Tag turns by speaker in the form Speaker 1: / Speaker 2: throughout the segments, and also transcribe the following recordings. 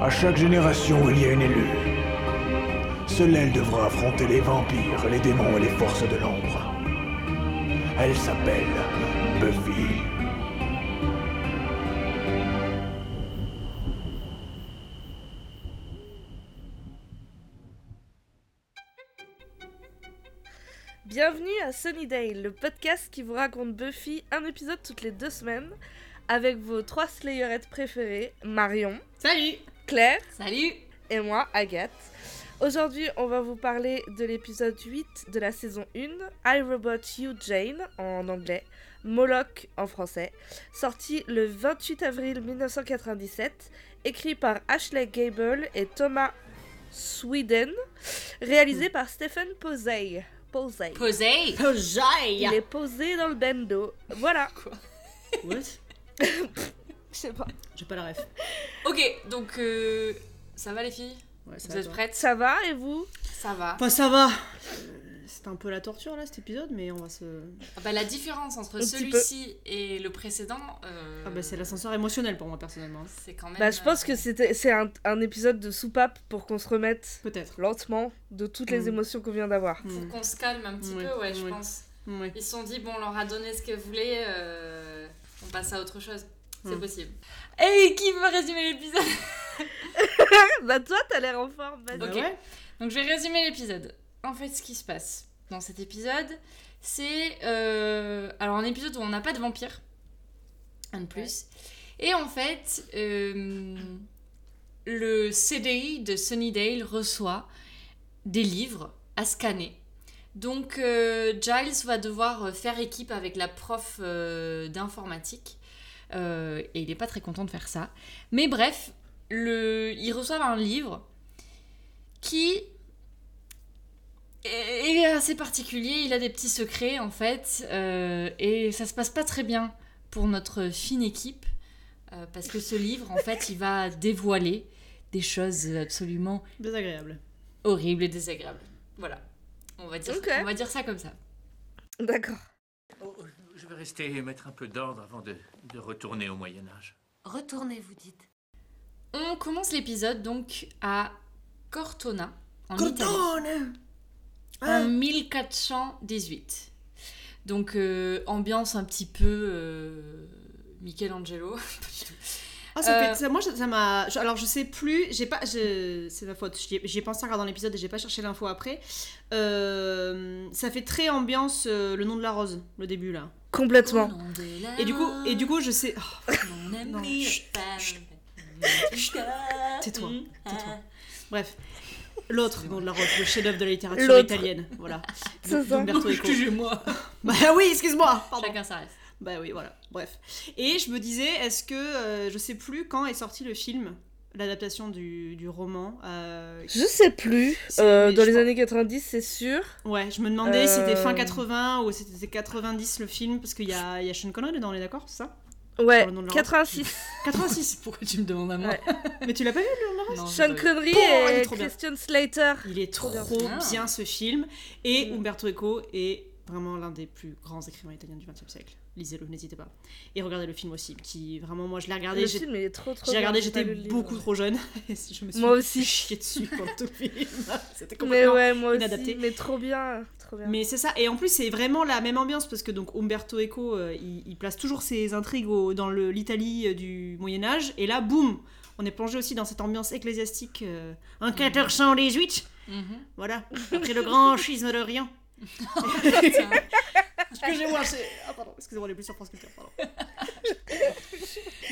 Speaker 1: À chaque génération, il y a une élue. Seule elle devra affronter les vampires, les démons et les forces de l'ombre. Elle s'appelle Buffy.
Speaker 2: Bienvenue à Sunnydale, le podcast qui vous raconte Buffy un épisode toutes les deux semaines avec vos trois Slayerettes préférées, Marion,
Speaker 3: Salut
Speaker 2: Claire
Speaker 3: Salut
Speaker 2: et moi, Agathe. Aujourd'hui, on va vous parler de l'épisode 8 de la saison 1, I Robot You Jane en anglais, Moloch en français, sorti le 28 avril 1997, écrit par Ashley Gable et Thomas Sweden, réalisé par Stephen Posey. Posey.
Speaker 3: Posey
Speaker 2: Il
Speaker 3: Posey
Speaker 2: est posé dans le bendo. Voilà.
Speaker 3: What
Speaker 2: Je sais pas.
Speaker 4: J'ai pas la ref.
Speaker 3: Ok, donc euh, ça va les filles
Speaker 4: Ouais, ça
Speaker 3: Vous
Speaker 4: va,
Speaker 3: êtes
Speaker 4: toi.
Speaker 3: prêtes
Speaker 2: Ça va et vous
Speaker 3: Ça va.
Speaker 4: Enfin, Bah, ça va. Euh, C'était un peu la torture là cet épisode, mais on va se.
Speaker 3: Ah bah, la différence entre
Speaker 2: Un petit
Speaker 3: celui-ci et le précédent, euh,
Speaker 4: Ah bah, c'est l'ascenseur émotionnel pour moi personnellement.
Speaker 3: c'est quand
Speaker 4: Ah,
Speaker 3: même...
Speaker 2: Bah, je pense
Speaker 3: euh,
Speaker 2: que c'était- c'est un, un épisode de soupape pour qu'on se remette
Speaker 4: Peut-être.
Speaker 2: lentement de toutes les
Speaker 4: Mm.
Speaker 2: émotions qu'on vient d'avoir.
Speaker 3: Pour
Speaker 4: Hmm,
Speaker 3: qu'on se calme un petit
Speaker 4: Ouais,
Speaker 3: peu, ouais, je
Speaker 4: ouais.
Speaker 3: pense.
Speaker 4: ouais.
Speaker 3: Ils se sont dit, bon, on leur a donné ce qu'elles voulaient, euh, on passe à autre chose. C'est
Speaker 4: Hmm.
Speaker 3: possible. Et qui veut résumer l'épisode
Speaker 2: bah, toi, t'as l'air en forme, vas-y.
Speaker 4: Bah
Speaker 3: Ok.
Speaker 4: ouais.
Speaker 3: Donc je vais résumer l'épisode. En fait, ce qui se passe dans cet épisode, c'est euh, alors un épisode où on n'a pas de vampire, un de plus. Et en fait, euh, le CDI de Sunnydale reçoit des livres à scanner. Donc euh, Giles va devoir faire équipe avec la prof euh, d'informatique. Euh, et il n'est pas très content de faire ça. Mais bref, le... ils reçoivent un livre qui est est assez particulier. Il a des petits secrets en fait, euh, et ça se passe pas très bien pour notre fine équipe euh, parce que ce livre en fait, il va dévoiler des choses absolument
Speaker 4: Désagréable.
Speaker 3: horribles et désagréables. Voilà, on va dire,
Speaker 2: Ok.
Speaker 3: on va dire ça comme ça.
Speaker 2: D'accord.
Speaker 5: Oh, je vais rester et mettre un peu d'ordre avant de, de retourner au Moyen Âge.
Speaker 6: Retournez, vous dites.
Speaker 3: On commence l'épisode donc à Cortona en Italie.
Speaker 4: Cortone
Speaker 3: en
Speaker 4: Ah.
Speaker 3: 1418. Donc euh, ambiance un petit peu euh, Michelangelo. Pas du tout.
Speaker 4: Ah, ça
Speaker 3: Euh.
Speaker 4: fait. ça- moi, ça ça m'a. je- Alors, je sais plus. J'ai pas. je- C'est ma faute. J'y ai, j'y ai pensé en regardant l'épisode et j'ai pas cherché l'info après. Euh, Ça fait très ambiance euh, le nom de la rose, le début là.
Speaker 2: Complètement.
Speaker 3: Au nom de la-
Speaker 4: Et du coup, et
Speaker 3: Ah.
Speaker 4: du coup, je sais. Oh,
Speaker 3: Mon ami,
Speaker 4: Non, chut,
Speaker 3: femme.
Speaker 4: chut.
Speaker 2: Mm-hmm.
Speaker 4: Tais-toi,
Speaker 2: Ah,
Speaker 4: tais-toi. Bref. L'autre nom de la rose, le chef-d'œuvre de la littérature
Speaker 2: L'autre.
Speaker 4: italienne. Voilà.
Speaker 2: C'est ça.
Speaker 4: D'Umberto Eco.
Speaker 3: Excusez-moi.
Speaker 4: Bah oui, excuse-moi. Pardon.
Speaker 3: Chacun sa reste.
Speaker 4: Bah oui, voilà. Bref. Et je me disais, est-ce que euh, je sais plus quand est sorti le film, l'adaptation du, du roman. euh,
Speaker 2: Je sais plus.
Speaker 4: C'est-
Speaker 2: Euh,
Speaker 4: mais
Speaker 2: dans
Speaker 4: je
Speaker 2: les
Speaker 4: crois-
Speaker 2: années 90, c'est sûr.
Speaker 4: Ouais, je me demandais si c'était fin
Speaker 2: Euh.
Speaker 4: 80 ou si c'était 90 le film parce qu'il y a, il y a Sean Connery dedans, on est d'accord, c'est ça
Speaker 2: Ouais,
Speaker 4: Pour Oh, le nom de la
Speaker 2: 86.
Speaker 4: 86.
Speaker 3: Pourquoi tu me demandes à moi
Speaker 2: Ouais.
Speaker 4: Mais tu l'as pas vu
Speaker 3: Non,
Speaker 2: Sean
Speaker 3: je-
Speaker 2: Connery
Speaker 4: Oh, il est
Speaker 2: et
Speaker 4: trop bien.
Speaker 2: Christian Slater.
Speaker 4: Il est
Speaker 2: Trop
Speaker 4: trop
Speaker 2: bien.
Speaker 3: Ah.
Speaker 4: bien ce film et
Speaker 2: Mm.
Speaker 4: Umberto Eco est vraiment l'un des plus grands écrivains italiens du XXe siècle. Lisez-le, n'hésitez pas. Et regardez le film aussi, qui vraiment moi je l'ai regardé,
Speaker 2: le
Speaker 4: j'ai-
Speaker 2: film, il est trop trop
Speaker 4: j'ai
Speaker 2: bien,
Speaker 4: regardé,
Speaker 2: j'ai pas
Speaker 4: j'étais
Speaker 2: lu le livre.
Speaker 4: beaucoup trop jeune et je me suis
Speaker 2: Moi aussi.
Speaker 4: chié dessus pendant tout le film. C'était
Speaker 2: Mais
Speaker 4: complètement
Speaker 2: ouais, moi aussi.
Speaker 4: inadapté.
Speaker 2: Mais trop bien. Trop bien.
Speaker 4: Mais c'est ça, et en plus c'est vraiment la même ambiance parce que donc Umberto Eco euh, il, il place toujours ses intrigues au- dans le- l'Italie euh, du Moyen Âge, et là boum, on est plongé aussi dans cette ambiance ecclésiastique euh, en 1418,
Speaker 3: Mhm.
Speaker 4: voilà, après le grand schisme de rien.
Speaker 3: Tiens.
Speaker 4: Excusez-moi, c'est- ah, pardon, excusez-moi, on est plus sur France Culture, pardon.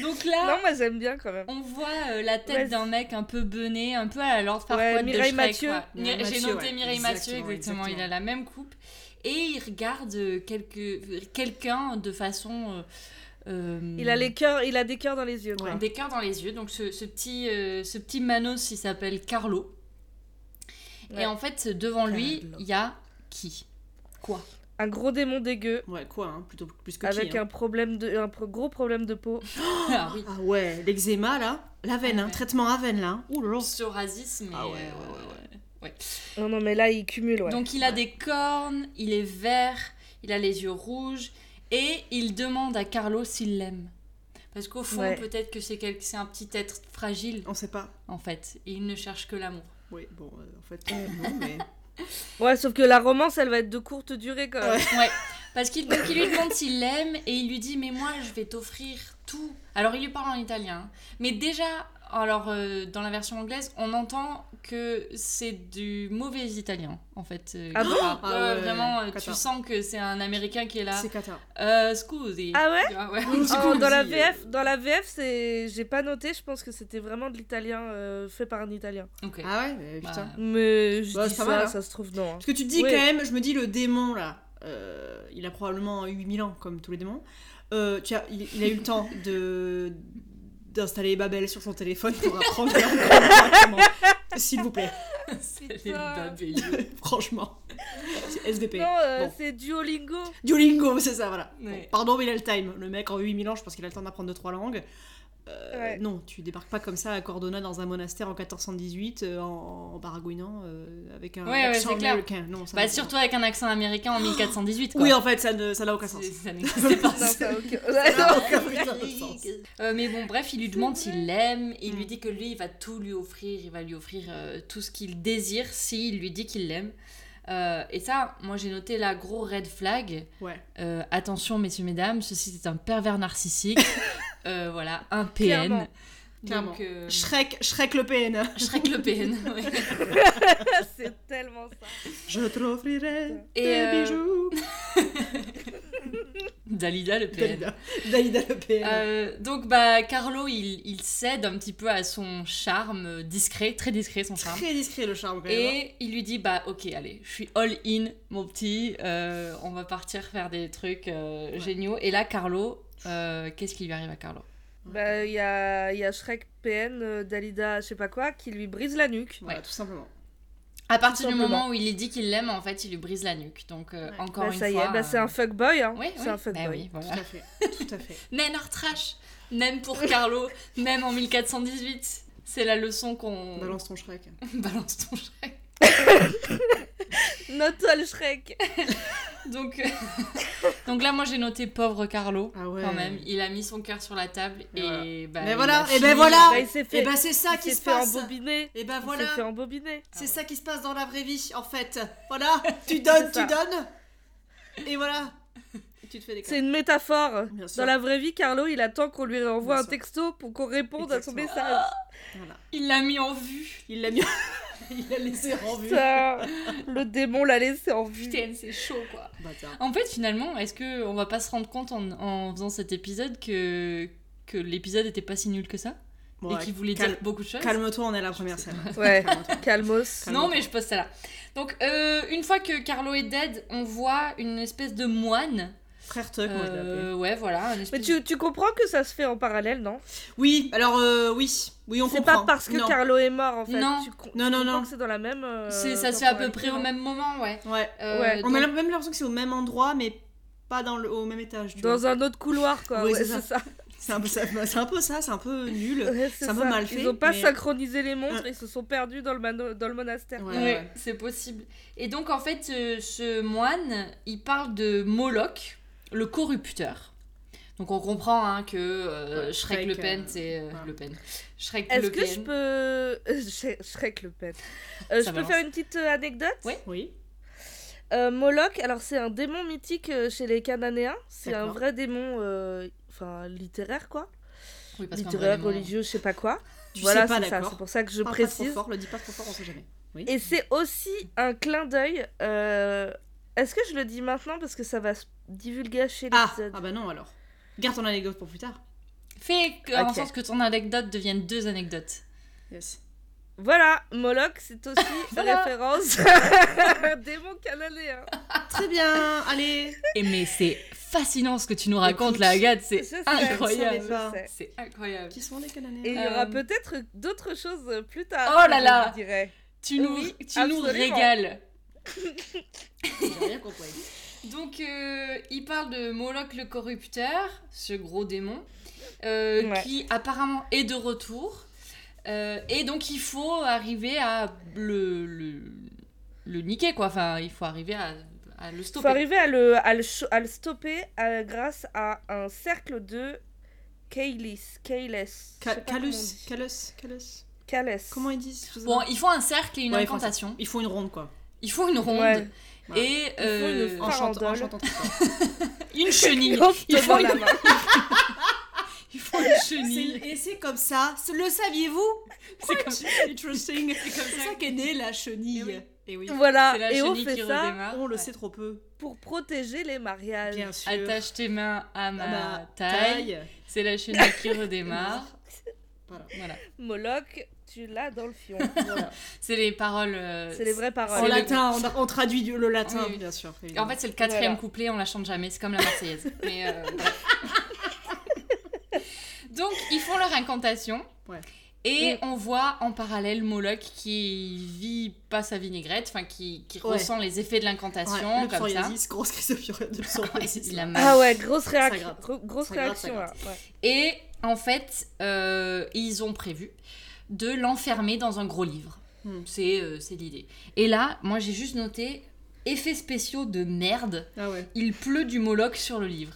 Speaker 3: Donc là,
Speaker 2: Non, moi j'aime bien quand même.
Speaker 3: on voit euh, la tête
Speaker 2: Ouais,
Speaker 3: d'un mec un peu bené, un peu à la Lord Farquaad
Speaker 2: Ouais,
Speaker 3: de
Speaker 2: Mireille
Speaker 3: Shrek,
Speaker 2: Mathieu.
Speaker 3: quoi. Mir-
Speaker 4: Mireille
Speaker 3: J'ai
Speaker 4: Mathieu,
Speaker 3: noté
Speaker 4: ouais.
Speaker 3: Mireille Mathieu,
Speaker 4: Exactement,
Speaker 3: exactement. Il
Speaker 4: exactement.
Speaker 3: a la même coupe. Et il regarde euh, quelque- quelqu'un de façon... euh, euh,
Speaker 2: Il a, les cœurs, il a des cœurs dans les yeux. Quoi.
Speaker 4: Ouais.
Speaker 3: des cœurs dans les yeux. Donc ce, ce petit, euh, ce petit Manos, il s'appelle Carlo.
Speaker 2: Ouais.
Speaker 3: Et en fait, devant lui,
Speaker 4: Carlo.
Speaker 3: il y a qui Quoi
Speaker 2: Un gros démon dégueu.
Speaker 4: Ouais, quoi, hein, plutôt plus que
Speaker 2: Avec
Speaker 4: qui, hein.
Speaker 2: un, problème de, un pro- gros problème de peau.
Speaker 3: Ah oui,
Speaker 4: Ah ouais, l'eczéma là, la veine, hein,
Speaker 3: Ouais.
Speaker 4: traitement à veine là. hein. Ouh là là.
Speaker 3: psoriasis, mais...
Speaker 4: Ah ouais, ouais, ouais,
Speaker 3: euh,
Speaker 2: Non, non, mais là, il cumule, ouais.
Speaker 3: Donc il a des cornes, il est vert, il a les yeux rouges et il demande à Carlo s'il l'aime. Parce qu'au fond,
Speaker 2: Ouais.
Speaker 3: peut-être que c'est quel- c'est un petit être fragile,
Speaker 4: On sait pas.
Speaker 3: en fait. Et il ne cherche que l'amour.
Speaker 4: Oui, bon, euh, en fait, euh, non, mais.
Speaker 2: Ouais, sauf que la romance, elle va être de courte durée quand même.
Speaker 3: Ouais. Parce qu'il donc, il lui demande s'il l'aime et il lui dit Mais moi, je vais t'offrir tout. Alors, il lui parle en italien. hein. Mais déjà, alors, euh, dans la version anglaise, on entend que c'est du mauvais italien, en fait. euh,
Speaker 2: Ah
Speaker 3: qu'il
Speaker 2: bon
Speaker 3: parle.
Speaker 4: Ah
Speaker 3: Ouais,
Speaker 4: ouais,
Speaker 3: Vraiment, euh, tu
Speaker 4: cata.
Speaker 3: sens que c'est un américain qui est là.
Speaker 4: C'est cata.
Speaker 3: Euh, scusi.
Speaker 2: Ah ouais
Speaker 3: Tu vois, ouais.
Speaker 2: Oh,
Speaker 4: Scusi,
Speaker 2: dans la
Speaker 4: euh,
Speaker 2: VF, dans la VF, c'est, j'ai pas noté. Je pense que c'était vraiment de l'italien euh, fait par un italien.
Speaker 3: Ok.
Speaker 4: Ah ouais, mais
Speaker 3: Bah,
Speaker 4: putain.
Speaker 2: Mais je
Speaker 4: Bah,
Speaker 2: dis
Speaker 4: ça
Speaker 2: ça,
Speaker 4: va, là.
Speaker 2: ça se trouve non. hein.
Speaker 4: Parce que tu te dis
Speaker 2: Ouais.
Speaker 4: quand même, je me dis le démon là, euh, il a probablement 8000 ans comme tous les démons. Euh, tu as, il, il a eu le temps de d'installer Babel sur son téléphone pour apprendre à le faire correctement. S'il vous plaît,
Speaker 3: C'est
Speaker 2: Putain.
Speaker 3: les babelus.
Speaker 4: franchement. C'est SDP.
Speaker 2: Non, euh,
Speaker 4: Bon.
Speaker 2: c'est Duolingo.
Speaker 4: Duolingo, c'est ça, voilà.
Speaker 3: Ouais.
Speaker 4: Bon, pardon, mais il a le time. Le mec en 8000 ans, je pense qu'il a le temps d'apprendre deux, trois langues. Euh,
Speaker 2: Ouais.
Speaker 4: Non, tu débarques pas comme ça à Cordona dans un monastère en 1418 euh, en, en baragouinant euh, avec un
Speaker 3: Ouais, ouais,
Speaker 4: accent
Speaker 3: c'est clair.
Speaker 4: américain. Non, ça
Speaker 3: Bah,
Speaker 4: n'a-
Speaker 3: surtout avec un accent américain en 1418. Quoi.
Speaker 4: Oui, en fait, ça ne- ça n'a aucun sens.
Speaker 3: C'est- ça n'existe pas.
Speaker 2: Non, ça a aucun- Ouais,
Speaker 4: Ça
Speaker 2: Ah, non.
Speaker 4: n'a aucun putain de sens.
Speaker 3: Euh, mais bon, bref, il lui demande s'il l'aime. Il lui
Speaker 4: Mm.
Speaker 3: dit que lui, il va tout lui offrir. Il va lui offrir euh, tout ce qu'il désire s'il lui dit qu'il l'aime. Euh, et ça, moi j'ai noté la gros red flag.
Speaker 4: Ouais.
Speaker 3: Euh, attention, messieurs, mesdames, ceci est un pervers narcissique. Euh, voilà, un PN.
Speaker 2: Clairement.
Speaker 4: Clairement.
Speaker 3: Donc, euh,
Speaker 4: Shrek, Shrek le E. PN.
Speaker 3: Shrek le PN. ouais.
Speaker 2: c'est tellement ça.
Speaker 4: Je t'offrirai
Speaker 3: Et,
Speaker 4: des
Speaker 3: euh,
Speaker 4: bijoux.
Speaker 3: Dalida le PN.
Speaker 4: Dalida. Dalida le E. PN.
Speaker 3: E. Euh, donc bah Carlo il, il cède un petit peu à son charme euh, discret, très discret son charme.
Speaker 4: Très discret le charme quand même. hein.
Speaker 3: Et il lui dit bah ok allez je suis all in mon petit, euh, on va partir faire des trucs euh,
Speaker 4: Ouais.
Speaker 3: géniaux. Et là Carlo, euh, qu'est-ce qui lui arrive à Carlo
Speaker 2: Bah, il y a, il y a Shrek PN, euh, Dalida, je sais pas quoi, qui lui brise la nuque.
Speaker 4: Voilà,
Speaker 3: ouais.
Speaker 4: tout simplement.
Speaker 3: À partir
Speaker 2: Tout
Speaker 3: du
Speaker 2: simplement.
Speaker 3: moment où il lui dit qu'il l'aime en fait il lui brise la nuque. Donc euh,
Speaker 4: Ouais.
Speaker 3: encore
Speaker 2: Bah,
Speaker 3: une
Speaker 2: ça y
Speaker 3: fois.
Speaker 2: est, bah, c'est
Speaker 3: euh,
Speaker 2: un fuckboy. Hein.
Speaker 3: Oui, oui.
Speaker 2: c'est un fuckboy.
Speaker 3: Bah oui,
Speaker 4: Tout
Speaker 3: voilà.
Speaker 4: à fait. Tout à fait.
Speaker 3: Nen or trash, Nen pour Carlo, Nen en 1418. C'est la leçon qu'on
Speaker 4: Balance ton Shrek.
Speaker 3: Bah, balance ton Shrek.
Speaker 2: Notre le Shrek.
Speaker 3: Donc, euh, donc là, moi, j'ai noté pauvre Carlo.
Speaker 4: Ah ouais.
Speaker 3: Quand même, il a mis son cœur sur la table
Speaker 4: Et voilà.
Speaker 3: et, bah,
Speaker 4: Mais
Speaker 3: il
Speaker 4: voilà,
Speaker 3: a
Speaker 4: et
Speaker 3: fini.
Speaker 4: ben voilà.
Speaker 2: Bah, il s'est fait,
Speaker 4: Et bah c'est ça
Speaker 2: il
Speaker 4: qui
Speaker 2: s'est
Speaker 4: se
Speaker 2: fait
Speaker 4: passe.
Speaker 2: embobiner.
Speaker 4: Et bah
Speaker 2: Il s'est fait
Speaker 4: voilà.
Speaker 2: embobiner.
Speaker 4: C'est
Speaker 3: Ah
Speaker 4: ça qui se passe dans la vraie vie en fait. Voilà. Tu donnes,
Speaker 2: C'est
Speaker 4: tu donnes. Et voilà. Et Tu te fais des
Speaker 2: C'est une métaphore.
Speaker 4: Bien sûr.
Speaker 2: Dans la vraie vie, Carlo, il attend qu'on lui envoie
Speaker 4: Bien
Speaker 2: un
Speaker 4: sûr.
Speaker 2: texto pour qu'on réponde à son
Speaker 4: Exactement.
Speaker 2: message.
Speaker 4: Voilà.
Speaker 3: Il l'a mis en vue.
Speaker 4: Il l'a mis. Il l'a laissé en vue.
Speaker 2: Putain, Ah. le démon l'a laissé en vue.
Speaker 3: Ah. Putain, c'est chaud quoi.
Speaker 4: Bâtard.
Speaker 3: Mm. En fait, finalement, est-ce que on va pas se rendre compte en, en faisant cet épisode que que l'épisode était pas si nul que ça
Speaker 4: Bon,
Speaker 3: et qu'il voulait
Speaker 4: calme-
Speaker 3: dire beaucoup de choses
Speaker 4: Calme-toi, on est à la première scène.
Speaker 2: Ouais,
Speaker 4: Calme-toi.
Speaker 2: calmos.
Speaker 3: Non, mais je pose ça là. Donc, euh, une fois que Carlo est dead, on voit une espèce de moine.
Speaker 4: Frère Tuck, moi je l'ai appelé.
Speaker 3: Euh, ouais, voilà. un
Speaker 2: Mais
Speaker 3: espèce
Speaker 2: tu, tu comprends que ça se fait en parallèle, non
Speaker 4: Oui, alors euh, oui, oui, on
Speaker 2: C'est
Speaker 4: comprend.
Speaker 2: pas parce que
Speaker 4: non.
Speaker 2: Carlo est mort, en fait.
Speaker 3: Non.
Speaker 2: Tu co-
Speaker 4: Non,
Speaker 2: tu
Speaker 4: non,
Speaker 2: comprends
Speaker 4: non.
Speaker 2: que c'est dans la même... euh,
Speaker 3: C'est- ça se fait à peu près
Speaker 2: temporalité,
Speaker 3: au
Speaker 2: non
Speaker 3: même moment, ouais.
Speaker 4: Ouais.
Speaker 3: Euh,
Speaker 2: Ouais.
Speaker 4: On
Speaker 3: donc-
Speaker 4: a la- même l'impression que c'est au même endroit, mais pas dans le, au même étage. tu vois.
Speaker 2: Dans un autre couloir, quoi.
Speaker 4: Oui,
Speaker 2: ouais,
Speaker 4: c'est
Speaker 2: c'est ça.
Speaker 4: C'est un peu ça, bah, c'est un peu ça, c'est un peu nul.
Speaker 2: Ouais, c'est
Speaker 4: un peu
Speaker 2: ça.
Speaker 4: mal fait,
Speaker 2: Ils ont pas
Speaker 4: mais- euh,
Speaker 2: synchronisé les montres, ils se sont perdus dans le, mano- dans le monastère.
Speaker 4: Ouais.
Speaker 3: Ouais, c'est possible. Et donc, en fait, euh, ce moine, il parle de Moloch, le corrupteur. Donc, on comprend hein, que euh,
Speaker 4: Ouais,
Speaker 3: Shrek,
Speaker 4: Shrek,
Speaker 3: Le Pen,
Speaker 4: euh,
Speaker 3: c'est. euh,
Speaker 4: ouais.
Speaker 3: Le Pen. Shrek
Speaker 2: Est-ce
Speaker 3: Le
Speaker 2: que
Speaker 3: Pen.
Speaker 2: je peux... euh, Shrek- Shrek le pète. Euh, je
Speaker 3: Ça
Speaker 2: peux
Speaker 3: balance.
Speaker 2: faire
Speaker 4: hein.
Speaker 2: une petite euh, anecdote
Speaker 3: Ouais.
Speaker 4: Oui.
Speaker 2: Euh, Moloch, alors c'est un démon mythique euh, chez les Cananéens. C'est un
Speaker 4: D'accord.
Speaker 2: vrai démon, euh, enfin littéraire quoi.
Speaker 3: Oui, parce qu'en
Speaker 2: Littéraire,
Speaker 3: vrai,
Speaker 2: religieux, je sais pas quoi.
Speaker 4: Tu
Speaker 2: voilà,
Speaker 4: sais pas,
Speaker 2: c'est ça.
Speaker 4: d'accord.
Speaker 2: C'est pour ça que je
Speaker 4: Parle Pas
Speaker 2: précise.
Speaker 4: trop fort, le dis pas trop fort, on sait jamais. Oui.
Speaker 2: Et c'est aussi un clin d'œil. euh, Est-ce que je le dis maintenant parce que ça va se divulguer chez
Speaker 4: ah,
Speaker 2: l'épisode
Speaker 4: ah bah non alors. Garde ton anecdote pour plus tard.
Speaker 3: Fais que- en
Speaker 2: Ok.
Speaker 3: sorte que ton anecdote devienne deux anecdotes.
Speaker 4: Yes.
Speaker 2: Voilà, Moloch, c'est aussi
Speaker 3: Voilà.
Speaker 2: référence à un démon cananéen.
Speaker 4: Très bien. Allez.
Speaker 3: Et mais c'est fascinant ce que tu nous racontes
Speaker 4: Écoute,
Speaker 3: là, Agathe,
Speaker 2: Je
Speaker 3: c'est
Speaker 2: sais,
Speaker 3: incroyable.
Speaker 2: je
Speaker 4: pas.
Speaker 2: sais.
Speaker 3: C'est incroyable.
Speaker 4: Qui sont les
Speaker 2: Et
Speaker 4: Cananéens
Speaker 2: il y aura
Speaker 3: Euh,
Speaker 2: peut-être d'autres choses euh, plus tard.
Speaker 3: Oh là
Speaker 2: je
Speaker 3: là.
Speaker 2: vous dirai.
Speaker 3: Tu nous,
Speaker 2: Oui,
Speaker 3: tu nous
Speaker 2: absolument.
Speaker 3: régales.
Speaker 4: J'ai rien compris.
Speaker 3: Donc, euh, il parle de Moloch le corrupteur, ce gros démon, euh,
Speaker 2: Ouais.
Speaker 3: qui apparemment est de retour. Euh, et donc, il faut arriver à le, le, le niquer, quoi. Enfin, il faut arriver à, à le
Speaker 2: Il
Speaker 3: stopper.
Speaker 2: faut arriver à le, à le, cho- à le stopper euh, grâce à un cercle de Kaylis, Kayles. je sais pas comment on
Speaker 4: Calus,
Speaker 2: dit.
Speaker 4: Calus, Calus.
Speaker 2: Kales.
Speaker 4: Comment ils disent je sais
Speaker 3: Bon,
Speaker 4: pas.
Speaker 3: ils font un cercle et une
Speaker 4: Ouais, ils font ça.
Speaker 3: incantation.
Speaker 4: Ils font une ronde quoi.
Speaker 3: Ils font une ronde
Speaker 2: Ouais.
Speaker 4: Voilà.
Speaker 3: et
Speaker 2: Ils font une
Speaker 3: euh,
Speaker 4: En chantant, en
Speaker 2: Farandole.
Speaker 4: chantant tout ça.
Speaker 3: une chenille. Ils
Speaker 2: Ils
Speaker 3: font
Speaker 2: la
Speaker 3: une,
Speaker 2: main.
Speaker 3: ils font une
Speaker 4: Ah, C'est-
Speaker 3: chenille.
Speaker 4: Et c'est comme ça, c'est- le saviez-vous
Speaker 3: C'est comme,
Speaker 4: Interesting. C'est comme ça qu'est née la chenille.
Speaker 3: Eh oui.
Speaker 4: Eh oui.
Speaker 3: c'est
Speaker 2: Voilà,
Speaker 3: la
Speaker 2: Ah, et on
Speaker 3: chenille
Speaker 2: fait
Speaker 3: qui
Speaker 2: ça
Speaker 3: redémarre.
Speaker 4: On le
Speaker 3: Ouais.
Speaker 4: sait trop peu,
Speaker 2: pour protéger les mariages.
Speaker 4: bien sûr.
Speaker 3: Attache tes mains à ma,
Speaker 4: Ah bah,
Speaker 3: taille. C'est la chenille qui redémarre.
Speaker 4: Voilà.
Speaker 3: Voilà.
Speaker 2: Moloch, tu l'as dans le fion.
Speaker 4: Voilà.
Speaker 3: C'est les paroles. euh,
Speaker 2: C'est les vraies
Speaker 4: En
Speaker 2: paroles.
Speaker 3: le-
Speaker 4: latin, on, a- on traduit du- le latin,
Speaker 3: Oui, oui.
Speaker 4: bien sûr.
Speaker 3: Et En
Speaker 4: évidemment.
Speaker 3: fait, c'est le quatrième
Speaker 2: Voilà.
Speaker 3: couplet, on la chante jamais, c'est comme la Marseillaise. Mais, euh, bref. Donc, ils font leur incantation.
Speaker 4: Ouais.
Speaker 3: Et
Speaker 2: Mm.
Speaker 3: on voit en parallèle Moloch qui vit pas sa vinaigrette, enfin qui, qui
Speaker 4: Ouais.
Speaker 3: ressent les effets de
Speaker 4: Ouais,
Speaker 3: l'incantation,
Speaker 4: le
Speaker 3: comme ça.
Speaker 4: psoriasis, grosse crise de psori- de psoriasis.
Speaker 3: Il a mal.
Speaker 2: Ah ouais, grosse, réac-
Speaker 4: Ça gratte.
Speaker 2: gro- grosse
Speaker 4: Ça gratte, ça
Speaker 2: réaction là. ouais.
Speaker 3: Et en fait, euh, ils ont prévu de l'enfermer dans un gros livre.
Speaker 2: Mm.
Speaker 4: Hmm.
Speaker 3: C'est euh, c'est l'idée. Et là, moi j'ai juste noté effets spéciaux de merde.
Speaker 4: Ah ouais.
Speaker 3: Il pleut du Moloch sur le livre.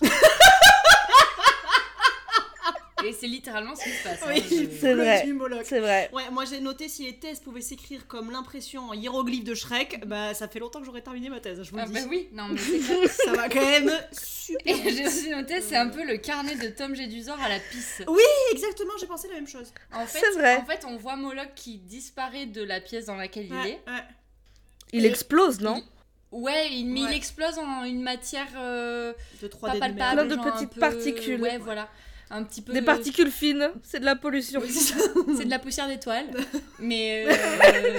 Speaker 3: Et c'est littéralement ce qui se passe. hein,
Speaker 4: Oui,
Speaker 3: je-
Speaker 2: c'est vrai.
Speaker 4: du Moloch.
Speaker 2: C'est vrai.
Speaker 4: Ouais, moi j'ai noté si les thèses pouvaient s'écrire comme l'impression en hiéroglyphe de Shrek, bah ça fait longtemps que j'aurais terminé ma thèse, je vous le
Speaker 3: Ah
Speaker 4: dis.
Speaker 3: bah oui, non mais c'est clair.
Speaker 4: Ça va quand même
Speaker 3: Et
Speaker 4: super.
Speaker 3: j'ai aussi noté, c'est un peu le carnet de Tom Jedusor à la pisse.
Speaker 4: Exactement, j'ai pensé la même chose.
Speaker 3: En fait,
Speaker 2: C'est vrai.
Speaker 3: en fait, on voit Moloch qui disparaît de la pièce dans laquelle il est.
Speaker 4: Ouais, ouais.
Speaker 2: Il
Speaker 3: Et-
Speaker 2: explose, non
Speaker 3: Ouais, il, mais il
Speaker 4: Ouais.
Speaker 3: explose en une matière euh,
Speaker 4: De 3D
Speaker 3: pas
Speaker 4: de merde.
Speaker 3: palpable.
Speaker 2: Plein de
Speaker 3: genre un
Speaker 2: petites
Speaker 3: peu-
Speaker 2: particules.
Speaker 3: Ouais, voilà. Un petit peu.
Speaker 2: Des
Speaker 3: de-
Speaker 2: particules fines, c'est de la pollution.
Speaker 3: Oui, c'est ça. C'est de la poussière d'étoiles. Mais. euh,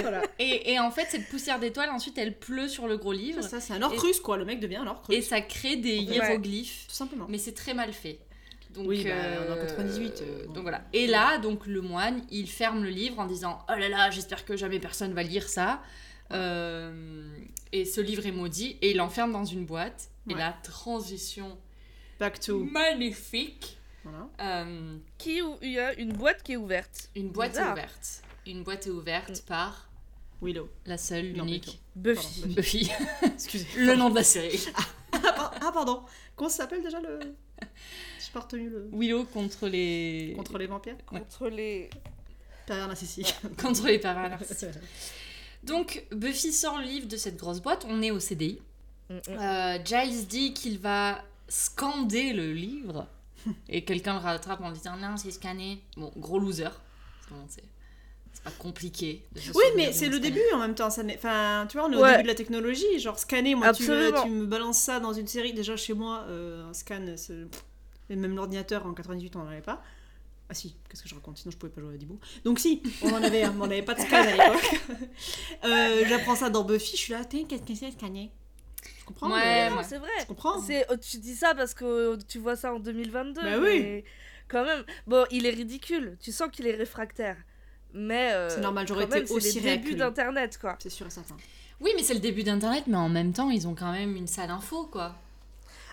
Speaker 4: Voilà.
Speaker 3: et, et en fait, cette poussière d'étoiles, ensuite, elle pleut sur le gros livre.
Speaker 4: Ça, c'est un orcrus quoi, le mec devient un orcrus.
Speaker 3: Et ça crée des
Speaker 4: Ouais.
Speaker 3: hiéroglyphes.
Speaker 4: Tout simplement.
Speaker 3: Mais c'est très mal fait. Donc,
Speaker 4: Oui, bah,
Speaker 3: euh,
Speaker 4: on est en 98, euh, bon.
Speaker 3: donc voilà. Et là, donc le moine, il ferme le livre en disant Oh là là, j'espère que jamais personne va lire ça. Euh, et ce livre est maudit et il l'enferme dans une boîte. Et
Speaker 4: Ouais.
Speaker 3: la transition
Speaker 4: Back to.
Speaker 3: magnifique.
Speaker 4: Voilà.
Speaker 3: Euh,
Speaker 2: Qui ou il y a une boîte qui est ouverte
Speaker 3: une boîte est
Speaker 2: Bizarre.
Speaker 3: ouverte. Une boîte est ouverte par
Speaker 4: Willow.
Speaker 3: la seule,
Speaker 4: Mm. Non,
Speaker 3: l'unique
Speaker 2: Buffy.
Speaker 4: Pardon,
Speaker 3: Buffy.
Speaker 4: Excusez.
Speaker 3: le nom de la série.
Speaker 4: Ah, par- ah, pardon. Comment ça s'appelle déjà le. J'ai pas retenu le.
Speaker 3: Willow contre les contre,
Speaker 4: Contre les vampires
Speaker 2: Contre les.
Speaker 4: Pervers narcissique.
Speaker 3: les pervers narcissiques. Donc Buffy sort le livre de cette grosse boîte. On est au CDI. Euh, Giles dit qu'il va scander le livre et quelqu'un le rattrape en lui disant non c'est scanné. Bon gros loser. C'est bon, c'est- c'est pas compliqué. de se
Speaker 4: Oui,
Speaker 3: souvenir
Speaker 4: mais
Speaker 3: du
Speaker 4: c'est
Speaker 3: mot
Speaker 4: le
Speaker 3: scanner.
Speaker 4: début en même temps. Ça n'est- enfin, tu vois, on est au
Speaker 2: Ouais.
Speaker 4: début de la technologie. Genre, scanner, moi, tu me,
Speaker 2: Absolument.
Speaker 4: tu me balances ça dans une série. Déjà, chez moi, euh, un scan, c'est- et même l'ordinateur en 98, on n'en avait pas. Ah si, qu'est-ce que je raconte Sinon, je pouvais pas jouer à Dibou. Donc si, on en avait, un, mais on n'avait pas de scan à l'époque. Euh, J'apprends ça dans Buffy, je suis là, Tiens, qu'est-ce que c'est, scanner Je comprends.
Speaker 3: Ouais,
Speaker 4: mais-
Speaker 2: Non, Ah, c'est vrai.
Speaker 4: Je comprends.
Speaker 2: C'est- oh, tu dis ça parce que euh, tu vois ça en 2022.
Speaker 4: Bah oui.
Speaker 2: mais Quand même. Bon, il est ridicule. Tu sens qu'il est réfractaire. Mais. euh,
Speaker 4: C'est normal, j'aurais
Speaker 2: quand même,
Speaker 4: été
Speaker 2: c'est les
Speaker 4: aussi
Speaker 2: débuts
Speaker 4: réacule.
Speaker 2: d'Internet, quoi.
Speaker 4: C'est sûr et certain.
Speaker 3: Oui mais c'est le début d'internet mais en même temps ils ont quand même une salle info quoi.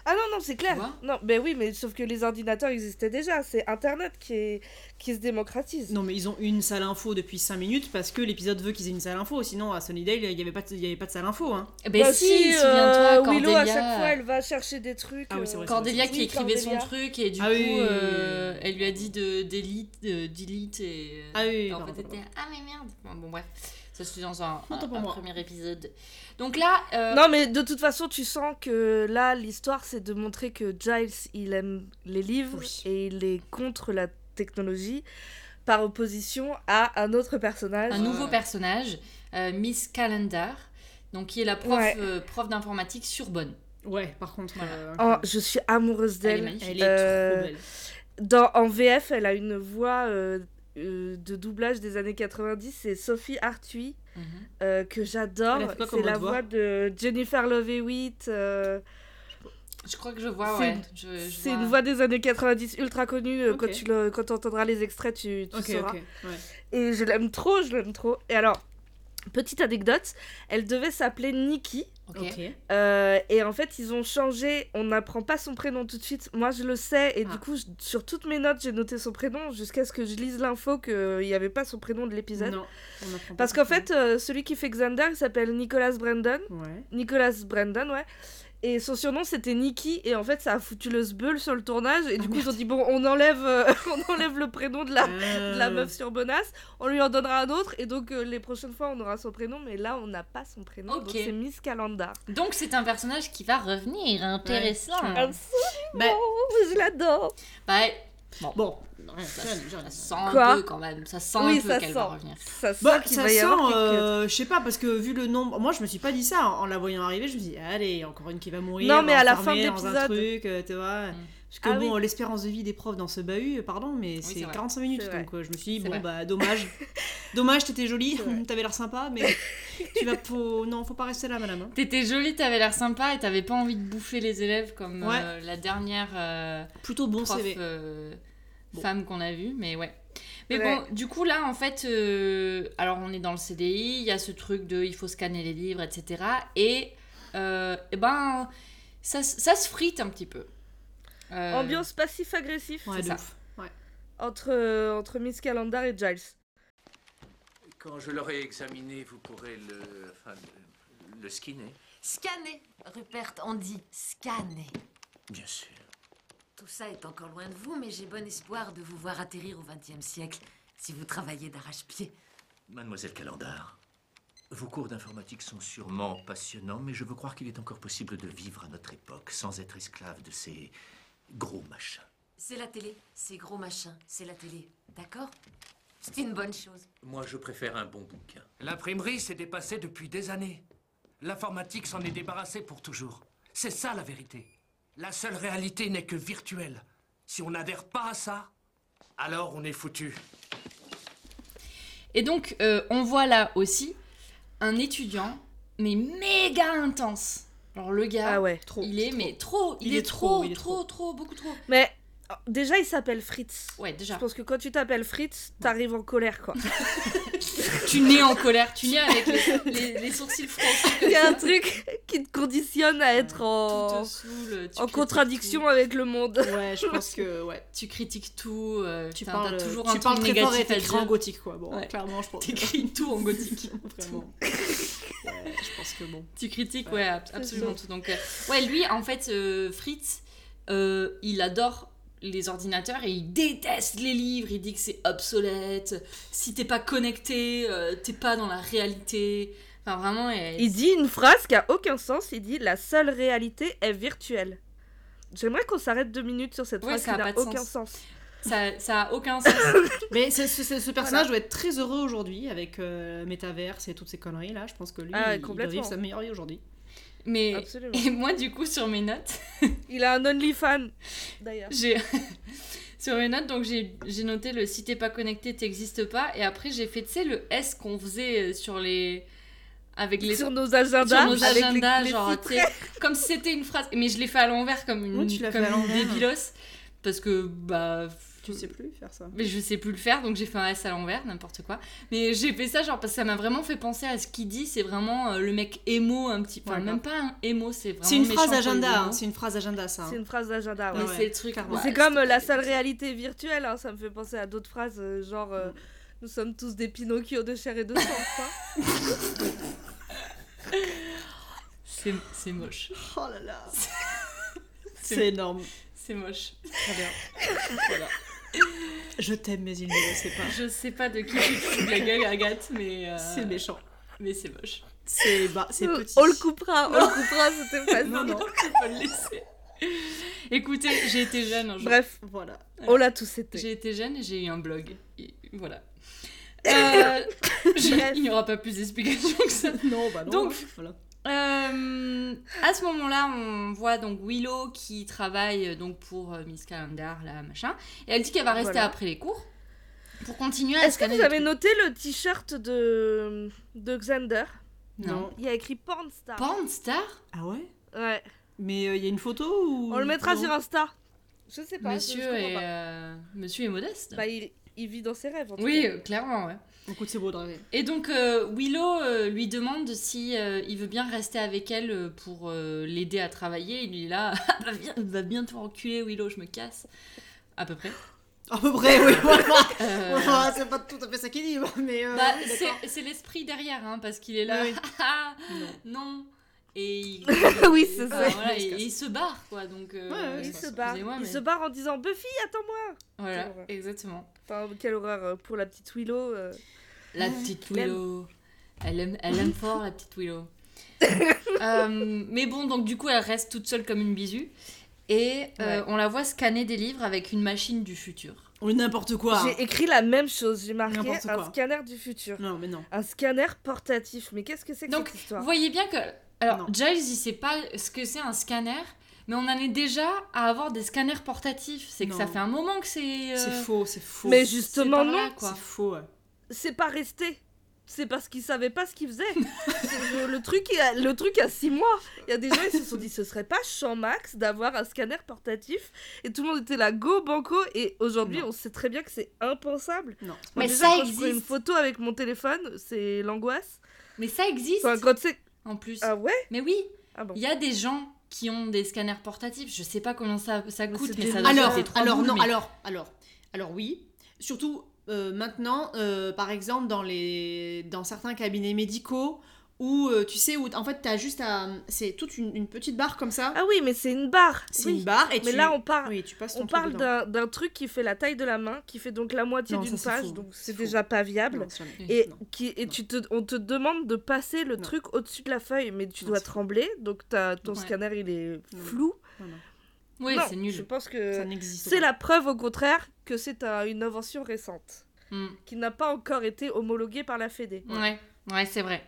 Speaker 2: Ah non, non, c'est clair.
Speaker 3: Tu vois
Speaker 2: Non, mais oui, mais sauf que les ordinateurs existaient déjà. C'est Internet qui, est... qui se démocratise.
Speaker 4: Non, mais ils ont une salle info depuis 5 minutes parce que l'épisode veut qu'ils aient une salle info. Sinon, à Sunnydale, il n'y avait, pas de- il y avait pas de salle info. Hein.
Speaker 3: Eh Ben
Speaker 2: Bah
Speaker 3: si,
Speaker 2: si,
Speaker 3: souviens-toi
Speaker 2: euh,
Speaker 3: Cordelia.
Speaker 2: Willow, à chaque fois, elle va chercher des trucs. euh,
Speaker 4: Ah oui, c'est vrai,
Speaker 3: Cordelia
Speaker 2: Oui,
Speaker 3: qui écrivait
Speaker 2: Cordelia.
Speaker 3: son truc et du
Speaker 4: Ah
Speaker 3: coup
Speaker 4: oui.
Speaker 3: euh, elle lui a dit de delete, de delete et euh,
Speaker 4: Ah oui,
Speaker 3: et en
Speaker 2: ben,
Speaker 4: pardon,
Speaker 3: fait,
Speaker 4: pardon.
Speaker 3: elle était, ah mais merde. Bon, bon, bref, ça se fait dans un, un-
Speaker 4: Autant pour
Speaker 3: un
Speaker 4: moi.
Speaker 3: premier épisode. Donc là, euh,
Speaker 2: Non, mais de toute façon, tu sens que là, l'histoire, c'est de montrer que Giles, il aime les livres
Speaker 4: Oui.
Speaker 2: et il est contre la technologie par opposition à un autre personnage.
Speaker 3: un nouveau personnage, euh, Miss Calendar, donc qui est la prof,
Speaker 2: Ouais.
Speaker 3: euh, prof d'informatique sur Bonne.
Speaker 4: Ouais, par contre.
Speaker 3: Voilà.
Speaker 4: euh,
Speaker 2: Oh, je suis amoureuse
Speaker 3: Elle est
Speaker 2: d'elle.
Speaker 3: magnifique.
Speaker 4: Elle est
Speaker 2: Euh,
Speaker 4: trop belle.
Speaker 2: Dans- En VF, elle a une voix euh, euh, de doublage des années 90, c'est Sophie Arthuis.
Speaker 3: Mhm.
Speaker 2: euh, que j'adore,
Speaker 4: Elle a fait quoi
Speaker 2: c'est
Speaker 4: comme
Speaker 2: la
Speaker 4: autre voix
Speaker 2: voix de Jennifer Love Hewitt. euh,
Speaker 3: Je crois que je vois,
Speaker 2: C'est
Speaker 3: ouais.
Speaker 2: une-
Speaker 3: Je- je
Speaker 2: c'est
Speaker 3: vois.
Speaker 2: une voix des années 90 ultra connue. euh,
Speaker 4: Euh, Ok.
Speaker 2: Quand tu le- quand entendras les extraits, tu, tu
Speaker 4: Ok,
Speaker 2: sauras.
Speaker 4: ok. ouais.
Speaker 2: Et je l'aime trop, je l'aime trop. Et alors, petite anecdote, elle devait s'appeler Nikki.
Speaker 3: Ok.
Speaker 4: Ok.
Speaker 2: euh, et en fait, ils ont changé. On n'apprend pas son prénom tout de suite. Moi, je le sais. Et
Speaker 4: Ah.
Speaker 2: du coup, je- sur toutes mes notes, j'ai noté son prénom jusqu'à ce que je lise l'info qu'il n'y avait pas son prénom de l'épisode.
Speaker 4: Non, on apprend pas
Speaker 2: Parce
Speaker 4: tout
Speaker 2: qu'en
Speaker 4: ça.
Speaker 2: fait, euh, celui qui fait Xander, il s'appelle Nicholas Brandon.
Speaker 4: Ouais.
Speaker 2: Nicholas Brandon, ouais. Et son surnom c'était Nikki et en fait ça a foutu le sbeul sur le tournage et
Speaker 4: Ah,
Speaker 2: du coup ils ont dit bon on enlève euh, on enlève le prénom de la de ah,
Speaker 4: Euh.
Speaker 2: la meuf sur Bonas, on lui en donnera un autre et donc euh, les prochaines fois on aura son prénom mais là on n'a pas son prénom
Speaker 3: Ok.
Speaker 2: donc c'est Miss Calendar.
Speaker 3: Donc c'est un personnage qui va revenir, intéressant.
Speaker 4: Ah. Bah,
Speaker 2: je l'adore.
Speaker 3: Bah,
Speaker 4: Euh, bon,
Speaker 3: ouais, ça, ça sent
Speaker 2: Quoi
Speaker 3: un peu quand même, ça sent
Speaker 2: Oui,
Speaker 3: un peu
Speaker 2: ça
Speaker 3: qu'elle
Speaker 2: sent.
Speaker 3: va revenir.
Speaker 2: Ça sent
Speaker 4: bah,
Speaker 2: qu'il
Speaker 4: ça
Speaker 2: va y
Speaker 4: sent,
Speaker 2: avoir quelque-
Speaker 4: euh, je sais pas, parce que vu le nombre, moi je me suis pas dit ça en, en la voyant arriver, je me suis dit, allez, encore une qui va mourir.
Speaker 2: Non, mais à la
Speaker 4: enfermée
Speaker 2: fin de
Speaker 4: dans un
Speaker 2: l'épisode.
Speaker 4: truc, euh, tu vois.
Speaker 3: Mm.
Speaker 4: Parce que
Speaker 2: Ah
Speaker 4: bon, euh, l'espérance de vie des profs dans ce bahut, euh, pardon, mais c'est
Speaker 3: c'est vrai.
Speaker 4: 45 minutes,
Speaker 2: C'est
Speaker 4: donc euh, je me suis dit,
Speaker 3: C'est
Speaker 4: bon,
Speaker 3: vrai.
Speaker 4: bah dommage. dommage, t'étais jolie,
Speaker 2: C'est vrai.
Speaker 4: t'avais l'air sympa, mais tu vas. Faut... Non, faut pas rester là, madame. hein.
Speaker 3: T'étais jolie, t'avais l'air sympa et t'avais pas envie de bouffer les élèves comme
Speaker 4: Ouais.
Speaker 3: euh, la dernière euh,
Speaker 4: Plutôt bon
Speaker 3: prof
Speaker 4: CV.
Speaker 3: euh,
Speaker 4: Bon.
Speaker 3: femme qu'on a vue, mais ouais. Mais
Speaker 2: Ouais.
Speaker 3: bon, du coup là en fait, euh, alors on est dans le CDI, il y a ce truc de il faut scanner les livres, etc. Et euh, eh ben ça, s- ça se frite un petit peu. Euh,
Speaker 2: Ambiance passif-agressif
Speaker 4: Ouais,
Speaker 3: c'est
Speaker 4: de
Speaker 3: ça.
Speaker 4: ouf. Ouais.
Speaker 2: entre, euh, entre Miss Calendar et Giles.
Speaker 5: Quand je l'aurai examiné, vous pourrez le, enfin, le, le skinner.
Speaker 6: Scanner, Rupert, on dit scanner.
Speaker 5: Bien sûr.
Speaker 6: Tout ça est encore loin de vous, mais j'ai bon espoir de vous voir atterrir au XXe siècle si vous travaillez d'arrache-pied.
Speaker 5: Mademoiselle Calendar, vos cours d'informatique sont sûrement passionnants, mais je veux croire qu'il est encore possible de vivre à notre époque sans être esclave de ces gros machins.
Speaker 6: C'est la télé, c'est gros machin, c'est la télé, d'accord C'est une bonne chose.
Speaker 5: Moi, je préfère un bon bouquin. L'imprimerie s'est dépassée depuis des années. L'informatique s'en est débarrassée pour toujours. C'est ça la vérité. La seule réalité n'est que virtuelle. Si on n'adhère pas à ça, alors on est foutu.
Speaker 3: Et donc, euh, on voit là aussi un étudiant, mais méga intense. Alors, le gars,
Speaker 2: Ah ouais.
Speaker 4: Trop.
Speaker 3: il est, mais trop, il, est, trop, trop, trop, beaucoup trop.
Speaker 2: Mais oh, déjà il s'appelle Fritz.
Speaker 3: Ouais,
Speaker 2: Je
Speaker 3: déjà,
Speaker 2: pense que quand tu t'appelles Fritz, t'arrives en colère quoi.
Speaker 3: tu nais en colère, tu nais avec les, les- les sourcils froncés.
Speaker 2: Il y a un truc qui te conditionne à être
Speaker 3: Tout
Speaker 2: en,
Speaker 3: te saoule, tu
Speaker 2: en
Speaker 3: critiques
Speaker 2: contradiction
Speaker 3: tout,
Speaker 2: avec le monde.
Speaker 4: Ouais, je pense que, ouais.
Speaker 3: tu critiques tout, euh,
Speaker 4: Tu
Speaker 3: putain,
Speaker 4: parles,
Speaker 3: t'as toujours
Speaker 4: tu
Speaker 3: un truc
Speaker 4: parles très fort et
Speaker 3: négatif à
Speaker 4: t'écris en
Speaker 3: dire.
Speaker 4: gothique, quoi. Bon,
Speaker 3: Ouais.
Speaker 4: clairement, je pense.
Speaker 3: T'écris tout en gothique.
Speaker 4: Vraiment. Ouais, je pense que bon.
Speaker 3: Tu critiques,
Speaker 4: Ouais.
Speaker 3: ouais, ab- absolument tout. Donc, euh, ouais, lui, en fait, euh, Fritz, euh, il adore les ordinateurs et il déteste les livres. Il dit que c'est obsolète. Si t'es pas connecté, euh, t'es pas dans la réalité. Enfin, vraiment, et-
Speaker 2: Il dit une phrase qui a aucun sens. Il dit la seule réalité est virtuelle. J'aimerais qu'on s'arrête deux minutes sur cette
Speaker 3: Ouais,
Speaker 2: phrase qui
Speaker 3: ça a pas
Speaker 2: n'a
Speaker 3: de
Speaker 2: aucun sens.
Speaker 3: ça, ça a aucun sens.
Speaker 4: Mais ce, ce- ce- ce personnage doit être très heureux aujourd'hui avec euh, Metaverse et toutes ces conneries là. Je pense que lui,
Speaker 2: Ah,
Speaker 4: il- il doit
Speaker 2: complètement.
Speaker 4: vivre sa meilleure vie aujourd'hui.
Speaker 3: Mais.
Speaker 2: Absolument.
Speaker 3: Et moi, du coup, sur mes notes,
Speaker 2: Il a un OnlyFan d'ailleurs.
Speaker 3: J'ai sur mes notes donc j'ai j'ai noté le si t'es pas connecté t'existes pas et après j'ai fait tu sais le S qu'on faisait euh, sur les avec les
Speaker 2: Sur nos agendas,
Speaker 3: sur nos
Speaker 2: avec les-
Speaker 3: agendas
Speaker 2: les
Speaker 3: genre
Speaker 2: titres.
Speaker 3: tu sais, comme si c'était une phrase mais je l'ai fait à l'envers comme une
Speaker 4: Oui, tu l'as
Speaker 3: comme
Speaker 4: fait à
Speaker 3: une
Speaker 4: l'envers.
Speaker 3: débilos parce que bah
Speaker 4: Tu sais plus faire ça.
Speaker 3: mais je sais plus le faire, donc j'ai fait un S à l'envers, n'importe quoi. Mais j'ai fait ça, genre, parce que ça m'a vraiment fait penser à ce qu'il dit. C'est vraiment euh, le mec émo, un petit. Enfin,
Speaker 4: Ouais,
Speaker 3: même pas un émo, c'est vraiment.
Speaker 4: C'est une phrase
Speaker 3: méchant pour les
Speaker 4: agenda, hein,
Speaker 3: émos.
Speaker 4: c'est une phrase agenda ça. hein.
Speaker 2: C'est une phrase d'agenda.
Speaker 3: Mais
Speaker 2: ouais.
Speaker 4: ouais,
Speaker 3: c'est le truc.
Speaker 4: clairement.
Speaker 2: Mais
Speaker 3: ouais,
Speaker 2: c'est comme euh, la
Speaker 3: c'était-
Speaker 2: seule réalité virtuelle. hein, Ça me fait penser à d'autres phrases euh, genre euh, nous sommes tous des Pinocchio de chair et de sang. quoi.
Speaker 3: C'est c'est moche.
Speaker 4: Oh là là. C'est énorme.
Speaker 3: C'est moche.
Speaker 4: Très bien. Voilà. Je t'aime mais il ne le sait pas.
Speaker 3: Je sais pas de qui tu te fous de la gueule, Agathe, mais. euh,
Speaker 4: C'est méchant.
Speaker 3: Mais c'est moche.
Speaker 2: Ah,
Speaker 4: C'est bah, c'est
Speaker 2: Euh,
Speaker 4: petit.
Speaker 2: On le coupera. On le coupera. C'était facile.
Speaker 4: Non non.
Speaker 3: Faut pas le laisser. Écoutez, j'ai été jeune un jour.
Speaker 2: Bref, oh
Speaker 4: Voilà.
Speaker 2: on l'a tous été.
Speaker 3: J'ai été jeune et j'ai eu un blog. Et voilà. Euh, je-
Speaker 2: Bref.
Speaker 3: il n'y aura pas plus d'explications que ça.
Speaker 4: Non bah non.
Speaker 3: Donc-
Speaker 4: voilà.
Speaker 3: Euh, à ce moment-là, on voit donc Willow qui travaille euh, donc pour euh, Miss Calendar, là, machin. Et elle dit qu'elle va rester
Speaker 2: Voilà.
Speaker 3: après les cours pour continuer à
Speaker 2: Est-ce que
Speaker 3: scanner
Speaker 2: vous
Speaker 3: les
Speaker 2: avez
Speaker 3: trucs.
Speaker 2: noté le t-shirt de, de Xander
Speaker 3: Non.
Speaker 2: Il y a écrit Pornstar.
Speaker 3: Porn star
Speaker 4: Ah ouais.
Speaker 2: ouais.
Speaker 4: Mais il y a une photo ou
Speaker 2: On le mettra
Speaker 4: Non.
Speaker 2: sur Insta. Je sais pas. je- je
Speaker 3: Monsieur
Speaker 2: comprends
Speaker 3: est,
Speaker 2: pas.
Speaker 3: euh, Monsieur est modeste.
Speaker 2: Bah, il, il vit dans ses rêves. En tout
Speaker 3: oui,
Speaker 2: cas.
Speaker 3: euh, clairement, ouais.
Speaker 4: Écoute c'est beau de rêver.
Speaker 3: Et donc euh, Willow euh, lui demande si euh, il veut bien rester avec elle euh, pour euh, l'aider à travailler. Il est là, Ah, va bien, va bien te faire enculer Willow, je me casse. À peu près.
Speaker 4: À peu près oui voilà.
Speaker 3: Euh,
Speaker 4: Enfin, c'est pas tout à fait ça qu'il dit, mais euh,
Speaker 3: bah,
Speaker 4: oui, d'accord.
Speaker 3: c'est c'est l'esprit derrière, hein, parce qu'il est là.
Speaker 4: Oui,
Speaker 3: Ah, ah, non. et il,
Speaker 2: Oui, c'est
Speaker 3: enfin,
Speaker 2: ça.
Speaker 3: voilà, et- et il se barre quoi donc euh,
Speaker 4: Ouais, ouais,
Speaker 2: Il
Speaker 4: ça,
Speaker 2: se barre.
Speaker 3: excusez-moi,
Speaker 2: Il
Speaker 3: mais-
Speaker 2: se barre en disant Buffy, attends-moi.
Speaker 3: voilà
Speaker 2: Quelle horreur.
Speaker 3: exactement
Speaker 2: Enfin, quelle horreur euh, pour la petite Willow. euh.
Speaker 3: la
Speaker 4: Ouais.
Speaker 3: petite
Speaker 2: L'aime.
Speaker 3: Willow elle aime, elle aime fort la petite Willow Euh, mais bon donc du coup elle reste toute seule comme une bisu et euh,
Speaker 2: Ouais.
Speaker 3: on la voit scanner des livres avec une machine du futur
Speaker 4: Ou n'importe quoi.
Speaker 2: J'ai écrit la même chose. J'ai marqué
Speaker 4: Bah. N'importe
Speaker 2: un
Speaker 4: quoi.
Speaker 2: scanner du futur.
Speaker 4: Non, mais non.
Speaker 2: Un scanner portatif. Mais qu'est-ce que c'est que
Speaker 3: Donc,
Speaker 2: cette
Speaker 3: Vous
Speaker 2: histoire
Speaker 3: voyez bien que. Alors,
Speaker 4: Non.
Speaker 3: Giles, il sait pas ce que c'est un scanner, mais on en est déjà à avoir des scanners portatifs. C'est que
Speaker 4: Non.
Speaker 3: ça fait un moment que c'est. euh,
Speaker 4: C'est faux, c'est faux.
Speaker 2: Mais
Speaker 3: c'est
Speaker 2: justement,
Speaker 3: par
Speaker 2: non.
Speaker 3: là,
Speaker 4: C'est
Speaker 3: quoi.
Speaker 4: faux. ouais.
Speaker 2: C'est pas resté. C'est parce qu'ils savaient pas ce qu'ils faisaient. C'est le, le truc, il y a- le truc à 6 mois. Il y a des gens, ils se sont dit, ce serait pas champ max d'avoir un scanner portatif. Et tout le monde était là, go banco. Et aujourd'hui,
Speaker 4: Non.
Speaker 2: on sait très bien que c'est impensable.
Speaker 4: Non.
Speaker 2: Moi,
Speaker 3: Mais
Speaker 2: déjà,
Speaker 3: ça
Speaker 2: quand je prends une
Speaker 3: existe.
Speaker 2: photo avec mon téléphone, c'est l'angoisse.
Speaker 3: Mais ça existe
Speaker 2: Enfin, quand c'est.
Speaker 3: en plus.
Speaker 2: Ah ouais
Speaker 3: Mais oui,
Speaker 2: Ah bon.
Speaker 3: il y a des gens qui ont des scanners portatifs. Je sais pas combien ça, ça coûte,
Speaker 2: Ah, c'est
Speaker 3: mais
Speaker 2: des-
Speaker 3: ça doit
Speaker 4: Alors,
Speaker 3: coûter trois
Speaker 4: alors
Speaker 3: boules,
Speaker 4: non,
Speaker 3: mais-
Speaker 4: alors, alors, alors oui. Surtout euh, maintenant, euh, par exemple, dans les, dans certains cabinets médicaux où euh, tu sais où en fait t'as juste à, c'est toute une, une petite barre comme ça.
Speaker 2: Ah oui, mais c'est une barre.
Speaker 4: c'est
Speaker 2: Oui.
Speaker 4: une barre et
Speaker 2: Mais
Speaker 4: tu.
Speaker 2: là, on parle.
Speaker 4: oui, tu passes ton
Speaker 2: On
Speaker 4: truc
Speaker 2: parle
Speaker 4: dedans.
Speaker 2: d'un d'un truc qui fait la taille de la main, qui fait donc la moitié
Speaker 4: Non,
Speaker 2: d'une
Speaker 4: ça, c'est
Speaker 2: page,
Speaker 4: faux.
Speaker 2: donc c'est
Speaker 4: Faux.
Speaker 2: déjà pas viable.
Speaker 4: Non, c'est jamais-
Speaker 2: Et,
Speaker 4: non.
Speaker 2: qui, et
Speaker 4: Non.
Speaker 2: tu te, on te demande de passer le
Speaker 4: Non.
Speaker 2: truc au-dessus de la feuille, mais tu
Speaker 4: Non,
Speaker 2: dois
Speaker 4: c'est faux.
Speaker 2: trembler, donc t'as- ton
Speaker 3: Ouais.
Speaker 2: scanner il est
Speaker 4: Non.
Speaker 2: flou.
Speaker 3: Oui,
Speaker 2: Non,
Speaker 3: c'est nul.
Speaker 2: Je pense
Speaker 4: ça
Speaker 2: que
Speaker 4: n'existe.
Speaker 2: c'est
Speaker 4: pas.
Speaker 2: la preuve au contraire que c'est un- une invention récente,
Speaker 3: Mm.
Speaker 2: qui n'a pas encore été homologuée par la Fédé.
Speaker 3: Ouais, ouais, c'est vrai.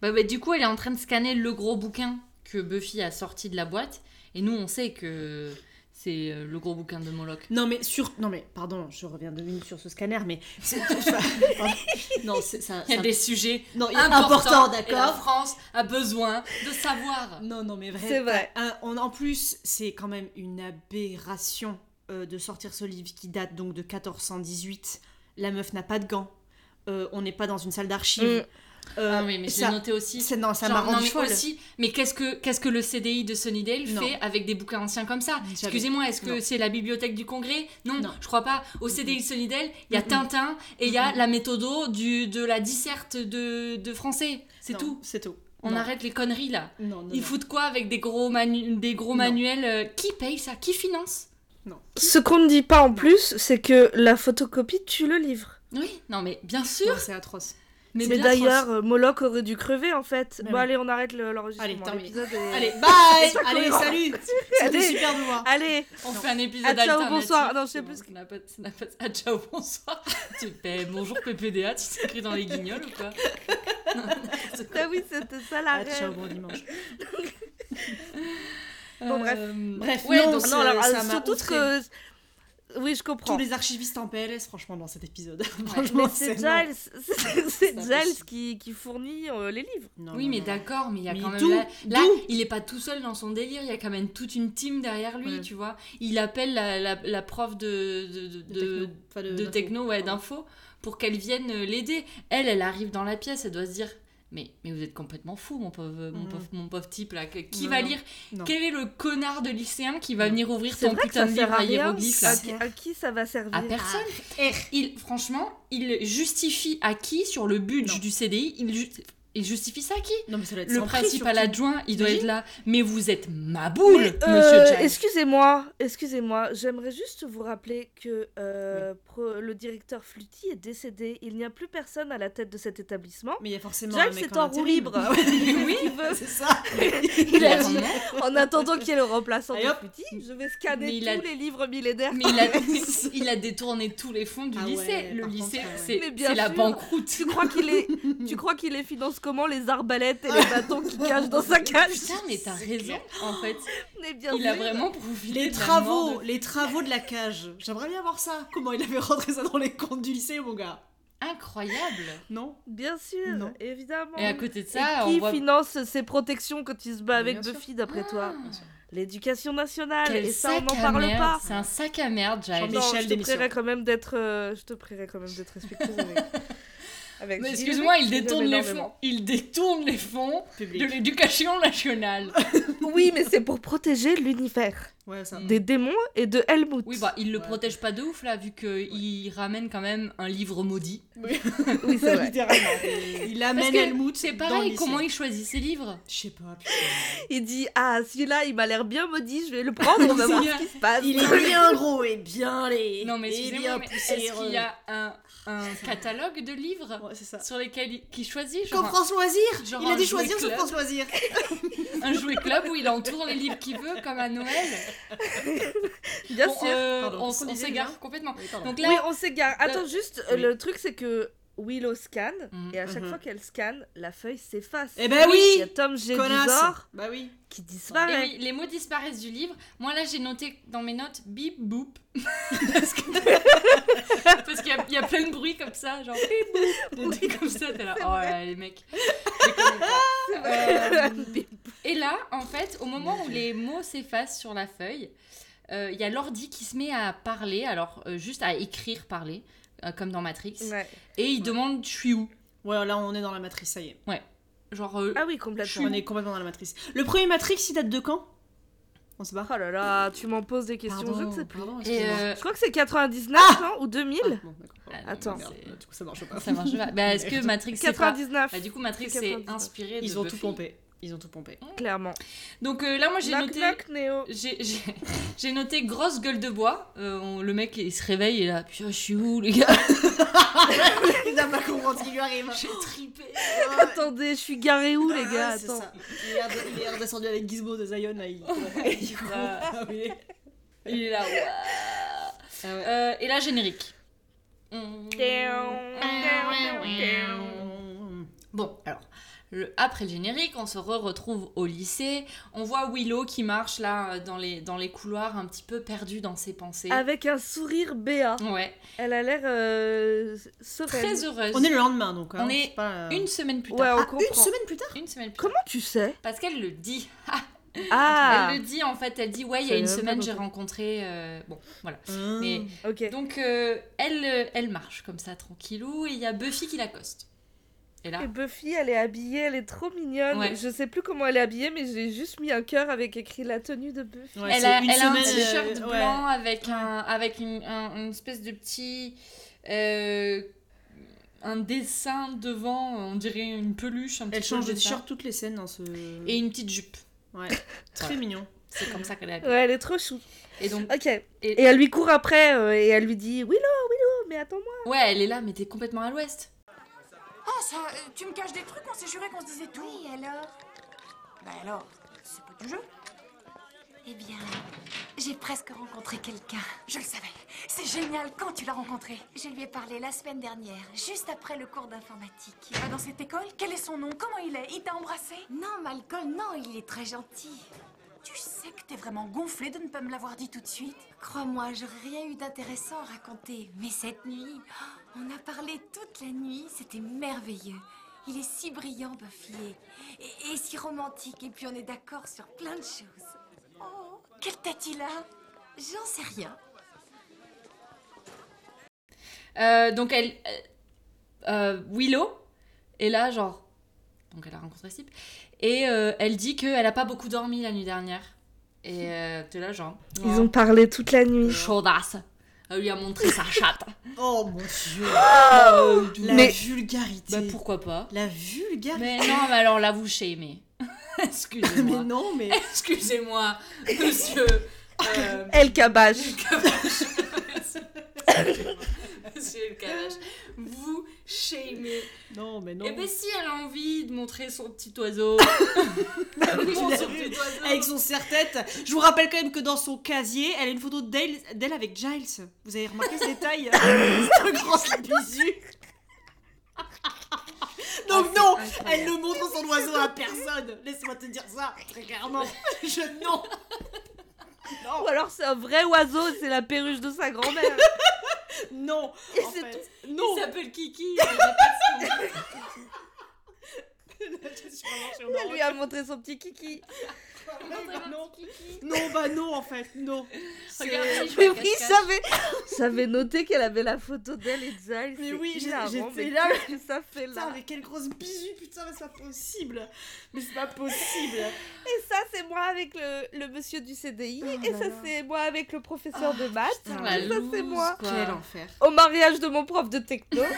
Speaker 3: Bah, bah, du coup, elle est en train de scanner le gros bouquin que Buffy a sorti de la boîte. Et nous, on sait que c'est euh, le gros bouquin de Moloch.
Speaker 4: Non mais sur, non mais pardon, je reviens deux minutes sur ce scanner, mais c'est- non, c'est ça.
Speaker 3: Il y a
Speaker 4: ça-
Speaker 3: des sujets
Speaker 4: Non, il est
Speaker 3: important,
Speaker 4: important,
Speaker 3: et la
Speaker 4: d'accord.
Speaker 3: France a besoin de savoir.
Speaker 4: Non, non, mais vrai.
Speaker 2: C'est vrai.
Speaker 4: Un- en, en plus, c'est quand même une aberration euh, de sortir ce livre qui date donc de 1418. La meuf n'a pas de gants. Euh, on n'est pas dans une salle d'archives. Euh,
Speaker 3: Ah oui, mais j'ai
Speaker 4: ça-
Speaker 3: noté aussi.
Speaker 4: c'est- non, ça
Speaker 3: Genre,
Speaker 4: m'a
Speaker 3: non,
Speaker 4: rendu
Speaker 3: mais
Speaker 4: folle.
Speaker 3: aussi, mais qu'est-ce que qu'est-ce que le CDI de Sunnydale
Speaker 4: Non.
Speaker 3: fait avec des bouquins anciens comme ça
Speaker 4: Jamais.
Speaker 3: Excusez-moi, est-ce que
Speaker 4: Non.
Speaker 3: c'est la bibliothèque du Congrès non,
Speaker 4: Non.
Speaker 3: je crois pas. Au CDI de Sunnydale, il y a
Speaker 4: Mm-mm.
Speaker 3: Tintin et il y a
Speaker 4: Mm-mm.
Speaker 3: la méthodo du de la disserte de, de français. C'est
Speaker 4: Non,
Speaker 3: tout.
Speaker 4: C'est tout.
Speaker 3: On
Speaker 4: Non.
Speaker 3: arrête les conneries là.
Speaker 4: Non, non,
Speaker 3: Ils
Speaker 4: non.
Speaker 3: foutent quoi avec des gros manu- des gros
Speaker 4: Non.
Speaker 3: manuels euh, Qui paye ça Qui finance
Speaker 2: Ce qu'on ne dit pas en plus, c'est que la photocopie tue le livre.
Speaker 3: Oui, non mais bien
Speaker 4: Non,
Speaker 3: sûr.
Speaker 4: C'est atroce.
Speaker 3: Mais,
Speaker 2: Mais
Speaker 3: bien
Speaker 2: d'ailleurs,
Speaker 3: sûr.
Speaker 2: euh, Moloch aurait dû crever en fait.
Speaker 4: Mais
Speaker 2: bon,
Speaker 4: oui.
Speaker 2: allez, on arrête le-
Speaker 4: Allez,
Speaker 2: l'enregistrement.
Speaker 4: terminé.
Speaker 2: L'épisode est-
Speaker 4: Allez, bye.
Speaker 2: C'est pas
Speaker 4: Allez,
Speaker 2: cohérent.
Speaker 4: salut. C'était
Speaker 2: Allez.
Speaker 4: super de voir.
Speaker 2: Allez,
Speaker 3: On
Speaker 4: Non.
Speaker 3: fait un épisode
Speaker 2: Ah, ciao,
Speaker 3: alternatif.
Speaker 2: bonsoir. Non, je sais
Speaker 3: C'est
Speaker 2: plus
Speaker 3: bon,
Speaker 2: ce
Speaker 3: ça n'a pas- ça n'a pas- Ah, ciao, bonsoir. tu fais eh, bonjour PPDA, tu t'écris dans les guignols ou quoi Non, n'importe quoi.
Speaker 2: ah oui, c'était ça la
Speaker 4: Ah, ciao,
Speaker 2: rêve.
Speaker 4: bon dimanche.
Speaker 2: Bon, bref.
Speaker 3: Euh,
Speaker 4: Bref,
Speaker 3: ouais,
Speaker 4: non,
Speaker 3: donc,
Speaker 4: c'est-
Speaker 2: Non, alors,
Speaker 4: ça
Speaker 2: euh,
Speaker 4: m'a
Speaker 2: surtout
Speaker 4: outré.
Speaker 2: que. Oui, je comprends.
Speaker 4: Tous les archivistes en PLS, franchement, dans cet épisode.
Speaker 2: Mais
Speaker 4: franchement,
Speaker 2: c'est
Speaker 4: non.
Speaker 2: Giles, c'est- c'est
Speaker 4: pas
Speaker 2: Giles
Speaker 4: possible.
Speaker 2: qui, qui fournit euh, les livres.
Speaker 4: Non,
Speaker 3: oui,
Speaker 4: non,
Speaker 3: mais
Speaker 4: non.
Speaker 3: d'accord, mais il y a
Speaker 4: Mais
Speaker 3: quand même.
Speaker 4: d'où
Speaker 3: là, là,
Speaker 4: D'où
Speaker 3: il est pas tout seul dans son délire, il y a quand même toute une team derrière lui,
Speaker 4: Ouais.
Speaker 3: tu vois. Il appelle la, la- la prof de, de, de- de-
Speaker 4: Enfin,
Speaker 3: de
Speaker 4: d'info.
Speaker 3: techno, ouais,
Speaker 4: Pardon.
Speaker 3: d'info, pour qu'elle vienne euh, l'aider. Elle, elle arrive dans la pièce, elle doit se dire Mais, mais vous êtes complètement fou, mon pauvre, mon
Speaker 4: Mm.
Speaker 3: pauvre, mon pauvre type là. Que- Qui
Speaker 4: Non,
Speaker 3: va
Speaker 4: non.
Speaker 3: lire
Speaker 4: Non.
Speaker 3: Quel est le connard de lycéen qui va
Speaker 4: Non.
Speaker 3: venir ouvrir
Speaker 2: C'est
Speaker 3: ton
Speaker 2: vrai que
Speaker 3: putain
Speaker 2: ça
Speaker 3: de
Speaker 2: sert
Speaker 3: livre
Speaker 2: à
Speaker 3: à
Speaker 2: rien. Ah,
Speaker 3: hiéroglyphes là
Speaker 2: À, qui- à qui ça va servir
Speaker 3: À personne. Il, franchement, il justifie à qui sur le budget
Speaker 4: Non.
Speaker 3: du CDI Il, ju- il justifie ça à qui
Speaker 4: Non, mais ça doit être
Speaker 3: Le
Speaker 4: sans prix,
Speaker 3: principal
Speaker 4: surtout.
Speaker 3: adjoint, il doit
Speaker 4: Imagine.
Speaker 3: être là. Mais vous êtes ma boule,
Speaker 2: Mais,
Speaker 3: monsieur
Speaker 2: euh,
Speaker 3: Jack.
Speaker 2: Excusez-moi, excusez-moi, j'aimerais juste vous rappeler que euh, pro- le directeur Fluty est décédé. Il n'y a plus personne à la tête de cet établissement.
Speaker 4: Mais il y a forcément. un
Speaker 2: James
Speaker 4: mec
Speaker 2: est en roue
Speaker 4: intérim.
Speaker 2: libre.
Speaker 4: oui,
Speaker 2: Il veut-
Speaker 4: c'est ça.
Speaker 2: il a
Speaker 3: Mais
Speaker 2: dit, en attendant qu'il y ait le remplaçant
Speaker 4: Allez,
Speaker 2: de
Speaker 4: hop.
Speaker 2: Fluty, je vais
Speaker 3: Mais
Speaker 2: scanner
Speaker 3: il
Speaker 2: tous
Speaker 3: a-
Speaker 2: les livres millénaires.
Speaker 3: Mais il a, il a détourné tous les fonds du
Speaker 4: Ah ouais,
Speaker 3: lycée. le
Speaker 4: par
Speaker 3: lycée,
Speaker 4: contre, ouais.
Speaker 3: c'est
Speaker 2: Mais bien
Speaker 3: c'est la
Speaker 2: sûr.
Speaker 3: banqueroute.
Speaker 2: Tu crois qu'il est, tu crois qu'il les finance comment les arbalètes et les bâtons qu'il cache dans sa cage
Speaker 3: Putain, mais t'as
Speaker 4: C'est
Speaker 3: raison,
Speaker 4: clair.
Speaker 3: en fait.
Speaker 2: Mais bien
Speaker 3: Il a
Speaker 2: sûr.
Speaker 3: vraiment profité
Speaker 4: Les
Speaker 3: de la mort
Speaker 4: travaux,
Speaker 3: de-
Speaker 4: les travaux de la cage. J'aimerais bien voir ça. Comment il avait rentré ça dans les comptes du lycée, mon gars
Speaker 3: Incroyable.
Speaker 4: Non
Speaker 2: Bien sûr,
Speaker 4: Non.
Speaker 2: évidemment.
Speaker 3: Et à côté de
Speaker 2: Et
Speaker 3: ça,
Speaker 2: qui
Speaker 3: on voit...
Speaker 2: finance ses protections quand il se bat
Speaker 4: Mais
Speaker 2: avec
Speaker 4: bien sûr.
Speaker 2: Buffy, d'après toi
Speaker 3: Ah.
Speaker 2: L'éducation nationale,
Speaker 3: Quel
Speaker 2: et ça on
Speaker 3: sac
Speaker 2: n'en
Speaker 3: à
Speaker 2: parle
Speaker 3: merde,
Speaker 2: pas.
Speaker 3: C'est un sac à merde, Jack.
Speaker 4: J'en ai-
Speaker 2: Non,
Speaker 4: Michel
Speaker 2: je te
Speaker 4: d'émission.
Speaker 2: prierai quand même d'être, euh, je te prierai quand même d'être respectueuse avec. avec
Speaker 3: Mais
Speaker 2: Gilles,
Speaker 3: excuse-moi, il
Speaker 2: qui l'aime
Speaker 3: détourne les fonds.
Speaker 2: énormément.
Speaker 3: Il détourne les fonds de
Speaker 4: Public.
Speaker 3: l'éducation nationale.
Speaker 2: Oui, mais c'est pour protéger l'univers
Speaker 4: Ouais, ça.
Speaker 3: Mm.
Speaker 2: des démons et de Helmut.
Speaker 3: Oui, bah, il le
Speaker 4: Ouais.
Speaker 3: protège pas de ouf, là, vu qu'il ramène quand même un livre maudit.
Speaker 2: Oui, c'est vrai.
Speaker 4: Littéralement. Il
Speaker 3: Parce
Speaker 4: amène
Speaker 3: que
Speaker 4: Helmut.
Speaker 3: C'est
Speaker 4: dans E. le
Speaker 3: pareil,
Speaker 4: lycée.
Speaker 3: comment il choisit ses livres
Speaker 4: Je sais pas, putain.
Speaker 2: Il dit Ah, celui-là, il m'a l'air bien maudit, je vais le prendre, on va voir ce qui se passe.
Speaker 7: Il est bien gros et bien laid.
Speaker 3: Non, mais
Speaker 7: et bien
Speaker 3: excusez-moi, mais est-ce
Speaker 7: poussiéreux.
Speaker 3: qu'il y a un, un catalogue de livres
Speaker 4: Ouais, c'est ça.
Speaker 3: sur lesquels il, qu'il choisit genre
Speaker 7: Comme France Loisir
Speaker 3: genre
Speaker 7: Il a
Speaker 3: un
Speaker 7: dû choisir
Speaker 3: jouet
Speaker 7: sur
Speaker 3: club.
Speaker 7: France Loisir.
Speaker 3: un, un jouet club où il entoure les livres qu'il veut, comme à Noël
Speaker 2: Bien
Speaker 3: Bon,
Speaker 2: sûr.
Speaker 3: euh,
Speaker 4: Pardon,
Speaker 3: on,
Speaker 4: qu'est-ce qu'on
Speaker 3: on
Speaker 4: disait
Speaker 3: s'égare
Speaker 4: déjà
Speaker 3: complètement.
Speaker 7: Oui, pardon.
Speaker 3: Donc là,
Speaker 2: Oui, on s'égare. Attends,
Speaker 3: Là-
Speaker 2: juste, euh,
Speaker 4: Oui.
Speaker 2: le truc, c'est que Willow scanne,
Speaker 3: Mhm.
Speaker 2: et à chaque
Speaker 4: Mhm.
Speaker 2: fois qu'elle scanne, la feuille s'efface.
Speaker 4: Eh ben
Speaker 2: Il y a
Speaker 4: oui
Speaker 2: Tom
Speaker 4: Connasse
Speaker 2: Jedusor
Speaker 4: Bah oui.
Speaker 2: qui
Speaker 3: Ah eh
Speaker 2: disparaît.
Speaker 3: oui, les mots disparaissent du livre. Moi là, j'ai noté dans mes notes bip boop. parce que- parce qu'il y a- il y, a plein de bruits comme ça, genre bip boop. Des trucs comme ça, t'es là. Oh là là, les mecs. Je les connais pas. Euh, et là, en fait, au moment où les mots s'effacent sur la feuille, euh, il y a l'ordi qui se met à parler, alors euh, juste à écrire parler, euh, comme dans Matrix.
Speaker 2: Ouais.
Speaker 3: Et il demande Je suis où
Speaker 4: Ouais, là, on est dans la matrice, ça y est.
Speaker 3: Genre, euh,
Speaker 2: Ah oui,
Speaker 4: On
Speaker 2: complètement.
Speaker 4: est complètement dans la matrice. Le premier Matrix, il date de quand On sait pas.
Speaker 2: Oh là là, tu m'en poses des questions,
Speaker 4: Pardon,
Speaker 2: je ne sais plus.
Speaker 4: pardon,
Speaker 3: et,
Speaker 4: excusez-moi.
Speaker 3: euh,
Speaker 2: Je crois que c'est 99 non, ou 2000
Speaker 4: Ah, bon, d'accord, pardon.
Speaker 3: Ah,
Speaker 2: Attends.
Speaker 4: Merde, euh,
Speaker 3: C'est-
Speaker 4: Du coup, ça marche pas.
Speaker 3: ça marche pas. Bah, est-ce que Matrix, c'est pas
Speaker 2: 99,
Speaker 3: Bah, du coup, Matrix
Speaker 2: C'est
Speaker 3: s'est
Speaker 2: 99.
Speaker 3: inspiré de
Speaker 4: Ils ont tout
Speaker 3: Buffy.
Speaker 4: pompé. Ils ont tout pompé.
Speaker 2: clairement.
Speaker 3: Donc euh, là, moi, j'ai
Speaker 2: Knock
Speaker 3: noté,
Speaker 2: knock, Néo.
Speaker 3: j'ai- j'ai j'ai noté grosse gueule de bois. Euh, on- le mec, il se réveille et là, putain, je suis où, les gars
Speaker 7: Il n'a pas compris ce qui lui arrive.
Speaker 3: J'ai tripé.
Speaker 2: Attendez, je suis garé où, les
Speaker 4: Ah,
Speaker 2: gars
Speaker 4: c'est
Speaker 2: Attends.
Speaker 4: ça. Il est rede- il est redescendu avec Gizmo de Zion là. Il...
Speaker 3: Il comprend.
Speaker 4: Ah, oui.
Speaker 3: Il est là. ouah. Euh, et là, générique.
Speaker 4: Ah,
Speaker 3: Bon, alors, le- après le générique, on se retrouve au lycée. On voit Willow qui marche là euh, dans les, dans les couloirs, un petit peu perdue dans ses pensées.
Speaker 2: Avec un sourire béat.
Speaker 3: Ouais,
Speaker 2: Elle a l'air euh, sereine.
Speaker 3: très heureuse.
Speaker 4: On est le lendemain donc. hein,
Speaker 3: On est
Speaker 4: c'est pas, euh,
Speaker 3: Une semaine plus
Speaker 2: Ouais,
Speaker 3: tard.
Speaker 2: on
Speaker 4: Ah, une
Speaker 2: comprend.
Speaker 4: semaine plus tard
Speaker 3: Une semaine plus tard.
Speaker 2: Comment tu sais
Speaker 3: Parce qu'elle le dit.
Speaker 2: Ah
Speaker 3: Elle le dit en fait, elle dit ouais, il y a
Speaker 2: J'avais
Speaker 3: une
Speaker 2: même pas
Speaker 3: semaine
Speaker 2: compris.
Speaker 3: j'ai rencontré euh, bon, voilà. Mais
Speaker 4: Mais...
Speaker 2: Ok.
Speaker 3: donc euh, elle euh, elle marche comme ça tranquillou et il y a Buffy qui l'accoste. Et
Speaker 4: Ah.
Speaker 3: là,
Speaker 2: Et Buffy, elle est habillée, elle est trop mignonne.
Speaker 3: Ouais.
Speaker 2: Je sais plus comment elle est habillée, mais j'ai juste mis un cœur avec écrit la tenue de Buffy.
Speaker 4: Ouais,
Speaker 3: elle
Speaker 4: c'est
Speaker 3: a,
Speaker 4: une
Speaker 3: elle a un
Speaker 4: semaine, euh,
Speaker 3: t-shirt
Speaker 4: ouais.
Speaker 3: blanc avec un avec une, un- une espèce de petit euh, un dessin devant, on dirait une peluche un petit
Speaker 4: Elle
Speaker 3: peu,
Speaker 4: change de
Speaker 3: le dessin.
Speaker 4: t-shirt toutes les scènes dans ce.
Speaker 3: et une petite jupe.
Speaker 4: Ouais. Très
Speaker 3: Voilà.
Speaker 4: mignon.
Speaker 3: C'est comme ça qu'elle est habillée.
Speaker 2: Ouais, elle est trop chou.
Speaker 3: Et donc
Speaker 2: Ok. Et, elle lui court après euh, et elle lui dit Willow, Willow, mais attends-moi.
Speaker 4: Euh.
Speaker 3: ouais, elle est là mais t'es complètement à l'ouest.
Speaker 8: Ah, ça, euh, tu me caches des trucs, on s'est juré qu'on se disait tout. Oui, alors Bah alors, c'est pas du jeu.
Speaker 6: Eh bien, j'ai presque rencontré quelqu'un.
Speaker 8: Je le savais. C'est génial quand tu l'as rencontré.
Speaker 6: Je lui ai parlé la semaine dernière, juste après le cours d'informatique.
Speaker 8: Il va Ah, dans cette école Quel est son nom Comment il est Il t'a embrassé
Speaker 6: Non, Malcolm, non, il est très gentil.
Speaker 8: Tu sais que t'es vraiment gonflé de ne pas me l'avoir dit tout de suite.
Speaker 6: Crois-moi, j'aurais rien eu d'intéressant à raconter. Mais cette nuit, oh, on a parlé toute la nuit, c'était merveilleux. Il est si brillant, Buffy, et, et- et si romantique, et puis on est d'accord sur plein de choses. Oh, quelle tête il a J'en sais rien.
Speaker 3: Euh, donc elle euh, euh, Willow est là genre donc elle a rencontré ce type et euh, elle dit qu'elle a pas beaucoup dormi la nuit dernière et euh, t'es là genre
Speaker 2: Ils ont parlé toute la
Speaker 3: Oh,
Speaker 2: nuit.
Speaker 3: chaudasse elle lui a montré sa chatte
Speaker 4: Oh mon dieu. La
Speaker 2: Mais-
Speaker 4: vulgarité.
Speaker 3: bah pourquoi pas
Speaker 4: La vulgarité.
Speaker 3: mais non mais alors là vous mais
Speaker 4: Mais,
Speaker 3: excusez-moi
Speaker 4: non, mais.
Speaker 3: excusez-moi monsieur euh,
Speaker 2: Elle cabache.
Speaker 3: monsieur le Cavache, vous shamez
Speaker 4: Non, mais non.
Speaker 3: Et ben si elle a envie de montrer son petit oiseau,
Speaker 4: l'as
Speaker 3: montre son
Speaker 4: vu
Speaker 3: petit oiseau.
Speaker 4: Avec son serre-tête. Je vous rappelle quand même que dans son casier, elle a une photo d'elle d'elle avec Giles. Vous avez remarqué ce détail C'est un grand bisu. Donc non, elle ne montre son oiseau à personne. Laisse-moi te dire ça, très clairement. Je non.
Speaker 2: Ou alors c'est un vrai oiseau et c'est la perruche de sa grand-mère.
Speaker 4: Non.
Speaker 2: Et
Speaker 4: en
Speaker 2: c'est
Speaker 4: fait.
Speaker 3: Il s'appelle Kiki. il a pas de son.
Speaker 4: Je suis vraiment- je suis
Speaker 2: Elle lui
Speaker 4: vraiment-
Speaker 2: a montré son petit kiki.
Speaker 4: non. non, bah non, en fait, non. C'est-
Speaker 3: Regardez, je
Speaker 2: Mais
Speaker 3: fais
Speaker 2: oui,
Speaker 3: cache-cache.
Speaker 2: j'avais, j'avais noté qu'elle avait la photo d'elle et de Giles.
Speaker 4: Mais
Speaker 2: C'est
Speaker 4: oui, j'ai-
Speaker 2: hilarant,
Speaker 4: j'étais
Speaker 2: mais
Speaker 4: là.
Speaker 2: qu'est-ce que ça fait
Speaker 4: Putain,
Speaker 2: là.
Speaker 4: mais quelle grosse bisu, putain, mais c'est pas possible. Mais c'est pas possible.
Speaker 2: Et ça, c'est moi avec le, le monsieur du CDI.
Speaker 3: Oh
Speaker 2: et ça, c'est moi avec le professeur de maths.
Speaker 3: Putain, la
Speaker 2: et ça, c'est
Speaker 3: loose,
Speaker 2: moi
Speaker 3: quoi.
Speaker 7: Quel enfer.
Speaker 2: au mariage de mon prof de techno.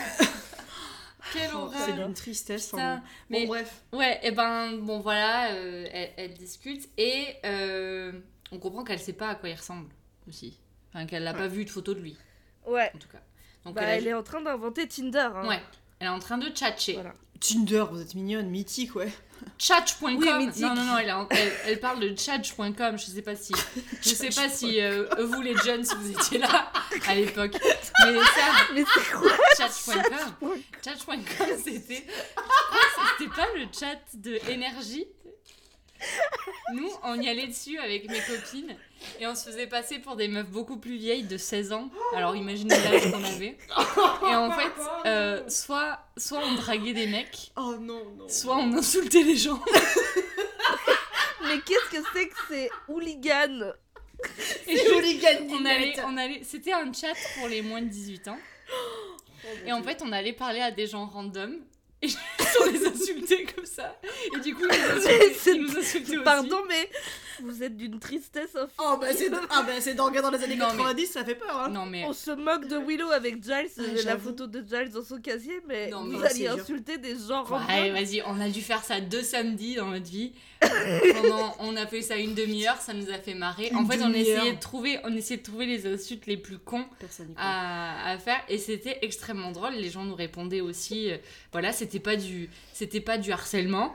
Speaker 3: Quel
Speaker 4: C'est
Speaker 3: horreur.
Speaker 4: d'une tristesse.
Speaker 3: Putain.
Speaker 4: hein.
Speaker 3: Mais-
Speaker 4: Bon, bref.
Speaker 3: Ouais, et ben bon voilà, euh, elle, elle discute et euh, on comprend qu'elle sait pas à quoi il ressemble aussi. Enfin, qu'elle n'a pas vu de photo de lui,
Speaker 2: Ouais.
Speaker 3: en tout cas. Donc
Speaker 2: Bah,
Speaker 3: elle, a
Speaker 2: elle
Speaker 3: ju-
Speaker 2: est en train d'inventer Tinder. Hein.
Speaker 3: Ouais, elle est en train de tchatcher.
Speaker 2: Voilà.
Speaker 4: Tinder, vous êtes mignonne, mythique, ouais.
Speaker 3: Tchatch.com
Speaker 2: Oui, mythique.
Speaker 3: Non, non, non, elle, est en- elle- elle parle de tchatch.com, je sais pas si... Je sais pas si euh, vous les jeunes, si vous étiez là à l'époque. Mais ça,
Speaker 2: Mais c'est quoi
Speaker 3: tchatch.com, tchatch.com, c'était... C'était pas le chat de énergie Nous, on y allait dessus avec mes copines et on se faisait passer pour des meufs beaucoup plus vieilles de 16 ans. Alors imaginez l'âge qu'on avait. Et en fait, euh, soit, soit on draguait des mecs,
Speaker 4: Oh non, non.
Speaker 3: soit on insultait les gens.
Speaker 2: Mais qu'est-ce que c'est que ces hooligans
Speaker 3: Et je-
Speaker 7: Jolie gagne
Speaker 3: on allait, on allait, c'était un chat pour les moins de 18 ans. Et en fait, on allait parler à des gens random. Et juste, on les insultait comme ça. Et du coup, ils nous
Speaker 2: Mais
Speaker 3: insultaient,
Speaker 2: c'est-
Speaker 3: ils nous insultaient
Speaker 2: Pardon, mais vous êtes d'une tristesse infinie.
Speaker 7: Oh bah c'est ah, bah, c'est dans dans les années
Speaker 3: Non, mais-
Speaker 7: 90, ça fait peur.
Speaker 3: aussi.
Speaker 7: Hein.
Speaker 3: Non, mais
Speaker 2: On se moque de Willow avec Giles, j'ai la
Speaker 7: j'avoue.
Speaker 2: photo de Giles dans son casier, mais
Speaker 3: Ah, Non, mais
Speaker 2: vous
Speaker 3: c'est
Speaker 2: allez
Speaker 7: dur.
Speaker 2: insulter des gens random.
Speaker 3: Ouais, vas-y, on a dû faire ça deux samedis dans notre vie. Pendant- on a fait ça une demi-heure, ça nous a fait marrer. en
Speaker 4: Une
Speaker 3: fait, on
Speaker 4: demi-heure.
Speaker 3: essayait de trouver, on essayait de trouver les insultes les plus cons
Speaker 4: Personne n'y croit.
Speaker 3: à, à faire, et c'était extrêmement drôle. Les gens nous répondaient aussi, euh, voilà, c'était pas du, c'était pas du harcèlement.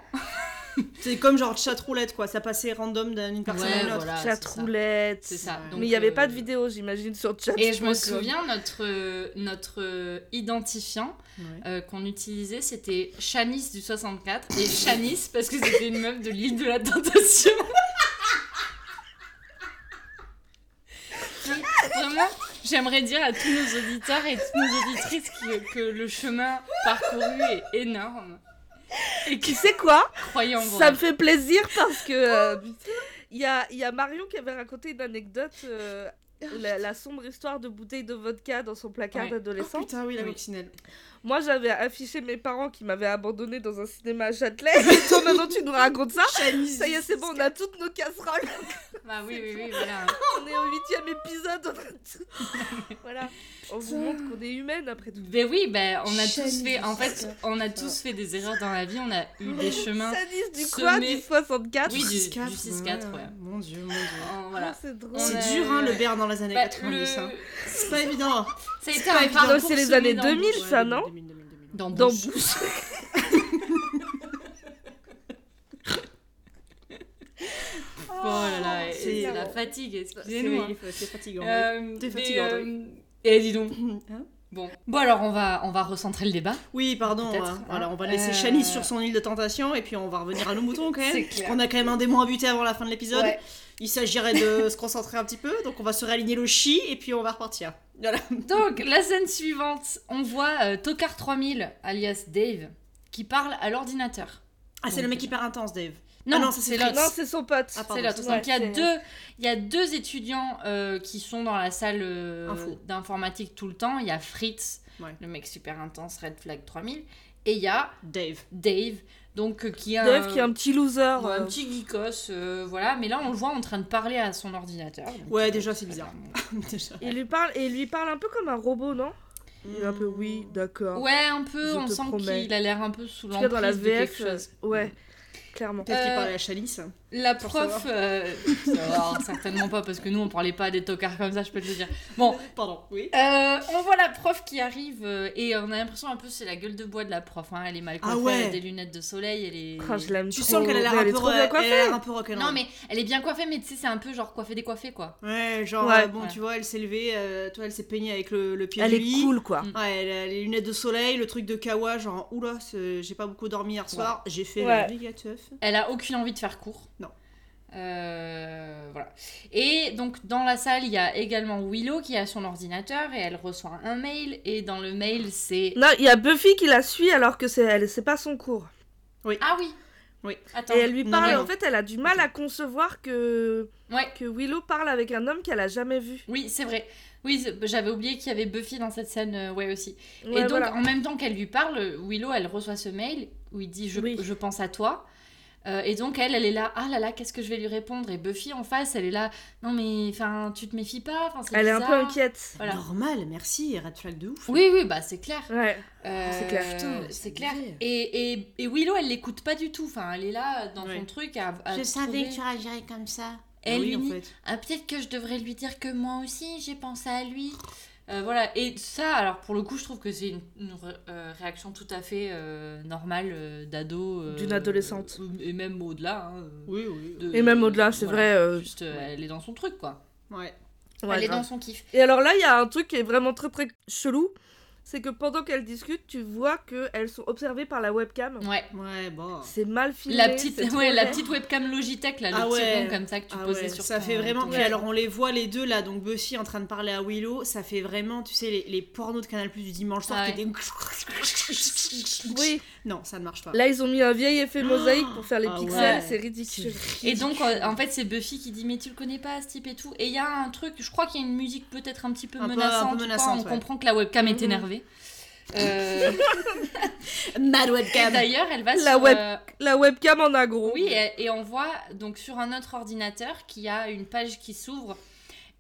Speaker 4: C'est comme genre chat roulette, quoi. Ça passait random d'une personne
Speaker 3: Ouais,
Speaker 4: à l'autre.
Speaker 3: voilà, c'est ça.
Speaker 2: Chatroulette.
Speaker 3: C'est ça. Donc,
Speaker 2: mais il n'y avait
Speaker 3: euh,
Speaker 2: pas de vidéo, j'imagine, sur chat.
Speaker 3: Et je me souviens, notre, euh, notre euh, identifiant
Speaker 4: Ouais.
Speaker 3: euh, qu'on utilisait, c'était Shanice du 64. Et Shanice, parce que c'était une meuf de l'île de la Tentation. Donc, Vraiment, j'aimerais dire à tous nos auditeurs et toutes nos auditrices qui- que le chemin parcouru est énorme. Et
Speaker 2: Tu
Speaker 3: qui
Speaker 2: sais quoi
Speaker 3: croyez en vous.
Speaker 2: Ça me fait plaisir parce que euh, il y, a, il y a Marion qui avait raconté une anecdote, euh, la, la sombre histoire de bouteille de vodka dans son placard
Speaker 3: Ouais.
Speaker 4: Oh
Speaker 2: d'adolescent.
Speaker 4: putain, oui, la
Speaker 3: Oui.
Speaker 4: coccinelle.
Speaker 2: Moi, j'avais affiché mes parents qui m'avaient abandonné dans un cinéma à Châtelet. Et toi, maintenant, tu nous racontes ça Ça y est, c'est bon, on a toutes nos casseroles.
Speaker 3: Bah oui, oui, oui, voilà.
Speaker 2: On est au huitième épisode. on a tout- voilà. On vous montre qu'on est humaine après tout.
Speaker 3: Ben oui, ben on a tous
Speaker 4: Shanice
Speaker 3: fait.
Speaker 4: du
Speaker 3: En fait,
Speaker 4: 64.
Speaker 3: on a tous fait des erreurs dans la vie. On a eu des chemins
Speaker 2: Sanis du
Speaker 3: Semé-
Speaker 2: quoi Du 64
Speaker 3: Oui, du- du
Speaker 4: 6-4,
Speaker 3: 6-4, ouais.
Speaker 4: Mon dieu, mon dieu.
Speaker 3: Oh,
Speaker 2: Ah,
Speaker 3: voilà.
Speaker 2: C'est drôle.
Speaker 3: On a-
Speaker 4: C'est dur, hein, le Berne dans les années
Speaker 3: Bah,
Speaker 4: 90.
Speaker 3: le-
Speaker 4: hein. C'est pas évident.
Speaker 3: Ça a été un
Speaker 4: évident.
Speaker 3: parcours
Speaker 2: C'est les
Speaker 3: semé
Speaker 2: années
Speaker 3: d'embûches.
Speaker 2: 2000, ça, non
Speaker 4: 2000, 2000, 2000.
Speaker 3: D'embûches.
Speaker 2: Dans bouche.
Speaker 3: Oh là là, et-
Speaker 4: C'est-
Speaker 3: c'est la fatigue,
Speaker 4: C'est
Speaker 3: excusez-nous. hein.
Speaker 4: oui, c'est fatigant.
Speaker 3: Euh,
Speaker 4: T'es
Speaker 3: mais,
Speaker 4: fatigant,
Speaker 3: euh, Et dis donc.
Speaker 4: oui. Hein
Speaker 3: Bon. Bon alors on va on va recentrer le débat.
Speaker 4: Oui, pardon.
Speaker 3: Peut-être,
Speaker 4: hein.
Speaker 3: hein.
Speaker 4: Voilà, on va laisser
Speaker 3: Euh,
Speaker 4: Shanice sur son île de tentation et puis on va revenir à nos moutons quand même.
Speaker 3: C'est
Speaker 4: Parce
Speaker 3: clair.
Speaker 4: qu'on a quand même un démon à buter avant la fin de l'épisode. Il s'agirait de se concentrer un petit peu, donc on va se réaligner le chi et puis on va repartir. Voilà.
Speaker 3: Donc la scène suivante, on voit euh, Tokar 3000 alias Dave qui parle à l'ordinateur.
Speaker 4: Ah, c'est
Speaker 3: Donc,
Speaker 4: le mec hyper intense, Dave.
Speaker 3: Non,
Speaker 4: Ah non, ça, c'est
Speaker 3: c'est
Speaker 2: Non,
Speaker 3: l'autre.
Speaker 2: c'est son pote.
Speaker 4: Ah, pardon.
Speaker 3: C'est l'autre.
Speaker 2: Ouais,
Speaker 3: Donc il y a
Speaker 2: c'est-
Speaker 3: deux il y a deux étudiants euh, qui sont dans la salle euh,
Speaker 4: Info.
Speaker 3: d'informatique tout le temps. Il y a Fritz,
Speaker 4: Ouais.
Speaker 3: le mec super intense Red Flag 3000, et il y a
Speaker 4: Dave.
Speaker 3: Dave, donc euh, qui est un-
Speaker 2: Dave qui est un petit loser.
Speaker 3: Ouais, un
Speaker 2: euh,
Speaker 3: petit geekos, euh, voilà. Mais là, on le voit en train de parler à son ordinateur. Donc,
Speaker 4: Ouais,
Speaker 3: euh,
Speaker 4: déjà, c'est bizarre.
Speaker 3: clairement.
Speaker 4: Déjà.
Speaker 2: Il lui parle et il lui parle un peu comme un robot, non Il est un peu oui, d'accord.
Speaker 3: Ouais, un peu.
Speaker 2: Je
Speaker 3: on
Speaker 2: te
Speaker 3: sent
Speaker 2: promets.
Speaker 3: qu'il a l'air un peu sous
Speaker 2: En tout cas,
Speaker 3: l'emprise
Speaker 2: dans la
Speaker 3: de
Speaker 2: VF,
Speaker 3: quelque chose.
Speaker 2: euh, ouais, clairement.
Speaker 4: Peut-être qu'il
Speaker 3: Euh,
Speaker 4: parlait à Shanice.
Speaker 3: La
Speaker 4: Pour
Speaker 3: prof, euh, alors, certainement pas, parce que nous, on parlait pas des tocards comme ça, je peux te le dire. Bon,
Speaker 4: Pardon, oui.
Speaker 3: euh, on voit la prof qui arrive euh, et on a l'impression un peu c'est la gueule de bois de la prof. hein. Elle est mal
Speaker 4: Ah
Speaker 3: coiffée, elle
Speaker 4: ouais.
Speaker 3: a des lunettes de soleil, elle est.
Speaker 2: Ah, je l'aime
Speaker 4: Tu
Speaker 2: trop,
Speaker 4: sens qu'elle a euh, l'air un
Speaker 2: elle est
Speaker 4: peu
Speaker 2: trop bien
Speaker 4: elle a
Speaker 2: coiffée.
Speaker 4: l'air un peu rock'n'roll.
Speaker 3: Non, mais elle est bien coiffée, mais tu sais, c'est un peu genre coiffée décoiffée, quoi.
Speaker 4: Ouais, genre,
Speaker 2: Ouais.
Speaker 4: euh, bon,
Speaker 3: Ouais.
Speaker 4: tu vois, elle s'est levée, euh, toi, elle s'est peignée avec le, le pied
Speaker 2: Elle
Speaker 4: du
Speaker 2: est
Speaker 4: lit.
Speaker 2: cool, quoi.
Speaker 3: Mm.
Speaker 4: Ouais, Ah, elle a les lunettes de soleil, le truc de kawa, genre, oula, c'est- j'ai pas beaucoup dormi hier soir, j'ai fait
Speaker 2: Ouais.
Speaker 4: la méga teuf.
Speaker 3: Elle a aucune envie de faire court.
Speaker 4: Non.
Speaker 3: Euh, voilà. Et donc dans la salle, il y a également Willow qui a son ordinateur et elle reçoit un mail et dans le mail c'est
Speaker 2: Non, il y a Buffy qui la suit alors que c'est elle, c'est pas son cours.
Speaker 3: ah oui Attends.
Speaker 2: Et elle lui
Speaker 4: Non,
Speaker 2: parle,
Speaker 4: non,
Speaker 2: en
Speaker 4: non.
Speaker 2: fait, elle a du mal à concevoir que,
Speaker 3: Ouais.
Speaker 2: que Willow parle avec un homme qu'elle a jamais vu.
Speaker 3: Oui, c'est vrai. Oui, c'est- j'avais oublié qu'il y avait Buffy dans cette scène, euh, ouais aussi.
Speaker 2: Ouais,
Speaker 3: et donc,
Speaker 2: voilà.
Speaker 3: en même temps qu'elle lui parle, Willow, elle reçoit ce mail où il dit Je,
Speaker 2: Oui.
Speaker 3: je pense à toi. Euh, et donc, elle, elle est là Ah là là, qu'est-ce que je vais lui répondre Et Buffy en face, elle est là Non, mais enfin, tu te méfies pas enfin, c'est
Speaker 2: Elle est un peu
Speaker 3: bizarre.
Speaker 2: inquiète.
Speaker 3: Voilà.
Speaker 4: Normal, merci, red flag de ouf.
Speaker 3: Oui, oui, bah c'est clair.
Speaker 2: Ouais.
Speaker 3: Euh,
Speaker 2: Oh, C'est clair.
Speaker 4: Putain, c'est
Speaker 3: c'est clair.
Speaker 4: abusé.
Speaker 3: Et, et, et Willow, elle l'écoute pas du tout. Enfin, elle est là dans son
Speaker 4: Ouais.
Speaker 3: truc à. à
Speaker 9: Je savais
Speaker 3: trouver-
Speaker 9: que tu réagirais comme ça.
Speaker 3: Elle
Speaker 4: oui,
Speaker 3: lui
Speaker 4: en
Speaker 3: dit,
Speaker 4: fait.
Speaker 3: Ah, peut-être que je devrais lui dire que moi aussi j'ai pensé à lui. Euh, voilà, et ça, alors pour le coup, je trouve que c'est une, une ré- euh, réaction tout à fait euh, normale euh, d'ado. euh,
Speaker 2: D'une adolescente.
Speaker 3: euh, et même au-delà. hein, euh,
Speaker 4: Oui, oui.
Speaker 3: de-
Speaker 2: Et même au-delà, c'est
Speaker 3: voilà.
Speaker 2: vrai. euh,
Speaker 3: Juste, euh, elle est dans son truc, quoi.
Speaker 4: Ouais.
Speaker 2: ouais,
Speaker 3: elle est
Speaker 2: grave.
Speaker 3: dans son kiff.
Speaker 2: Et alors là, il y a un truc qui est vraiment très très chelou. C'est que pendant qu'elles discutent, tu vois qu'elles sont observées par la webcam.
Speaker 3: Ouais.
Speaker 4: Ouais, bon.
Speaker 2: C'est mal filmé.
Speaker 3: La petite,
Speaker 2: c'est trop
Speaker 3: ouais, la
Speaker 2: laid.
Speaker 3: petite webcam Logitech, là, le
Speaker 4: Ah
Speaker 3: petit
Speaker 4: ouais.
Speaker 3: rond comme ça que tu
Speaker 4: Ah
Speaker 3: posais
Speaker 4: ouais,
Speaker 3: sur
Speaker 4: ça
Speaker 3: ton-
Speaker 4: fait vraiment.
Speaker 3: ton-
Speaker 4: Puis alors on les voit les deux là, donc Buffy en train de parler à Willow, ça fait vraiment, tu sais, les, les pornos de Canal Plus du dimanche soir
Speaker 3: Ouais.
Speaker 4: qui étaient-
Speaker 2: Oui,
Speaker 4: Non, ça ne marche pas.
Speaker 2: là ils ont mis un vieil effet mosaïque pour faire les
Speaker 4: Ah
Speaker 2: pixels,
Speaker 3: Oh. ouais.
Speaker 2: c'est
Speaker 4: C'est
Speaker 2: ridicule.
Speaker 3: Et donc, euh, en fait, c'est Buffy qui dit Mais tu le connais pas, ce type et tout. Et il y a un truc, je crois qu'il y a une musique peut-être un petit peu
Speaker 4: Un peu- un peu
Speaker 3: menaçante. ou quoi.
Speaker 4: menaçante,
Speaker 3: On
Speaker 4: ouais.
Speaker 3: comprend que la webcam est
Speaker 2: Mhm.
Speaker 3: énervée. Euh,
Speaker 9: Mad
Speaker 3: et
Speaker 9: webcam.
Speaker 3: D'ailleurs, elle va
Speaker 2: La
Speaker 3: sur.
Speaker 2: web-
Speaker 3: euh,
Speaker 2: La webcam en agro.
Speaker 3: oui, et, et on voit donc sur un autre ordinateur qu'il y a une page qui s'ouvre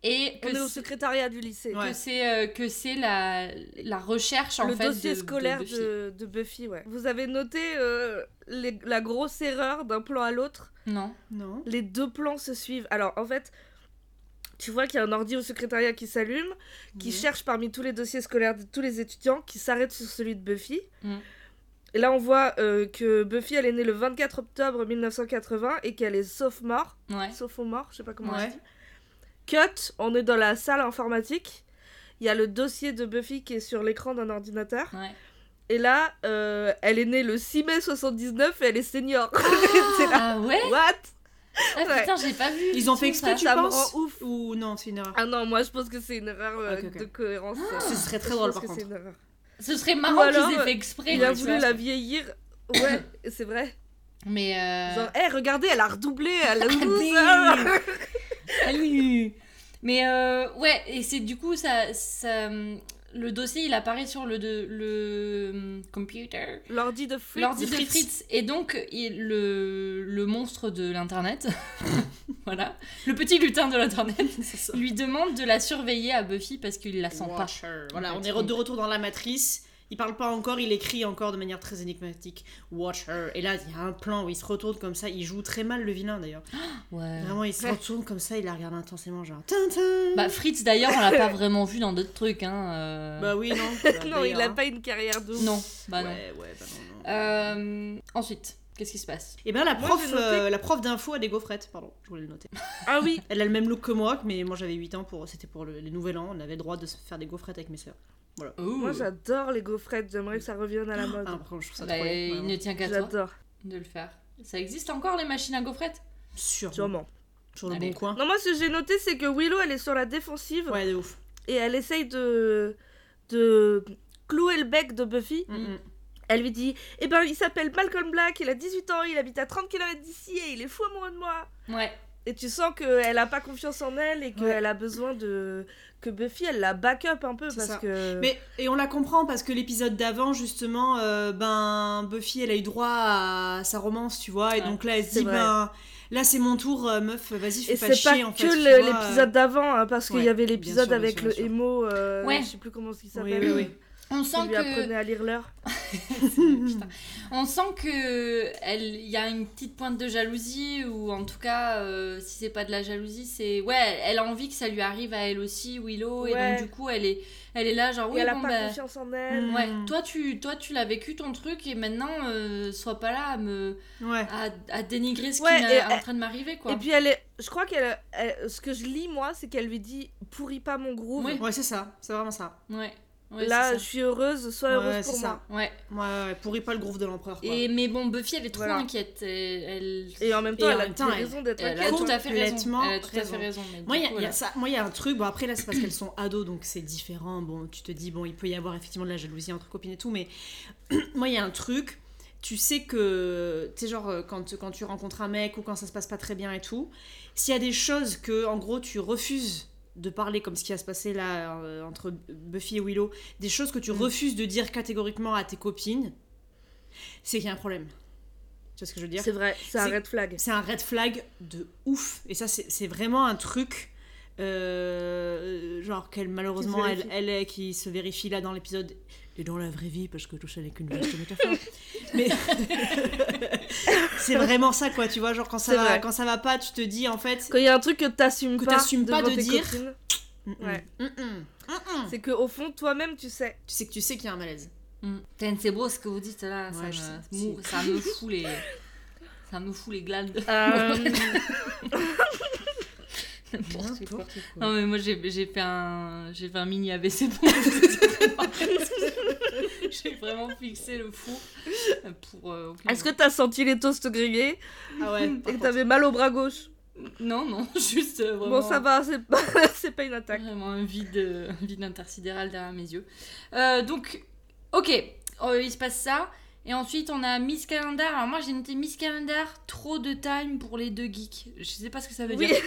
Speaker 3: et
Speaker 2: on
Speaker 3: que
Speaker 2: est au
Speaker 3: c'est-
Speaker 2: secrétariat du lycée.
Speaker 3: que c'est euh, que c'est la, la recherche en
Speaker 2: le
Speaker 3: fait
Speaker 2: dossier
Speaker 3: de- de
Speaker 2: scolaire
Speaker 3: Buffy.
Speaker 2: de, de Buffy, ouais. Vous avez noté euh, les- la grosse erreur d'un plan à l'autre.
Speaker 3: non
Speaker 4: Non.
Speaker 2: Les deux plans se suivent. Alors, en fait, tu vois qu'il y a un ordi au secrétariat qui s'allume, qui
Speaker 4: Mhm.
Speaker 2: cherche parmi tous les dossiers scolaires de tous les étudiants, qui s'arrête sur celui de Buffy.
Speaker 3: Mhm.
Speaker 2: Et là, on voit euh, que Buffy, elle est née le 24 octobre 1980 et qu'elle est sophomore.
Speaker 3: ouais
Speaker 2: Sophomore, je sais pas comment on
Speaker 3: Ouais.
Speaker 2: dit. Cut, on est dans la salle informatique. Il y a le dossier de Buffy qui est sur l'écran d'un ordinateur.
Speaker 3: ouais
Speaker 2: Et là, euh, elle est née le 6 mai 79 et elle est senior. c'est là.
Speaker 3: ah ouais
Speaker 2: What
Speaker 3: ah,
Speaker 2: Ouais.
Speaker 3: putain j'ai pas vu
Speaker 4: Ils ont
Speaker 3: du
Speaker 4: fait
Speaker 3: tout,
Speaker 4: exprès,
Speaker 3: ça.
Speaker 4: tu
Speaker 2: ça me
Speaker 4: penses
Speaker 2: rend ouf.
Speaker 4: Ou non, c'est une erreur.
Speaker 2: Ah non, moi je pense que c'est une erreur euh,
Speaker 4: Ok, ok.
Speaker 2: de cohérence.
Speaker 4: Ce serait
Speaker 2: Je
Speaker 4: très drôle
Speaker 2: pense
Speaker 4: par
Speaker 2: que c'est
Speaker 4: contre.
Speaker 2: une erreur.
Speaker 3: ce serait
Speaker 2: Ou
Speaker 3: marrant
Speaker 2: alors,
Speaker 3: qu'ils aient
Speaker 2: euh,
Speaker 3: fait exprès
Speaker 2: Il
Speaker 3: mais
Speaker 2: a
Speaker 3: tu
Speaker 2: voulu
Speaker 3: vois.
Speaker 2: la vieillir. Ouais, c'est vrai.
Speaker 3: mais euh,
Speaker 2: Genre, hé, regardez, elle a redoublé, elle a 12
Speaker 3: Allez.
Speaker 2: heures.
Speaker 3: Salut Mais euh, ouais, et c'est du coup, ça, ça, le dossier, il apparaît sur le, de- le euh, computer,
Speaker 2: L'ordi de Fritz.
Speaker 3: l'ordi de Fritz. Et donc, il, le, le monstre de l'Internet, voilà, le petit lutin de l'Internet, lui demande de la surveiller à Buffy parce qu'il la sent pas.
Speaker 4: Watcher. Voilà,
Speaker 3: En
Speaker 4: on
Speaker 3: fait,
Speaker 4: est re- de
Speaker 3: on-
Speaker 4: retour dans la matrice. Il parle pas encore, il écrit encore de manière très énigmatique. Watcher. Et là, il y a un plan où il se retourne comme ça. Il joue très mal le vilain d'ailleurs.
Speaker 3: Euh. Ouais.
Speaker 4: Vraiment, il se retourne comme ça, il la regarde intensément, genre. Tintin
Speaker 3: Bah, Fritz, d'ailleurs, on l'a pas vraiment vu dans d'autres trucs, hein. euh,
Speaker 4: Bah oui, non. Bah,
Speaker 2: Non, il a
Speaker 4: d'ailleurs,
Speaker 2: pas une carrière de ouf.
Speaker 3: Non, bah
Speaker 4: hein.
Speaker 3: non.
Speaker 4: Ouais, ouais, bah non, non.
Speaker 3: Euh, ensuite, qu'est-ce qui se passe
Speaker 4: Et ben la
Speaker 2: Moi,
Speaker 4: prof,
Speaker 2: j'ai noté-
Speaker 4: euh, la prof d'info a des gaufrettes, pardon, je voulais le noter.
Speaker 2: Ah oui,
Speaker 4: Elle a le même look que moi, mais moi j'avais 8 ans, pour, c'était pour le- les nouvel an, on avait le droit de se faire des gaufrettes avec mes sœurs.
Speaker 2: moi j'adore les gaufrettes, j'aimerais que ça revienne à la mode.
Speaker 4: Ah, par contre, je trouve ça
Speaker 3: Bah,
Speaker 4: trop laid,
Speaker 3: il
Speaker 4: vraiment.
Speaker 3: ne tient qu'à toi
Speaker 2: J'adore,
Speaker 3: de le faire. Ça existe encore les machines à gaufrettes
Speaker 4: Sûrement.
Speaker 2: sûrement.
Speaker 4: Sur le
Speaker 3: Allez.
Speaker 4: bon coin.
Speaker 2: Non, moi ce que j'ai noté, c'est que Willow, elle est sur la défensive.
Speaker 4: Ouais, de ouf.
Speaker 2: et elle essaye de de clouer le bec de Buffy.
Speaker 4: Mm, mm.
Speaker 2: Elle lui dit "Eh ben, il s'appelle Malcolm Black, il a 18 ans, il habite à 30 km d'ici et il est fou amoureux de moi."
Speaker 3: Ouais.
Speaker 2: Et tu sens qu'elle a pas confiance en elle et qu'elle
Speaker 4: Ouais.
Speaker 2: a besoin de que Buffy elle la back up un peu
Speaker 4: C'est
Speaker 2: parce
Speaker 4: ça.
Speaker 2: que
Speaker 4: Mais, et on la comprend parce que l'épisode d'avant, justement, euh, ben, Buffy, elle a eu droit à sa romance, tu vois, et
Speaker 3: Ouais,
Speaker 4: donc là, elle se
Speaker 2: c'est
Speaker 4: dit,
Speaker 2: vrai.
Speaker 4: ben, là c'est mon tour, euh, meuf, vas-y, fais
Speaker 2: et
Speaker 4: pas
Speaker 2: c'est pas
Speaker 4: chier, en
Speaker 2: que
Speaker 4: fait. tu
Speaker 2: le-
Speaker 4: vois, euh.
Speaker 2: l'épisode d'avant hein, parce qu'il
Speaker 4: ouais,
Speaker 2: y avait
Speaker 4: bien
Speaker 2: l'épisode
Speaker 4: sûr, bien
Speaker 2: avec
Speaker 4: sûr, bien
Speaker 2: le
Speaker 4: sûr.
Speaker 2: émo euh,
Speaker 3: Ouais.
Speaker 2: je sais plus comment il
Speaker 4: Oui,
Speaker 2: s'appelle
Speaker 4: oui, oui.
Speaker 3: On
Speaker 2: qui
Speaker 3: sent
Speaker 2: lui
Speaker 3: que
Speaker 2: apprenait à lire l'heure
Speaker 3: Putain. on sent que elle il y a une petite pointe de jalousie ou en tout cas euh, si c'est pas de la jalousie c'est ouais elle a envie que ça lui arrive à elle aussi Willow et
Speaker 2: Ouais.
Speaker 3: donc du coup elle est elle est là genre
Speaker 2: et
Speaker 3: oui
Speaker 2: elle a
Speaker 3: bon,
Speaker 2: pas
Speaker 3: bah,
Speaker 2: confiance en elle
Speaker 4: Mm.
Speaker 3: ouais toi tu toi tu l'as vécu ton truc et maintenant euh, sois pas là à me
Speaker 4: Ouais.
Speaker 3: à, à dénigrer ce
Speaker 2: Ouais,
Speaker 3: qui
Speaker 2: et-
Speaker 3: est en
Speaker 2: et-
Speaker 3: train de m'arriver quoi
Speaker 2: et puis elle est je crois qu'elle elle- ce que je lis moi c'est qu'elle lui dit pourris pas mon groove
Speaker 3: Ouais.
Speaker 4: Ouais, c'est ça, c'est vraiment ça.
Speaker 3: ouais, ouais
Speaker 2: là,
Speaker 3: c'est
Speaker 2: je
Speaker 3: ça.
Speaker 2: suis heureuse, sois
Speaker 4: ouais,
Speaker 2: heureuse
Speaker 4: c'est
Speaker 2: pour moi.
Speaker 4: ça.
Speaker 3: ouais
Speaker 4: Ouais, ouais, pourris pas le groove de l'empereur. quoi.
Speaker 3: et mais bon Buffy elle est trop
Speaker 2: Voilà.
Speaker 3: inquiète elle, elle-
Speaker 2: Et en même
Speaker 4: Et
Speaker 2: temps,
Speaker 4: en
Speaker 2: elle a
Speaker 4: même temps,
Speaker 2: des
Speaker 4: elle-
Speaker 2: raisons d'être
Speaker 3: Elle a
Speaker 2: inquiète.
Speaker 3: tout à fait raison.
Speaker 4: Euh, Complètement
Speaker 3: Elle a tout à fait
Speaker 4: raison.
Speaker 3: raison. mais du
Speaker 4: Moi, il y,
Speaker 3: coup,
Speaker 4: a- il y a
Speaker 3: voilà.
Speaker 4: ça- moi, il y a un truc. Bon, après, là, c'est parce qu'elles sont ados, donc c'est différent. Bon, tu te dis, bon, il peut y avoir effectivement de la jalousie entre copines et tout, mais moi, il y a un truc. tu sais que, tu sais, genre, euh, quand, quand tu rencontres un mec ou quand ça se passe pas très bien et tout, s'il y a des choses que, en gros, tu refuses de parler, comme ce qui a se passé là euh, entre Buffy et Willow, des choses que
Speaker 3: Mm.
Speaker 4: tu refuses de dire catégoriquement à tes copines, c'est qu'il y a un problème. Tu vois ce que je veux dire
Speaker 2: C'est vrai, c'est un
Speaker 4: C'est-
Speaker 2: red flag.
Speaker 4: c'est un red flag de ouf. Et ça, c'est c'est vraiment un truc. euh, genre qu'elle malheureusement
Speaker 2: Qui se
Speaker 4: elle,
Speaker 2: vérifie.
Speaker 4: elle est qui se vérifie là dans l'épisode et dans la vraie vie parce que tout ça n'est qu'une vaste métaphore mais c'est vraiment ça quoi tu vois genre quand ça
Speaker 2: C'est
Speaker 4: va,
Speaker 2: vrai.
Speaker 4: quand ça va pas tu te dis en fait
Speaker 2: Quand il y a un truc que t'assumes
Speaker 4: Que
Speaker 2: pas,
Speaker 4: t'assumes pas
Speaker 2: devant
Speaker 4: de
Speaker 2: tes
Speaker 4: dire.
Speaker 2: copines,
Speaker 4: Mm-mm,
Speaker 2: Ouais.
Speaker 4: mm-mm, mm-mm.
Speaker 2: c'est que au fond toi-même tu sais.
Speaker 4: tu sais que tu sais qu'il y a un malaise
Speaker 3: Mm. Putain, C'est beau ce que vous dites là,
Speaker 4: Ouais, je
Speaker 3: ça,
Speaker 4: sais.
Speaker 3: me, mou- ça me fout les. Ça me fout les glades.
Speaker 2: Euh,
Speaker 3: N'importe quoi.
Speaker 4: N'importe quoi.
Speaker 3: Non mais moi j'ai j'ai fait un j'ai fait un mini AVC pour me- j'ai vraiment fixé le four pour euh, aucune
Speaker 2: Est-ce que t'as senti les toasts grillés
Speaker 4: ah
Speaker 2: et
Speaker 4: ouais par
Speaker 2: que
Speaker 4: contre.
Speaker 2: t'avais mal au bras gauche
Speaker 3: non non juste euh, vraiment
Speaker 2: Bon ça va, c'est pas, c'est pas une attaque.
Speaker 3: vraiment un vide euh, un vide intersidéral derrière mes yeux Euh, donc ok euh, il se passe ça et ensuite on a Miss Calendar alors moi j'ai noté Miss Calendar trop de time pour les deux geeks je sais pas ce que ça veut
Speaker 2: Oui.
Speaker 3: dire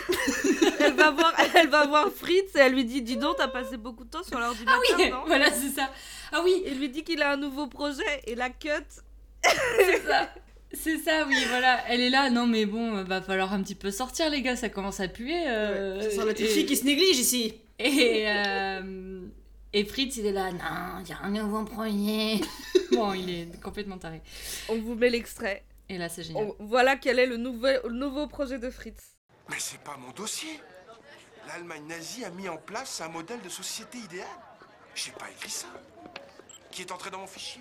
Speaker 2: elle va voir, elle va voir Fritz et elle lui dit dis donc t'as passé beaucoup de temps sur l'ordinateur
Speaker 3: Ah
Speaker 2: non
Speaker 3: voilà c'est ça ah oui
Speaker 2: Il lui dit qu'il a un nouveau projet et la cut.
Speaker 3: C'est ça. C'est ça, oui, voilà. Elle est là. Non, mais bon, euh, va falloir un petit peu sortir, les gars. Ça commence à puer. euh,
Speaker 4: ça sent la petite
Speaker 3: et-
Speaker 4: fille qui se néglige ici
Speaker 3: Et, euh, et Fritz, il est là. Non, il y a un nouveau premier. bon, il est complètement taré.
Speaker 2: On vous met l'extrait.
Speaker 3: Et là, c'est
Speaker 4: Oh.
Speaker 3: génial.
Speaker 2: On- Voilà quel est le, nouvel, le nouveau projet de Fritz.
Speaker 10: Mais c'est pas mon dossier. L'Allemagne nazie a mis en place un modèle de société idéale. J'ai pas écrit ça. Qui est entré dans mon fichier.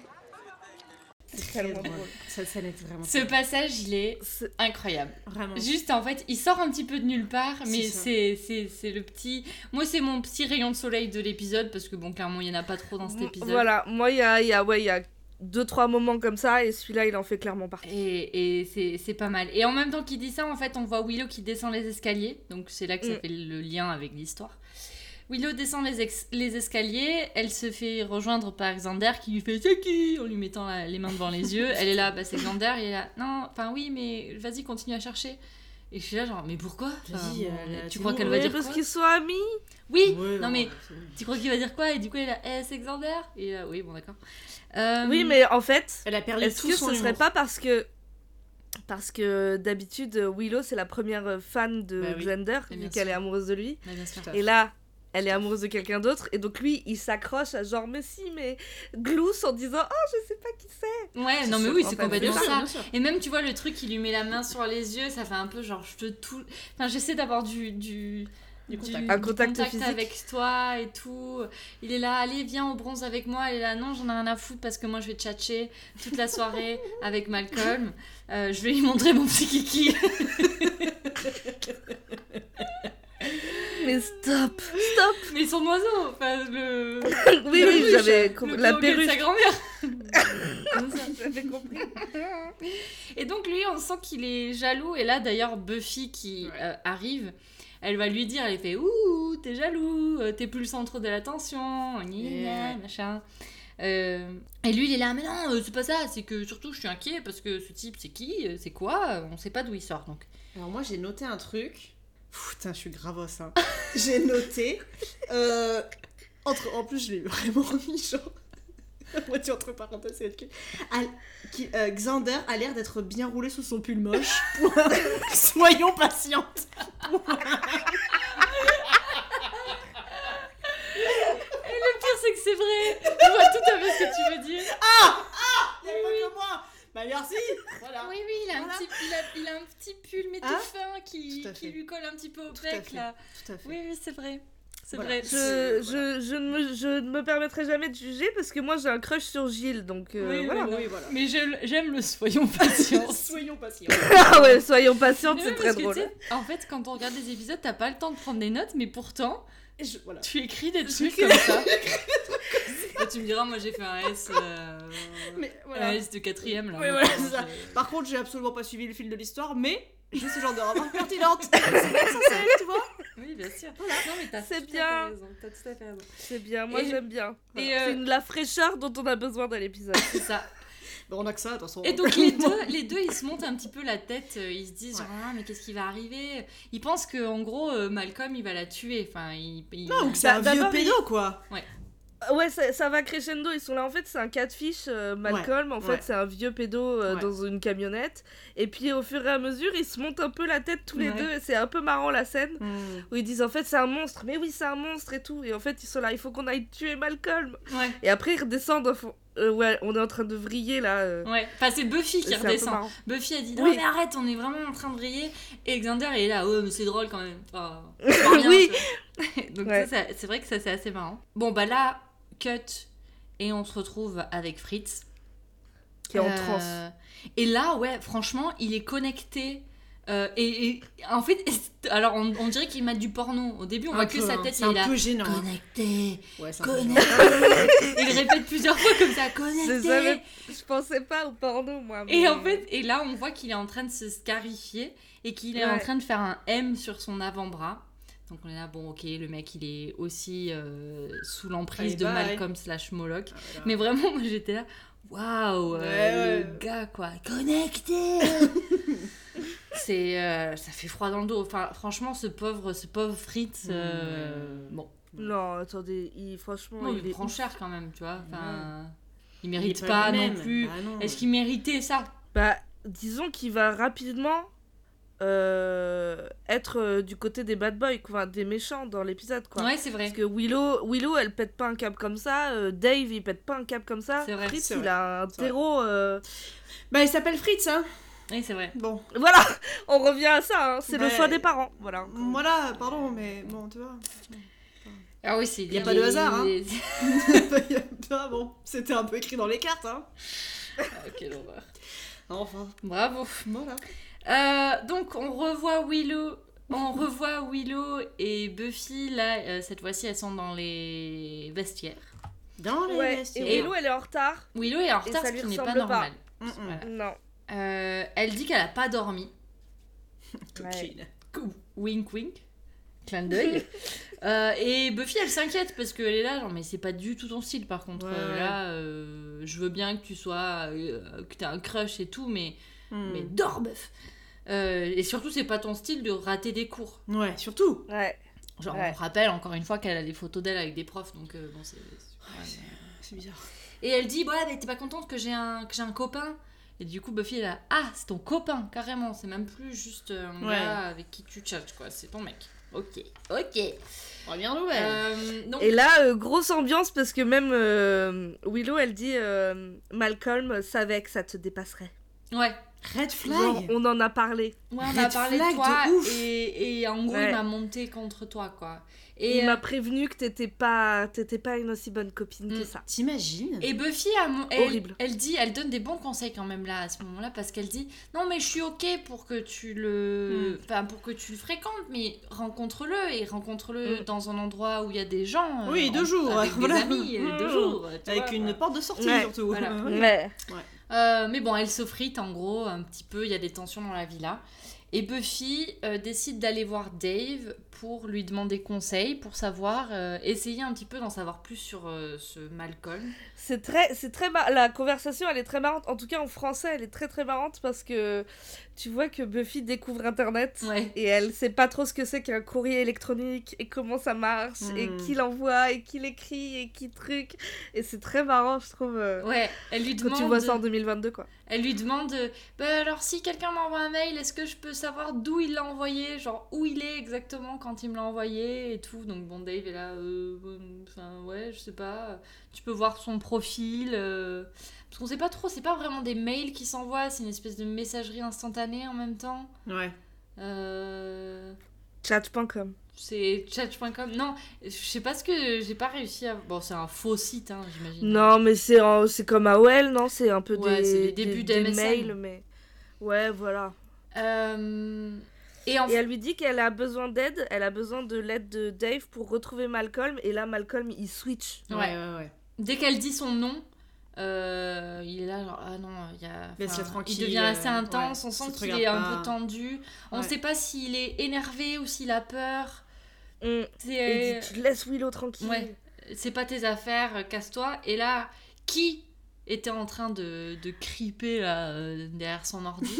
Speaker 2: C'est tellement drôle.
Speaker 4: ça ça n'était vraiment
Speaker 3: Ce passage, il est
Speaker 2: C'est-
Speaker 3: incroyable.
Speaker 4: vraiment
Speaker 3: Juste, en fait, il sort un petit peu de nulle part, mais
Speaker 4: C'est ça.
Speaker 3: c'est c'est- c'est le petit. Moi, c'est mon petit rayon de soleil de l'épisode, parce que, bon, clairement, il n'y en a pas trop dans cet
Speaker 2: M-
Speaker 3: épisode.
Speaker 2: Voilà, moi il y a, il y a- ouais, il y a deux trois moments comme ça et celui-là il en fait clairement partie.
Speaker 3: Et, et c'est- c'est pas mal. Et en même temps qu'il dit ça, en fait, on voit Willow qui descend les escaliers. Donc c'est là que ça
Speaker 2: Mm.
Speaker 3: fait le lien avec l'histoire. Willow descend les, ex- les escaliers, elle se fait rejoindre par Xander qui lui fait c'est qui en lui mettant la- les mains devant les yeux. Elle est là, bah c'est Xander, il est là, non, enfin oui, mais vas-y, continue à chercher. Et je suis là, genre, mais pourquoi Enfin,
Speaker 4: Vas-y,
Speaker 3: bon,
Speaker 4: euh, là,
Speaker 3: Tu
Speaker 4: t'es
Speaker 3: crois
Speaker 4: lourd,
Speaker 3: qu'elle va
Speaker 2: Oui,
Speaker 3: dire
Speaker 2: parce
Speaker 3: quoi
Speaker 2: qu'ils sont amis.
Speaker 3: Oui,
Speaker 4: Ouais,
Speaker 3: non mais
Speaker 4: c'est bon.
Speaker 3: tu crois qu'il va dire quoi Et du coup, elle est là, eh, c'est Xander Et là, oui, bon, d'accord. Euh,
Speaker 2: Oui, mais en fait,
Speaker 4: elle a perdu
Speaker 2: est-ce
Speaker 4: tout
Speaker 2: que
Speaker 4: son
Speaker 2: ce serait
Speaker 4: humour.
Speaker 2: pas parce que parce que d'habitude euh, Willow c'est la première euh, fan de
Speaker 4: Bah oui.
Speaker 2: Xander
Speaker 3: Et bien
Speaker 2: vu qu'elle
Speaker 3: sûr.
Speaker 2: est amoureuse de lui.
Speaker 3: Ouais, bah, bien sûr.
Speaker 2: Et là, elle est amoureuse de quelqu'un d'autre et donc lui il s'accroche à genre mais si mais glousse en disant oh je sais pas qui c'est.
Speaker 3: Ouais,
Speaker 2: C'est
Speaker 3: non mais
Speaker 2: sûr,
Speaker 3: oui,
Speaker 2: en
Speaker 3: c'est
Speaker 2: fait,
Speaker 3: complètement
Speaker 2: bien
Speaker 3: ça.
Speaker 2: sûr,
Speaker 3: Et même, tu vois, le truc, il lui met la main sur les yeux, ça fait un peu genre, je te tout. Enfin, j'essaie d'avoir du. du... Du
Speaker 4: contact.
Speaker 2: Un contact physique.
Speaker 3: avec toi et tout. Il est là, allez, viens au bronze avec moi. Elle est là, non, j'en ai rien à foutre parce que moi je vais tchatcher toute la soirée avec Malcolm. Euh, je vais lui montrer mon petit kiki.
Speaker 2: Mais stop, stop.
Speaker 3: Mais son oiseau, enfin, le.
Speaker 2: oui
Speaker 3: le
Speaker 2: oui
Speaker 3: ruche,
Speaker 2: j'avais
Speaker 3: le
Speaker 2: compris. la
Speaker 3: perroquet de sa
Speaker 2: perruque.
Speaker 3: grand-mère.
Speaker 2: J'avais compris.
Speaker 3: Et donc lui, on sent qu'il est jaloux. Et là, d'ailleurs, Buffy qui euh, arrive, elle va lui dire, elle fait ouh, t'es jaloux, euh, t'es plus le centre de l'attention, gna, gna,
Speaker 4: Et Eh ouais.
Speaker 3: machin. Euh, et lui, il est là, mais non, euh, c'est pas ça. C'est que surtout, je suis inquiet parce que ce type, c'est qui, euh, c'est quoi, euh, on sait pas d'où il sort. Donc
Speaker 4: Alors moi j'ai noté un truc. Pff, Putain, je suis gravos hein.
Speaker 7: J'ai noté.
Speaker 4: Euh, entre, en plus je l'ai vraiment remis genre. la moitié entre parenthèses et le cul. Al- qui- euh, Xander a l'air d'être bien roulé sous son pull moche. Point. Soyons patientes.
Speaker 3: le
Speaker 4: Ah,
Speaker 3: pire, c'est que c'est vrai. Je vois tout à fait ce que tu veux dire.
Speaker 7: Il a pas que moi. Bah merci. Voilà.
Speaker 3: Oui, oui, il a, un,
Speaker 7: Voilà.
Speaker 3: petit, il a- il a un petit pull mais tout
Speaker 4: Ah,
Speaker 3: fin qui,
Speaker 4: tout à
Speaker 3: qui
Speaker 4: fait.
Speaker 3: lui colle un petit peu au
Speaker 4: Tout à
Speaker 3: bec
Speaker 4: fait.
Speaker 3: là.
Speaker 4: Tout à fait.
Speaker 3: Oui, oui, c'est vrai. C'est
Speaker 4: Voilà.
Speaker 3: vrai.
Speaker 2: Je, je, je, ne me, je ne me permettrai jamais de juger parce que moi j'ai un crush sur Gilles donc euh,
Speaker 3: Oui, oui,
Speaker 2: voilà.
Speaker 4: Oui, voilà.
Speaker 3: Mais je- j'aime le soyons patients.
Speaker 7: Soyons patients.
Speaker 2: Ah ouais, soyons patientes,
Speaker 3: Mais
Speaker 2: c'est
Speaker 3: oui,
Speaker 2: très
Speaker 3: parce que,
Speaker 2: drôle.
Speaker 3: tu sais, En fait, quand on regarde des épisodes, t'as pas le temps de prendre des notes, mais pourtant,
Speaker 7: Et je- voilà.
Speaker 3: tu écris des trucs comme ça. Et tu me diras, moi j'ai fait un S, euh,
Speaker 7: Mais
Speaker 3: un
Speaker 7: voilà.
Speaker 3: S de quatrième là.
Speaker 7: Oui, voilà, c'est
Speaker 3: Donc,
Speaker 7: ça.
Speaker 3: euh,
Speaker 4: Par contre, j'ai absolument pas suivi le fil de l'histoire, mais j'ai ce genre de remarques pertinentes. C'est bien sincère, tu vois.
Speaker 3: Oui, bien sûr. Non, mais t'as
Speaker 2: C'est
Speaker 3: tout à
Speaker 2: bien.
Speaker 3: fait raison, T'as tout à fait raison.
Speaker 2: C'est bien, moi
Speaker 3: Et-
Speaker 2: j'aime bien.
Speaker 3: et,
Speaker 2: Voilà.
Speaker 3: euh,
Speaker 2: C'est une- la fraîcheur dont on a besoin dans l'épisode.
Speaker 3: C'est ça.
Speaker 4: Bon, on a que ça, de toute façon.
Speaker 3: Et donc les deux, les deux, ils se montent un petit peu la tête, euh, ils se disent genre, ah, mais qu'est-ce qui va arriver Ils pensent que en gros euh, Malcolm il va la tuer. Enfin, il, il-
Speaker 4: Non, donc c'est un
Speaker 2: Bah,
Speaker 4: vieux
Speaker 2: d'abord, il-
Speaker 4: pédo, quoi.
Speaker 2: Ah Ouais, ça, ça va crescendo. Ils sont là. En fait, c'est un catfish. euh, Malcolm, en fait,
Speaker 4: ouais.
Speaker 2: c'est un vieux pédo euh,
Speaker 4: Ouais.
Speaker 2: dans une camionnette. Et puis, au fur et à mesure, ils se montent un peu la tête tous les
Speaker 3: Ouais.
Speaker 2: deux. Et c'est un peu marrant la scène
Speaker 4: Hmm.
Speaker 2: où ils disent en fait, c'est un monstre. Mais oui, c'est un monstre et tout. Et en fait, ils sont là. Il faut qu'on aille tuer Malcolm.
Speaker 3: Ouais.
Speaker 2: Et après, ils redescendent. au fond. Euh, ouais, on est en train de vriller là. euh,
Speaker 3: Ouais, enfin c'est Buffy qui
Speaker 2: c'est un peu
Speaker 3: redescend.
Speaker 2: marrant.
Speaker 3: Buffy a dit non
Speaker 2: Oui.
Speaker 3: mais arrête, on est vraiment en train de briller. Et Xander il est là, ouais mais c'est drôle quand même. Enfin,
Speaker 2: Oui.
Speaker 3: tu vois. Donc
Speaker 2: Ouais.
Speaker 3: ça, ça- c'est vrai que ça c'est assez marrant. Bon bah là, cut et on se retrouve avec Fritz
Speaker 2: Qui est en
Speaker 3: Euh,
Speaker 2: transe.
Speaker 3: Et là ouais, franchement il est connecté. euh, et, et- en fait, alors on, on dirait qu'il mate du porno. Au début on voit
Speaker 4: Un
Speaker 3: que
Speaker 4: peu,
Speaker 3: sa
Speaker 4: hein.
Speaker 3: tête
Speaker 4: C'est
Speaker 3: il est
Speaker 4: un
Speaker 3: là.
Speaker 4: peu gênant. hein.
Speaker 3: Connecté,
Speaker 4: Ouais, c'est un peu gênant.
Speaker 3: connecté. il répète plusieurs fois comme ça,
Speaker 2: C'est
Speaker 3: connecté.
Speaker 2: jamais- Je pensais pas au porno, moi. mais-
Speaker 3: Et en fait, et là, on voit qu'il est en train de se scarifier et qu'il est en
Speaker 2: Ouais.
Speaker 3: train de faire un M sur son avant-bras. Donc on est là, bon, ok, le mec, il est aussi euh, sous l'emprise
Speaker 4: Allez,
Speaker 3: de
Speaker 4: bye.
Speaker 3: Malcolm slash Moloch.
Speaker 4: Ah, voilà.
Speaker 3: Mais vraiment, moi, j'étais là, waouh, euh,
Speaker 4: Ouais,
Speaker 3: le
Speaker 4: ouais.
Speaker 3: gars, quoi, connecté. C'est, euh, ça fait froid dans le dos. Enfin, franchement, ce pauvre, ce pauvre
Speaker 4: Mm,
Speaker 3: Fritz, euh,
Speaker 4: Hmm.
Speaker 3: bon,
Speaker 2: Non, attendez, il, franchement,
Speaker 3: non, il,
Speaker 2: il est
Speaker 3: prend
Speaker 2: ouf.
Speaker 3: cher quand même, tu vois. Enfin, il
Speaker 4: Il est
Speaker 3: mérite pas, non
Speaker 4: lui-même.
Speaker 3: plus.
Speaker 4: Bah, non.
Speaker 3: Est-ce qu'il méritait ça
Speaker 2: Bah, disons qu'il va rapidement euh, être euh, du côté des bad boys, quoi, des méchants dans l'épisode, quoi.
Speaker 3: Ouais, c'est vrai.
Speaker 2: Parce que Willow, Willow, elle pète pas un cap comme ça. euh, Dave, il pète pas un cap comme ça.
Speaker 3: C'est vrai,
Speaker 2: Fritz,
Speaker 4: c'est
Speaker 2: il
Speaker 4: vrai.
Speaker 2: a un
Speaker 4: C'est vrai.
Speaker 2: terreau. euh,
Speaker 4: Bah, il s'appelle Fritz, hein.
Speaker 3: Oui, c'est vrai.
Speaker 4: Bon.
Speaker 2: Voilà, on revient à ça. hein, C'est le
Speaker 4: Ouais.
Speaker 2: choix des parents. Voilà.
Speaker 4: Voilà, pardon, mais bon, tu vois.
Speaker 3: Ah oui, c'est.
Speaker 4: Y a pas de hasard, hein.
Speaker 3: les-
Speaker 4: Ah, bon, c'était un peu écrit dans les cartes, hein.
Speaker 3: Ah, quelle horreur.
Speaker 4: Enfin,
Speaker 3: Bravo.
Speaker 4: voilà.
Speaker 3: Euh, donc on revoit Willow, on revoit Willow et Buffy là. euh, cette fois-ci, elles sont dans les vestiaires.
Speaker 4: Dans les
Speaker 2: Ouais,
Speaker 4: vestiaires.
Speaker 2: et Willow, elle est en retard.
Speaker 3: Willow est en
Speaker 2: Et
Speaker 3: retard,
Speaker 2: ça
Speaker 3: ce
Speaker 2: lui
Speaker 3: qui n'est pas
Speaker 2: ressemble pas.
Speaker 3: normal.
Speaker 4: Mm, mm.
Speaker 3: Voilà.
Speaker 2: Non.
Speaker 3: Euh, elle dit qu'elle a pas dormi.
Speaker 4: Coquine.
Speaker 3: Cou- Wink wink. Clin d'œil. Euh, et Buffy, elle s'inquiète parce qu'elle est là, genre, mais c'est pas du tout ton style par contre.
Speaker 4: Ouais,
Speaker 3: Euh,
Speaker 4: ouais.
Speaker 3: Là, euh, je veux bien que tu sois. euh, que t'aies un crush et tout, mais
Speaker 4: Mm.
Speaker 3: mais dors, meuf. Euh, et surtout, c'est pas ton style de rater des cours.
Speaker 4: Ouais, surtout.
Speaker 2: Ouais.
Speaker 3: Genre,
Speaker 2: Ouais.
Speaker 3: on rappelle encore une fois qu'elle a des photos d'elle avec des profs, donc euh, bon, c'est. c'est-
Speaker 4: C'est bizarre.
Speaker 3: Et elle dit Ouais, mais t'es pas contente que j'ai un, que j'ai un copain Et du coup, Buffy, elle a Ah, c'est ton copain, carrément, c'est même plus juste euh, un
Speaker 4: Ouais.
Speaker 3: gars avec qui tu tchatches, quoi, c'est ton mec. Ok, ok. Oh,
Speaker 4: Première nouvelle.
Speaker 3: Euh, donc,
Speaker 2: Et là, euh, grosse ambiance parce que même euh, Willow, elle dit euh, Malcolm savait que ça te dépasserait.
Speaker 3: ouais.
Speaker 4: Red
Speaker 2: Genre,
Speaker 4: flag.
Speaker 2: on en a parlé.
Speaker 3: Ouais, on
Speaker 4: Red
Speaker 3: a parlé de
Speaker 4: flag
Speaker 3: toi,
Speaker 4: de ouf.
Speaker 3: et, et en gros,
Speaker 2: Ouais.
Speaker 3: il m'a monté contre toi, quoi.
Speaker 2: Et
Speaker 3: Et,
Speaker 2: il
Speaker 3: euh,
Speaker 2: m'a prévenu que t'étais pas, t'étais pas une aussi bonne copine que
Speaker 3: Mm.
Speaker 2: ça.
Speaker 4: T'imagines
Speaker 3: Et Buffy, à mon- elle,
Speaker 2: Horrible.
Speaker 3: elle dit, elle donne des bons conseils quand même là à ce moment-là parce qu'elle dit non mais je suis ok pour que tu le, enfin pour que tu le fréquentes, mais rencontre-le et rencontre-le
Speaker 2: Mm. deux
Speaker 3: dans un endroit où il y a des gens. euh,
Speaker 4: Oui, deux
Speaker 3: en-
Speaker 4: jours,
Speaker 3: avec des
Speaker 4: voilà.
Speaker 3: amis, euh,
Speaker 4: Mm.
Speaker 3: deux jours. tu
Speaker 4: Avec
Speaker 3: vois,
Speaker 4: une
Speaker 3: voilà.
Speaker 4: porte de sortie,
Speaker 2: Ouais,
Speaker 4: surtout.
Speaker 3: euh, voilà.
Speaker 4: Ouais.
Speaker 2: Ouais.
Speaker 3: Euh, mais bon, elle s'offrite en gros un petit peu. Il y a des tensions dans la villa. Et Buffy euh, décide d'aller voir Dave pour lui demander conseil, pour savoir, euh, essayer un petit peu d'en savoir plus sur euh, ce Malcolm.
Speaker 2: C'est très, c'est très mar- La conversation, elle est très marrante. En tout cas, en français, elle est très très marrante parce que tu vois que Buffy découvre Internet.
Speaker 3: Ouais.
Speaker 2: Et elle sait pas trop ce que c'est qu'un courrier électronique et comment ça marche et
Speaker 4: Mm.
Speaker 2: qui l'envoie et qui l'écrit et qui truc. Et c'est très marrant, je trouve. euh,
Speaker 3: Ouais, elle lui
Speaker 2: Quand
Speaker 3: demande.
Speaker 2: tu vois ça en 2022, quoi.
Speaker 3: Elle lui demande euh, Bah alors, si quelqu'un m'envoie un mail, est-ce que je peux savoir d'où il l'a envoyé Genre, où il est exactement quand il me l'a envoyé et tout. Donc, bon, Dave est là Euh, euh, Enfin, ouais, je sais pas. Tu peux voir son profil. euh, Parce qu'on sait pas trop, c'est pas vraiment des mails qui s'envoient, c'est une espèce de messagerie instantanée en même temps.
Speaker 4: Ouais.
Speaker 3: Euh,
Speaker 2: Chat.com.
Speaker 3: C'est chatch.com. Non, je sais pas ce que. J'ai pas réussi à. Bon, c'est un faux site, hein, j'imagine.
Speaker 2: Non, mais c'est en- c'est comme AOL, non C'est un peu
Speaker 3: Ouais, c'est les
Speaker 2: des,
Speaker 3: débuts
Speaker 2: des, des
Speaker 3: d'MSN.
Speaker 2: mails, mais. Ouais, voilà.
Speaker 3: Euh, Et en
Speaker 2: Et elle lui dit qu'elle a besoin d'aide, elle a besoin de l'aide de Dave pour retrouver Malcolm. Et là, Malcolm, il switch.
Speaker 3: Ouais.
Speaker 4: ouais, ouais.
Speaker 3: Dès qu'elle dit son nom, euh, il est là genre ah non, il y a.
Speaker 4: Laisse-la
Speaker 3: enfin,
Speaker 4: tranquille,
Speaker 3: Il devient assez
Speaker 4: euh,
Speaker 3: intense.
Speaker 4: ouais,
Speaker 3: on
Speaker 4: ça
Speaker 3: sent
Speaker 4: te
Speaker 3: qu'il
Speaker 4: regarde
Speaker 3: est un
Speaker 4: pas.
Speaker 3: peu tendu. On
Speaker 4: Ouais.
Speaker 3: sait pas s'il est énervé ou s'il a peur.
Speaker 2: Mm. Et
Speaker 3: C'est
Speaker 2: il dit, tu laisses Willow tranquille.
Speaker 3: ouais. c'est pas tes affaires, casse-toi. Et là, qui était en train de, de criper là, euh, derrière son ordi.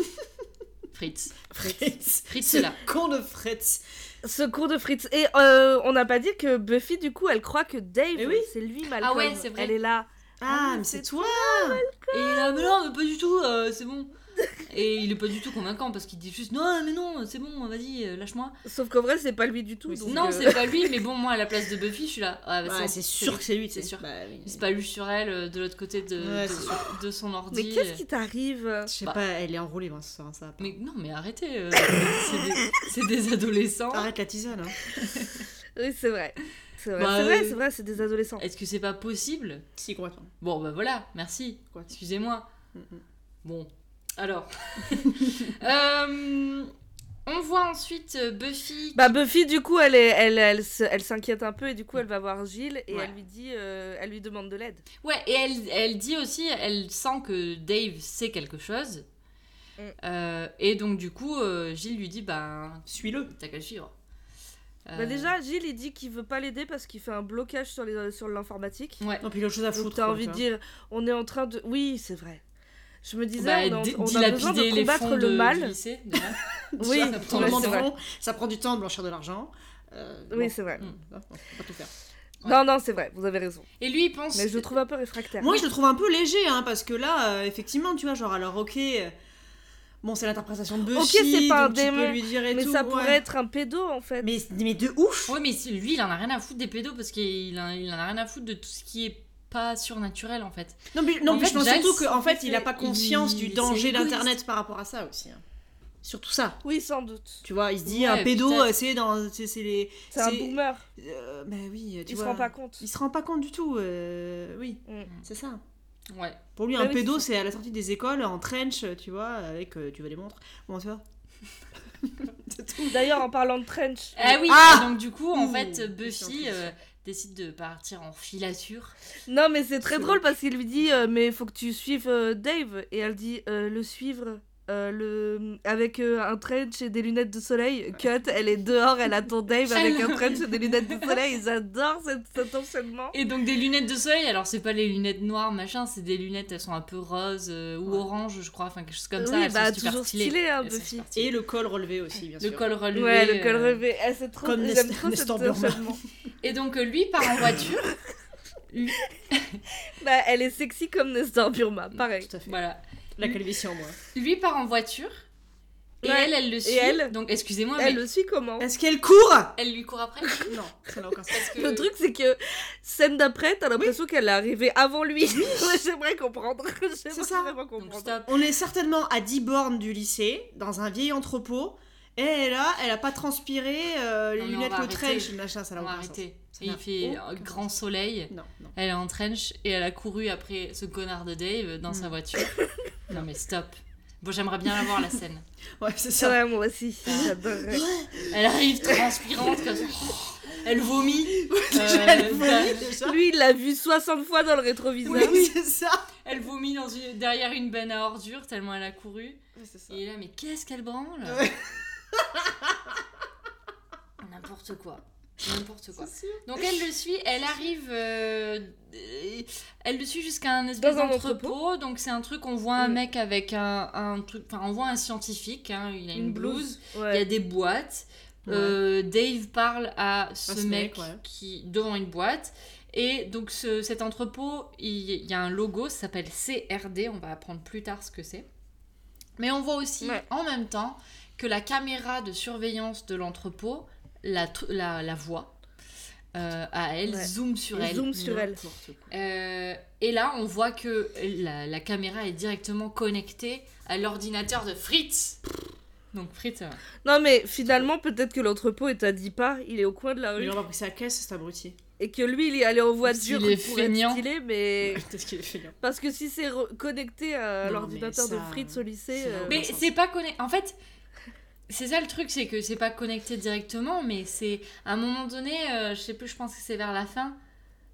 Speaker 3: Fritz.
Speaker 4: Fritz.
Speaker 3: Fritz
Speaker 4: Ce
Speaker 3: est là.
Speaker 4: con de Fritz.
Speaker 2: Ce cours de Fritz. Et euh, on n'a pas dit que Buffy, du coup, elle croit que Dave,
Speaker 4: Eh oui.
Speaker 2: c'est lui Malcolm.
Speaker 3: Ah ouais, c'est vrai.
Speaker 2: Elle est là.
Speaker 4: Ah,
Speaker 2: oui,
Speaker 4: mais c'est toi
Speaker 3: Et il est là, mais non, mais pas du tout, euh, c'est bon. Et il est pas du tout convaincant parce qu'il dit juste non, mais non, c'est bon, vas-y, euh, lâche-moi.
Speaker 2: Sauf qu'en vrai, c'est pas lui du tout. donc,
Speaker 3: Non,
Speaker 2: euh,
Speaker 3: c'est pas lui, mais bon, moi à la place de Buffy, je suis là. Ah, bah,
Speaker 4: Ouais, C'est sûr que c'est lui,
Speaker 3: c'est
Speaker 4: tu sais.
Speaker 3: sûr.
Speaker 4: Bah, oui.
Speaker 3: C'est pas lui sur elle euh, de l'autre côté de,
Speaker 4: Ouais,
Speaker 3: de-
Speaker 4: c'est
Speaker 3: de son ordi.
Speaker 2: Mais qu'est-ce qui t'arrive
Speaker 4: Je sais
Speaker 3: Bah.
Speaker 4: pas, elle est enroulée, moi, ce soir, ça. va pas.
Speaker 3: Mais non, mais arrêtez, euh, c'est des- c'est des, adolescents.
Speaker 4: Arrête la tisane. Hein.
Speaker 2: Oui, c'est vrai. C'est vrai,
Speaker 3: Bah,
Speaker 2: c'est vrai,
Speaker 3: euh,
Speaker 2: c'est vrai, c'est des adolescents.
Speaker 3: Est-ce que c'est pas possible
Speaker 4: Si, complètement.
Speaker 3: Bon, bah voilà, merci.
Speaker 4: Quoi
Speaker 3: Excusez-moi.
Speaker 4: Mhm.
Speaker 3: Bon, alors. Euh, on voit ensuite euh, Buffy.
Speaker 2: Bah Buffy du coup elle est, elle, elle, se- elle s'inquiète un peu et du coup elle va voir Gilles et
Speaker 3: Ouais.
Speaker 2: elle lui dit euh, elle lui demande de l'aide.
Speaker 3: Ouais, et elle, elle dit aussi, elle sent que Dave sait quelque chose.
Speaker 2: Mm.
Speaker 3: Euh, et donc, du coup, euh, Gilles lui dit Ben,
Speaker 4: Suis-le.
Speaker 3: t'as qu'à le suivre. Euh,
Speaker 2: Bah déjà Gilles il dit qu'il veut pas l'aider parce qu'il fait un blocage sur les sur l'informatique.
Speaker 3: Ouais.
Speaker 4: Non, puis il a autre chose à
Speaker 2: Donc
Speaker 4: foutre.
Speaker 2: t'as
Speaker 4: quoi,
Speaker 2: envie
Speaker 4: tu
Speaker 2: de
Speaker 4: vois.
Speaker 2: dire on est en train de oui c'est vrai. Je me disais
Speaker 3: bah,
Speaker 2: on a,
Speaker 3: di-
Speaker 2: on a besoin
Speaker 3: dilapider
Speaker 2: de
Speaker 3: les
Speaker 2: combattre
Speaker 3: fonds
Speaker 2: le
Speaker 3: de- du
Speaker 2: mal.
Speaker 3: lycée, déjà.
Speaker 2: Oui,
Speaker 3: Ça prend
Speaker 2: ouais,
Speaker 4: Tournement
Speaker 2: c'est
Speaker 4: de
Speaker 2: vrai.
Speaker 4: fond, ça prend du temps de blanchir de l'argent. Euh,
Speaker 2: Oui
Speaker 4: bon.
Speaker 2: c'est vrai.
Speaker 3: Mm.
Speaker 4: Non, on peut pas tout faire.
Speaker 3: Ouais.
Speaker 2: Non non c'est vrai vous avez raison.
Speaker 3: Et lui, il pense.
Speaker 2: Mais je le trouve un peu réfractaire.
Speaker 4: Moi, je le trouve un peu léger, hein, parce que là, euh, effectivement, tu vois, genre, alors, ok, euh, bon, c'est l'interprétation de Buffy,
Speaker 2: Ok, c'est pas un
Speaker 4: donc tu
Speaker 2: démon,
Speaker 4: peux lui dire et
Speaker 2: Mais
Speaker 4: tout,
Speaker 2: ça
Speaker 4: ouais.
Speaker 2: pourrait être un pédo en fait.
Speaker 4: Mais, mais de ouf
Speaker 3: Ouais, mais c'est- lui, il en a rien à foutre des pédos parce qu'il en, il en a rien à foutre de tout ce qui est pas surnaturel en fait.
Speaker 4: Non, mais, non,
Speaker 3: En
Speaker 4: mais
Speaker 3: fait,
Speaker 4: je pense
Speaker 3: Giles,
Speaker 4: surtout qu'en fait,
Speaker 3: il
Speaker 4: il a
Speaker 3: fait-
Speaker 4: pas conscience du
Speaker 3: il- c'est
Speaker 4: danger
Speaker 3: égoïste.
Speaker 4: d'Internet par rapport à ça aussi. hein. Surtout ça.
Speaker 2: Oui sans doute.
Speaker 4: Tu vois, il se dit,
Speaker 3: Ouais,
Speaker 4: un pédo,
Speaker 3: peut-être.
Speaker 4: euh, c'est dans. C'est c'est les.
Speaker 2: C'est un
Speaker 4: c'est-
Speaker 2: boomer.
Speaker 4: euh, bah oui, tu
Speaker 2: Il se
Speaker 4: vois.
Speaker 2: rend pas compte.
Speaker 4: Il se rend pas compte du tout, euh, oui.
Speaker 2: Mm.
Speaker 4: C'est ça.
Speaker 3: Ouais.
Speaker 4: Pour lui,
Speaker 2: Bah
Speaker 4: un
Speaker 2: oui,
Speaker 4: pédo, c'est à la sortie des écoles, en trench, tu vois, avec, euh, tu veux des montres. Bon, tu vois.
Speaker 2: D'ailleurs en parlant de trench.
Speaker 3: Ah oui,
Speaker 4: Ah
Speaker 3: et donc du coup, en
Speaker 4: Ouh,
Speaker 3: fait,
Speaker 4: question
Speaker 3: Buffy
Speaker 4: plus.
Speaker 3: euh, décide de partir en filature.
Speaker 2: Non, mais c'est très
Speaker 4: C'est
Speaker 2: drôle parce qu'il lui dit euh, Mais faut que tu suives euh, Dave. Et elle dit euh, Le suivre euh, le... avec euh, un trench et des lunettes de soleil. Cut, elle est dehors, elle attend Dave avec un trench et des lunettes de soleil. Ils adorent cette- cet enchaînement.
Speaker 3: Et donc des lunettes de soleil, alors c'est pas les lunettes noires, machin, c'est des lunettes, elles sont un peu roses euh, ou
Speaker 4: Ouais.
Speaker 3: oranges, je crois, enfin quelque chose comme ça.
Speaker 2: oui,
Speaker 3: elles
Speaker 2: bah,
Speaker 3: sont super
Speaker 2: toujours
Speaker 3: stylées.
Speaker 2: stylé, hein,
Speaker 3: Elles sont
Speaker 2: Buffy.
Speaker 3: super stylées.
Speaker 4: Et le col relevé aussi, bien
Speaker 3: Le
Speaker 4: sûr.
Speaker 3: col relevé.
Speaker 2: Ouais, le col
Speaker 3: euh,
Speaker 2: relevé. Eh, c'est trop.
Speaker 4: comme
Speaker 2: J'aime
Speaker 4: Nest-
Speaker 2: trop cet
Speaker 4: Nestor Burma.
Speaker 2: enchaînement.
Speaker 3: Et donc euh, lui part en voiture.
Speaker 2: bah, elle est sexy comme Nestor Burma, pareil.
Speaker 4: Tout à fait.
Speaker 3: voilà.
Speaker 4: La calvitie en moi.
Speaker 3: Lui part en voiture. Et
Speaker 2: Ouais.
Speaker 3: elle, elle le suit.
Speaker 2: elle
Speaker 3: donc excusez-moi, mais
Speaker 2: Elle
Speaker 3: elle,
Speaker 2: le suit comment
Speaker 4: Est-ce qu'elle court
Speaker 3: lui court après.
Speaker 4: Non, ça n'a aucun sens.
Speaker 3: Parce que...
Speaker 2: Le truc, c'est que scène d'après, t'as l'impression qu'elle est arrivée avant lui. Ouais, J'aimerais comprendre. J'aimerais
Speaker 4: ça.
Speaker 2: vraiment
Speaker 3: Donc
Speaker 2: comprendre.
Speaker 3: stop.
Speaker 4: On est certainement à 10 bornes du lycée, dans un vieil entrepôt. Et elle a, elle a pas transpiré euh, les
Speaker 3: Non, mais on
Speaker 4: lunettes,
Speaker 3: va
Speaker 4: le
Speaker 3: arrêter.
Speaker 4: trench, machin, ça n'a
Speaker 3: On va
Speaker 4: aucun sens.
Speaker 3: arrêter.
Speaker 4: Ça
Speaker 3: Et il
Speaker 4: n'a
Speaker 3: fait
Speaker 4: aucun
Speaker 3: un grand soleil.
Speaker 4: Non, non.
Speaker 3: Elle est en trench et elle a couru après ce connard de Dave dans sa
Speaker 4: Mm.
Speaker 3: voiture. non mais stop. Bon, j'aimerais bien la voir la scène.
Speaker 4: Ouais, c'est ça.
Speaker 2: Ouais, moi aussi, j'adorerais.
Speaker 3: Elle arrive transpirante comme ça. Elle vomit. Euh,
Speaker 4: Elle vomit, déjà.
Speaker 2: Lui, il l'a vu 60 fois dans le rétroviseur.
Speaker 4: Oui, c'est ça.
Speaker 3: Elle vomit dans une- derrière une benne à ordures tellement elle a couru. Et là, mais qu'est-ce qu'elle branle
Speaker 4: Ouais.
Speaker 3: N'importe quoi. N'importe quoi. Donc elle le suit, elle arrive, euh, euh, elle le suit jusqu'à un espèce
Speaker 2: Dans un
Speaker 3: d'entrepôt. Donc c'est un truc, on voit un
Speaker 2: Mm.
Speaker 3: mec avec un, un truc, enfin on voit un scientifique, hein, il a une, blouse, il y a
Speaker 2: Ouais.
Speaker 3: des boîtes.
Speaker 4: Ouais.
Speaker 3: Euh, Dave parle à ce
Speaker 4: ce
Speaker 3: mec,
Speaker 4: mec, ouais.
Speaker 3: qui devant une boîte. Et donc ce- cet entrepôt, il, il y a un logo, ça s'appelle CRD, on va apprendre plus tard ce que c'est. Mais on voit aussi
Speaker 2: Ouais.
Speaker 3: en même temps que la caméra de surveillance de l'entrepôt la, tr- la, la voit euh, à elle,
Speaker 2: Ouais.
Speaker 3: zoom sur
Speaker 2: Il
Speaker 3: elle.
Speaker 2: zoome sur elle.
Speaker 3: Euh, et là, on voit que la, la caméra est directement connectée à l'ordinateur de Fritz. Donc Fritz, euh,
Speaker 2: Non, mais finalement, peut-être que l'entrepôt est à 10 pas, il est au coin de la rue.
Speaker 4: Il aura pris sa caisse, c'est abruti.
Speaker 2: Et que lui, il est allé en voiture
Speaker 3: S'il est
Speaker 2: pour être
Speaker 3: feignant.
Speaker 2: stylé, mais.
Speaker 4: Peut-être qu'il est fainéant.
Speaker 2: Parce que si c'est re- connecté à
Speaker 4: Non,
Speaker 2: l'ordinateur
Speaker 4: mais
Speaker 2: de
Speaker 4: ça-
Speaker 2: Fritz au lycée.
Speaker 4: c'est
Speaker 2: euh,
Speaker 4: normal.
Speaker 3: Mais c'est pas connecté. En fait, c'est ça le truc, c'est que c'est pas connecté directement, mais c'est à un moment donné, euh, je sais plus, je pense que c'est vers la fin,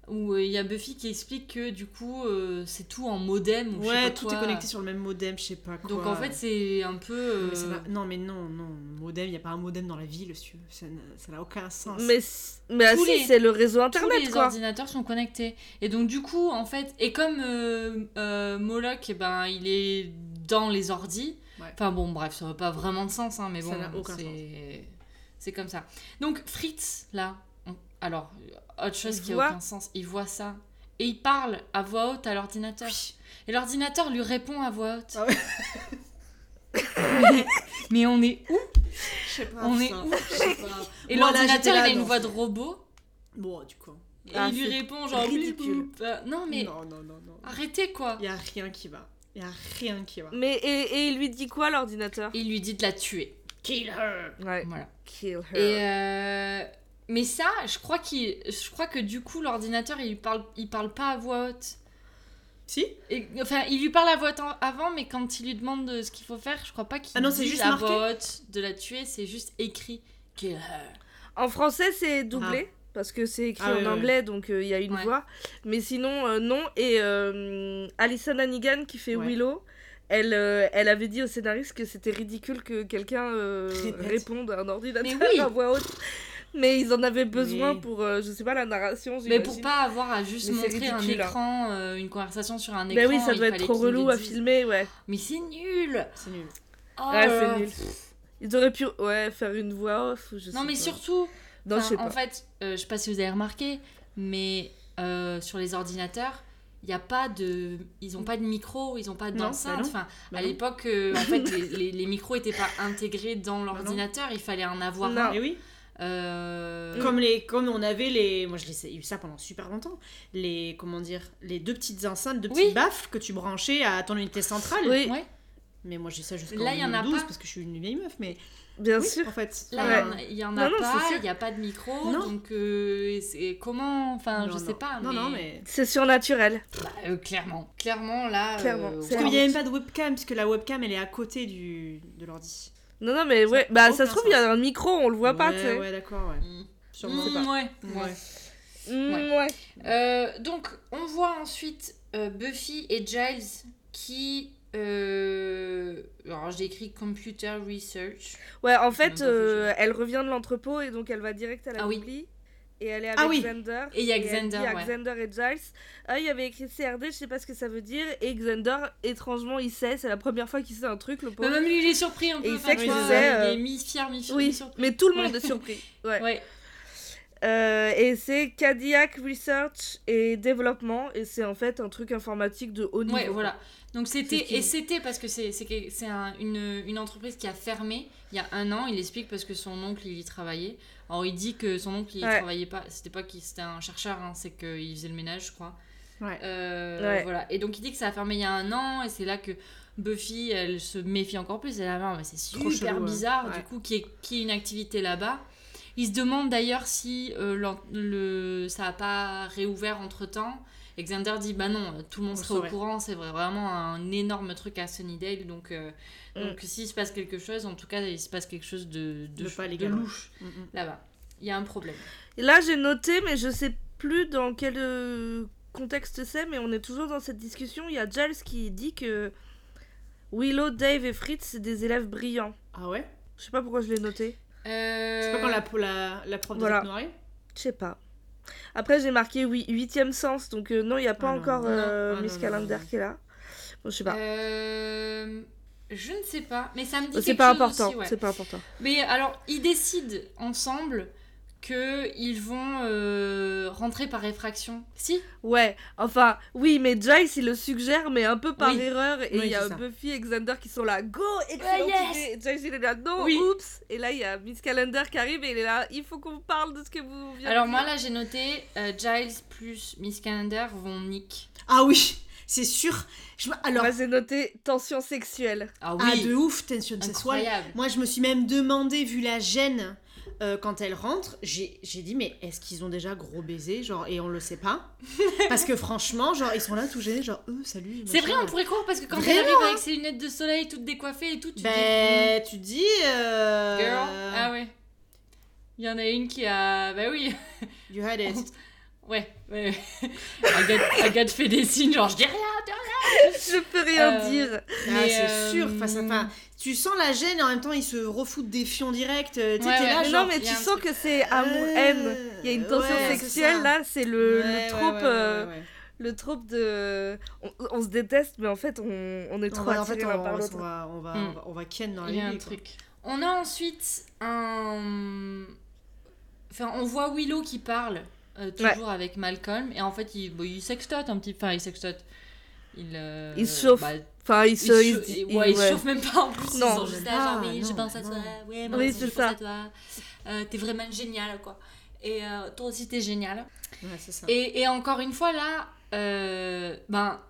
Speaker 3: où euh, il y a Buffy qui explique que du coup euh, c'est tout en modem. Ou je sais
Speaker 4: Ouais,
Speaker 3: pas
Speaker 4: tout
Speaker 3: quoi.
Speaker 4: est connecté sur le même modem, je sais pas quoi.
Speaker 3: Donc en fait c'est un peu.
Speaker 4: Mais ça
Speaker 3: euh,
Speaker 4: n'a- Non, mais non, non, modem, il n'y a pas un modem dans la ville, si tu veux. ça n'a- ça n'a aucun sens.
Speaker 2: Mais, c- mais ah
Speaker 3: Tous
Speaker 2: si,
Speaker 3: les-
Speaker 2: c'est le réseau
Speaker 3: tous
Speaker 2: internet
Speaker 3: les
Speaker 2: quoi.
Speaker 3: ordinateurs sont connectés. Et donc du coup, en fait, et comme euh, euh, Moloch, eh ben, il est dans les ordis.
Speaker 4: Ouais.
Speaker 3: Enfin bon, bref, ça n'a pas vraiment de sens, hein, mais
Speaker 4: Ça
Speaker 3: bon,
Speaker 4: n'a aucun
Speaker 3: c'est- c'est comme ça. Donc Fritz, là, on- alors, autre chose
Speaker 2: Il
Speaker 3: qui
Speaker 2: voit.
Speaker 3: a aucun sens, il voit ça. Et il parle à voix haute à l'ordinateur. Et l'ordinateur lui répond à voix haute.
Speaker 4: Ah ouais.
Speaker 3: Mais- mais on est où
Speaker 4: Je sais pas,
Speaker 3: On est
Speaker 4: putain,
Speaker 3: où
Speaker 4: je sais pas.
Speaker 3: Et
Speaker 4: Moi, là, j'étais
Speaker 3: l'ordinateur, il
Speaker 4: là,
Speaker 3: a une
Speaker 4: non.
Speaker 3: voix de robot.
Speaker 4: Bon, du coup.
Speaker 3: Et
Speaker 2: Ah,
Speaker 3: il lui
Speaker 2: c'est
Speaker 3: répond genre
Speaker 2: ridicule.
Speaker 3: Bloup, bloup. Euh, non mais
Speaker 4: Non, non, non, non.
Speaker 3: arrêtez quoi.
Speaker 4: Il n'y a rien qui va. Il n'y a rien qui va.
Speaker 2: Mais et, et il lui dit quoi l'ordinateur
Speaker 3: Il lui dit de la tuer. Kill her.
Speaker 2: Ouais.
Speaker 3: Voilà.
Speaker 2: Kill her.
Speaker 3: Et euh, mais ça, je crois qu'il, je crois que du coup l'ordinateur il lui parle, il parle pas à voix haute.
Speaker 4: Si
Speaker 3: Et- enfin, il lui parle à voix haute en- avant, mais quand il lui demande de ce qu'il faut faire, je crois pas qu'il
Speaker 4: Ah non, c'est
Speaker 3: dise
Speaker 4: juste
Speaker 3: à
Speaker 4: marqué.
Speaker 3: voix haute de la tuer, c'est juste écrit. euh, Kill her.
Speaker 2: En français, c'est doublé. Parce que c'est écrit
Speaker 4: Ah,
Speaker 2: en
Speaker 4: ouais, ouais.
Speaker 2: anglais, donc euh, il y a une
Speaker 3: Ouais.
Speaker 2: voix. Mais sinon, euh, non. Et euh, Alison Hannigan, qui fait
Speaker 4: Ouais.
Speaker 2: Willow, elle, euh, elle avait dit au scénariste que c'était ridicule que quelqu'un euh,
Speaker 4: Répète.
Speaker 2: réponde à un ordinateur
Speaker 3: Mais oui.
Speaker 2: à voix haute. Mais ils en avaient besoin
Speaker 4: Oui.
Speaker 2: pour, euh, je sais pas, la narration.
Speaker 3: Mais pour
Speaker 2: j'imagine.
Speaker 3: pas avoir à juste
Speaker 2: bah, Mais c'est
Speaker 3: montrer un
Speaker 2: ridicule, hein.
Speaker 3: écran, euh, une conversation sur un écran.
Speaker 2: Ben oui, ça
Speaker 3: il
Speaker 2: doit être
Speaker 3: fallait
Speaker 2: trop
Speaker 3: qu'il le
Speaker 2: relou à
Speaker 3: dise.
Speaker 2: filmer, ouais.
Speaker 3: Mais c'est nul.
Speaker 4: C'est nul.
Speaker 3: Oh
Speaker 2: Ouais,
Speaker 3: là là.
Speaker 2: c'est nul. Ils auraient pu ouais, faire une voix off. ou Je
Speaker 3: Non
Speaker 2: sais
Speaker 3: mais
Speaker 2: pas.
Speaker 3: surtout,
Speaker 2: Non, je
Speaker 3: Enfin,
Speaker 2: sais
Speaker 3: en
Speaker 2: pas.
Speaker 3: fait, euh, je sais pas si vous avez remarqué, mais euh, sur les ordinateurs, il y a pas de, ils ont pas de micro, ils ont pas
Speaker 4: Non, bah
Speaker 3: d'enceinte.
Speaker 4: non,
Speaker 3: Enfin,
Speaker 4: bah
Speaker 3: à
Speaker 4: non.
Speaker 3: l'époque, euh, en fait, les, les- les micros étaient pas intégrés dans
Speaker 4: Bah
Speaker 3: l'ordinateur, il fallait en avoir.
Speaker 2: Non.
Speaker 3: un.
Speaker 4: Et oui
Speaker 3: Euh,
Speaker 4: Comme, les, comme on avait les. Moi, je l'ai eu ça pendant super longtemps. Les. Comment dire Les deux petites enceintes, deux
Speaker 3: Oui.
Speaker 4: petites baffes que tu branchais à ton unité centrale.
Speaker 2: Oui,
Speaker 3: ouais.
Speaker 4: Mais moi, j'ai ça jusqu'en
Speaker 3: Là, il y en a
Speaker 4: 2012,
Speaker 3: pas.
Speaker 4: parce que je suis une vieille meuf, mais.
Speaker 2: bien
Speaker 4: oui,
Speaker 2: sûr.
Speaker 4: En fait.
Speaker 3: Là,
Speaker 4: Enfin,
Speaker 3: il y en
Speaker 2: Non,
Speaker 3: a
Speaker 2: non,
Speaker 3: pas,
Speaker 2: c'est sûr.
Speaker 3: il n'y a pas de micro,
Speaker 4: Non.
Speaker 3: donc euh, c'est comment Enfin,
Speaker 4: non,
Speaker 3: je
Speaker 4: non.
Speaker 3: sais pas.
Speaker 4: Non,
Speaker 3: mais...
Speaker 4: non, mais.
Speaker 2: C'est surnaturel.
Speaker 3: Bah, euh, clairement, clairement là.
Speaker 2: Clairement,
Speaker 3: euh,
Speaker 2: c'est-
Speaker 4: Parce qu'il n'y a même pas de webcam, puisque la webcam, elle est à côté du... de l'ordi.
Speaker 2: Non, non, mais
Speaker 4: Ça
Speaker 2: ouais.
Speaker 4: n'a
Speaker 2: Bah, ça
Speaker 4: aucun
Speaker 2: se trouve, il y a un micro, on le voit pas, tu
Speaker 4: Ouais,
Speaker 2: sais.
Speaker 4: ouais, d'accord, ouais.
Speaker 3: Mm.
Speaker 4: Sûrement
Speaker 3: Mm,
Speaker 4: pas.
Speaker 3: ouais, ouais.
Speaker 4: Ouais.
Speaker 2: Mm,
Speaker 3: Ouais.
Speaker 2: ouais.
Speaker 3: Euh, donc, on voit ensuite euh, Buffy et Giles qui. euh, Alors, j'ai écrit Computer Research.
Speaker 2: Ouais, en
Speaker 3: J'ai
Speaker 2: fait,
Speaker 3: même pas fait
Speaker 2: euh,
Speaker 3: chier.
Speaker 2: elle revient de l'entrepôt et donc elle va direct à la
Speaker 3: Ah oui.
Speaker 2: Bibli. Et elle est avec
Speaker 4: Ah oui.
Speaker 2: Xander.
Speaker 3: Et il y a
Speaker 2: elle
Speaker 3: Xander,
Speaker 2: dit à
Speaker 3: ouais.
Speaker 2: Xander et Giles. Ah, il y avait écrit CRD, je sais pas ce que ça veut dire. Et Xander, étrangement, il sait. C'est la première fois qu'il sait un truc, le
Speaker 3: Bah,
Speaker 2: pauvre.
Speaker 3: même lui, il est surpris un
Speaker 2: Et
Speaker 3: peu.
Speaker 2: il
Speaker 3: enfin,
Speaker 2: sait
Speaker 3: tu
Speaker 4: qu'il
Speaker 3: vois,
Speaker 2: sait,
Speaker 3: Il
Speaker 2: euh,
Speaker 3: est mi-fier, mi-fier.
Speaker 2: Oui,
Speaker 3: mi-surpris.
Speaker 2: mais tout le monde
Speaker 3: Ouais.
Speaker 2: est surpris. Ouais.
Speaker 3: Ouais.
Speaker 2: Euh, et c'est Cadillac Research et Développement. Et c'est en fait un truc informatique de haut niveau.
Speaker 3: Ouais, voilà. Donc
Speaker 2: C'est ce
Speaker 3: c'était
Speaker 2: qu'il
Speaker 3: et
Speaker 2: dit.
Speaker 3: c'était parce que c'est c'est que- c'est un- une, une entreprise qui a fermé il y a un an. Il explique parce que son oncle il y travaillait. Alors il dit que son oncle il y
Speaker 2: Ouais.
Speaker 3: travaillait pas. C'était pas qu'il c'était un chercheur, hein, c'est qu'il faisait le ménage, je crois.
Speaker 4: Ouais.
Speaker 3: Euh,
Speaker 2: Ouais.
Speaker 3: Voilà. Et donc il dit que ça a fermé il y a un an et c'est là que Buffy elle se méfie encore plus. Elle a marre, mais c'est
Speaker 4: Trop
Speaker 3: super
Speaker 2: hein.
Speaker 4: chelou, ouais.
Speaker 3: bizarre
Speaker 4: Ouais.
Speaker 3: du coup qui est qui ait une activité là-bas. Il se demande d'ailleurs si euh, l'en- le, ça a pas réouvert entre temps. Et Xander dit bah non, euh, tout le monde
Speaker 4: On le
Speaker 3: serait au
Speaker 4: saurait.
Speaker 3: courant, c'est vrai- vraiment un énorme truc à Sunnydale, donc, euh,
Speaker 2: Mm.
Speaker 3: donc s'il se passe quelque chose, en tout cas il se passe quelque chose de, de,
Speaker 4: De
Speaker 3: ch-
Speaker 4: pas
Speaker 3: de
Speaker 4: légal.
Speaker 3: louche
Speaker 4: Mm, mm.
Speaker 3: là-bas. Il y a un problème.
Speaker 2: Et là, j'ai noté, mais je sais plus dans quel euh, contexte c'est, mais on est toujours dans cette discussion. Il y a Giles qui dit que Willow, Dave et Fritz, c'est des élèves brillants.
Speaker 4: Ah ouais
Speaker 2: Je sais pas pourquoi je l'ai noté.
Speaker 3: Euh,
Speaker 4: C'est pas quand la, la, la prof
Speaker 2: Voilà.
Speaker 4: de noirée
Speaker 2: Je sais pas. Après, j'ai marqué oui, huitième sens, donc euh, non, il n'y a pas
Speaker 4: Ah non,
Speaker 2: encore
Speaker 4: non,
Speaker 2: euh,
Speaker 4: ah non,
Speaker 2: Miss
Speaker 4: non,
Speaker 2: Calendar
Speaker 4: non, non.
Speaker 2: qui est là. Bon, je sais pas.
Speaker 3: Euh, je ne sais pas, mais ça me dit
Speaker 2: c'est
Speaker 3: quelque
Speaker 2: pas
Speaker 3: chose
Speaker 2: important,
Speaker 3: aussi, ouais.
Speaker 2: c'est pas important.
Speaker 3: Mais alors, ils décident ensemble que ils vont euh, rentrer par effraction. Si
Speaker 2: Ouais, enfin, oui, mais Giles, il le suggère, mais un peu par
Speaker 3: Oui.
Speaker 2: erreur. Et il
Speaker 4: Oui,
Speaker 2: y a
Speaker 4: c'est ça. Ah,
Speaker 2: Buffy et Xander qui sont là, go, excellent
Speaker 8: Ouais, yes.
Speaker 2: idée. Et Giles, il est là, non,
Speaker 3: Oui.
Speaker 2: oups. Et là, il y a Miss Calendar qui arrive et il est là, il faut qu'on parle de ce que vous venez de
Speaker 3: Alors
Speaker 2: dire.
Speaker 3: moi là j'ai noté euh, Giles plus Miss Calendar vont nick.
Speaker 4: Ah oui C'est sûr je... me- Alors,
Speaker 2: Moi, j'ai noté tension sexuelle.
Speaker 3: Ah oui.
Speaker 4: ah de ouf, tension sexuelle.
Speaker 3: Incroyable.
Speaker 4: Moi, je me suis même demandé, vu la gêne euh, quand elle rentre, j'ai j'ai dit, mais est-ce qu'ils ont déjà gros baiser Genre, et on le sait pas. Parce que franchement, genre, ils sont là tout gênés, genre, eux, salut.
Speaker 3: C'est vrai,
Speaker 4: machin.
Speaker 3: on pourrait croire parce que quand
Speaker 4: Vraiment,
Speaker 3: elle arrive avec ses lunettes de soleil toutes décoiffées et tout, tu dis
Speaker 4: Ben, euh, tu dis. euh,
Speaker 3: "Hmm, girl, ah ouais. Il y en a une qui a bah oui,
Speaker 4: You had it.
Speaker 3: on- Ouais, ouais. ouais. Agathe, Agathe fait des signes, genre je dis rien, je dis rien.
Speaker 2: Je peux rien
Speaker 3: Euh,
Speaker 2: dire.
Speaker 4: Ah,
Speaker 3: Mais,
Speaker 4: c'est
Speaker 3: euh,
Speaker 4: sûr. Enfin, ça- enfin, tu sens la gêne et en même temps, ils se refoutent des fions direct. euh, Tu sais,
Speaker 3: Ouais,
Speaker 4: t'es
Speaker 3: ouais.
Speaker 4: là,
Speaker 2: Mais
Speaker 4: genre.
Speaker 2: non, mais
Speaker 3: il y
Speaker 2: tu
Speaker 3: a un
Speaker 2: sens que c'est amour-haine.
Speaker 4: euh,
Speaker 2: Ah, Il y a une tension
Speaker 4: ouais, c'est
Speaker 2: sexuelle
Speaker 4: ça.
Speaker 2: là, c'est le,
Speaker 4: Ouais, ouais,
Speaker 2: le trope.
Speaker 4: ouais, ouais,
Speaker 2: euh,
Speaker 4: ouais.
Speaker 2: Le trope de. On, on se déteste, mais en fait, on, on est
Speaker 4: On
Speaker 2: trop
Speaker 4: va- En
Speaker 2: attirés
Speaker 4: fait, on
Speaker 2: l'un par
Speaker 4: va-
Speaker 2: l'autre.
Speaker 4: on va- on va-
Speaker 3: Mm.
Speaker 4: on va- on va ken dans la
Speaker 3: Il y a un
Speaker 4: nuit, quoi.
Speaker 3: truc. On a ensuite un. Enfin, on voit Willow qui parle euh, toujours avec Malcolm et en fait il, bon, il sextote un petit peu. Enfin, il sextote. Il, euh,
Speaker 2: Il se chauffe.
Speaker 3: bah,
Speaker 2: Enfin, ils
Speaker 3: il
Speaker 2: se. ils
Speaker 3: se-
Speaker 2: se- ils-
Speaker 3: ouais, il se
Speaker 2: ouais.
Speaker 3: chauffe même pas en plus.
Speaker 2: Non.
Speaker 3: Ils sont juste là, genre,
Speaker 4: Ah,
Speaker 3: oui, je
Speaker 4: non,
Speaker 3: pense à toi.
Speaker 4: non.
Speaker 3: Ouais, moi
Speaker 2: Oui,
Speaker 3: aussi,
Speaker 2: c'est
Speaker 3: je
Speaker 2: ça.
Speaker 3: pense à toi. Euh, t'es vraiment génial, quoi. Et euh, toi aussi, t'es génial.
Speaker 4: Ouais, c'est ça.
Speaker 3: Et, et encore une fois, là, euh, ben,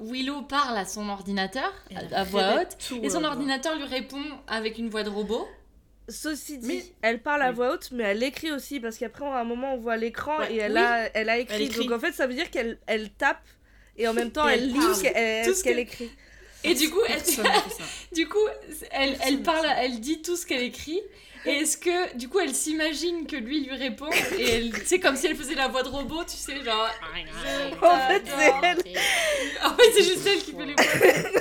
Speaker 3: Willow parle à son ordinateur, à, à voix haute, et
Speaker 4: euh,
Speaker 3: son ordinateur lui répond avec une voix de robot.
Speaker 2: Ceci dit,
Speaker 4: Mais-
Speaker 2: elle parle à
Speaker 4: Oui.
Speaker 2: voix haute, mais elle écrit aussi, parce qu'après, à un moment, on voit l'écran
Speaker 4: Ouais.
Speaker 2: et elle,
Speaker 4: Oui.
Speaker 2: a, elle a écrit.
Speaker 4: Elle écrit.
Speaker 2: Donc en fait, ça veut dire qu'elle elle tape et en même temps,
Speaker 4: Et
Speaker 2: elle,
Speaker 4: elle
Speaker 2: lit
Speaker 4: parle.
Speaker 2: ce qu'elle- elle-
Speaker 4: Tout
Speaker 2: ce
Speaker 4: ce
Speaker 2: qu'elle
Speaker 4: que-
Speaker 2: écrit.
Speaker 3: Et du coup, elle,
Speaker 4: Personne ne fait ça.
Speaker 3: du coup, elle,
Speaker 4: Personne
Speaker 3: elle
Speaker 4: ne
Speaker 3: parle,
Speaker 4: sait.
Speaker 3: elle dit tout ce qu'elle écrit. Et est-ce que, du coup, elle s'imagine que lui lui répond Et elle- c'est comme si elle faisait la voix de robot, tu sais, genre. je
Speaker 2: En fait,
Speaker 3: t'adore.
Speaker 2: c'est elle.
Speaker 3: En fait, c'est juste elle qui fait les voix.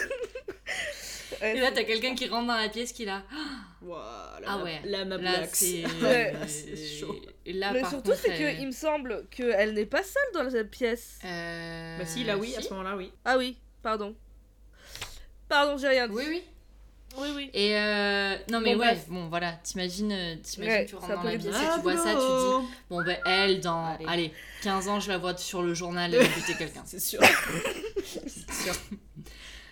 Speaker 2: Ouais,
Speaker 3: Et là, t'as quelqu'un qui rentre dans la pièce qui l'a.
Speaker 4: Ouah,
Speaker 3: Ah
Speaker 4: la,
Speaker 3: ouais.
Speaker 4: La map
Speaker 3: Là,
Speaker 4: black.
Speaker 3: c'est.
Speaker 2: Ouais.
Speaker 4: Là, c'est chaud.
Speaker 3: Et là,
Speaker 2: mais
Speaker 3: Ah, par
Speaker 2: surtout,
Speaker 3: contre,
Speaker 2: c'est
Speaker 3: elle-
Speaker 2: qu'il me semble qu'elle n'est pas seule dans la pièce.
Speaker 3: Euh,
Speaker 4: Bah si, là oui, à
Speaker 3: si.
Speaker 4: ce moment-là oui.
Speaker 2: Ah oui, pardon. Pardon, j'ai rien dit.
Speaker 3: Oui, oui.
Speaker 2: Oui, oui.
Speaker 3: Et euh, non, mais
Speaker 2: Bon,
Speaker 3: ouais,
Speaker 2: bref.
Speaker 3: bon, voilà, t'imagines, euh, t'imagines,
Speaker 2: Ouais,
Speaker 3: tu
Speaker 2: ça
Speaker 3: rentres dans
Speaker 2: peut
Speaker 3: la
Speaker 2: être
Speaker 3: pièce
Speaker 4: Ah,
Speaker 3: et tu vois ça, tu dis, bon, ben elle, dans, allez.
Speaker 4: Allez.
Speaker 3: 15 ans, je la vois sur le journal euh, buter quelqu'un.
Speaker 4: C'est sûr.
Speaker 3: C'est sûr.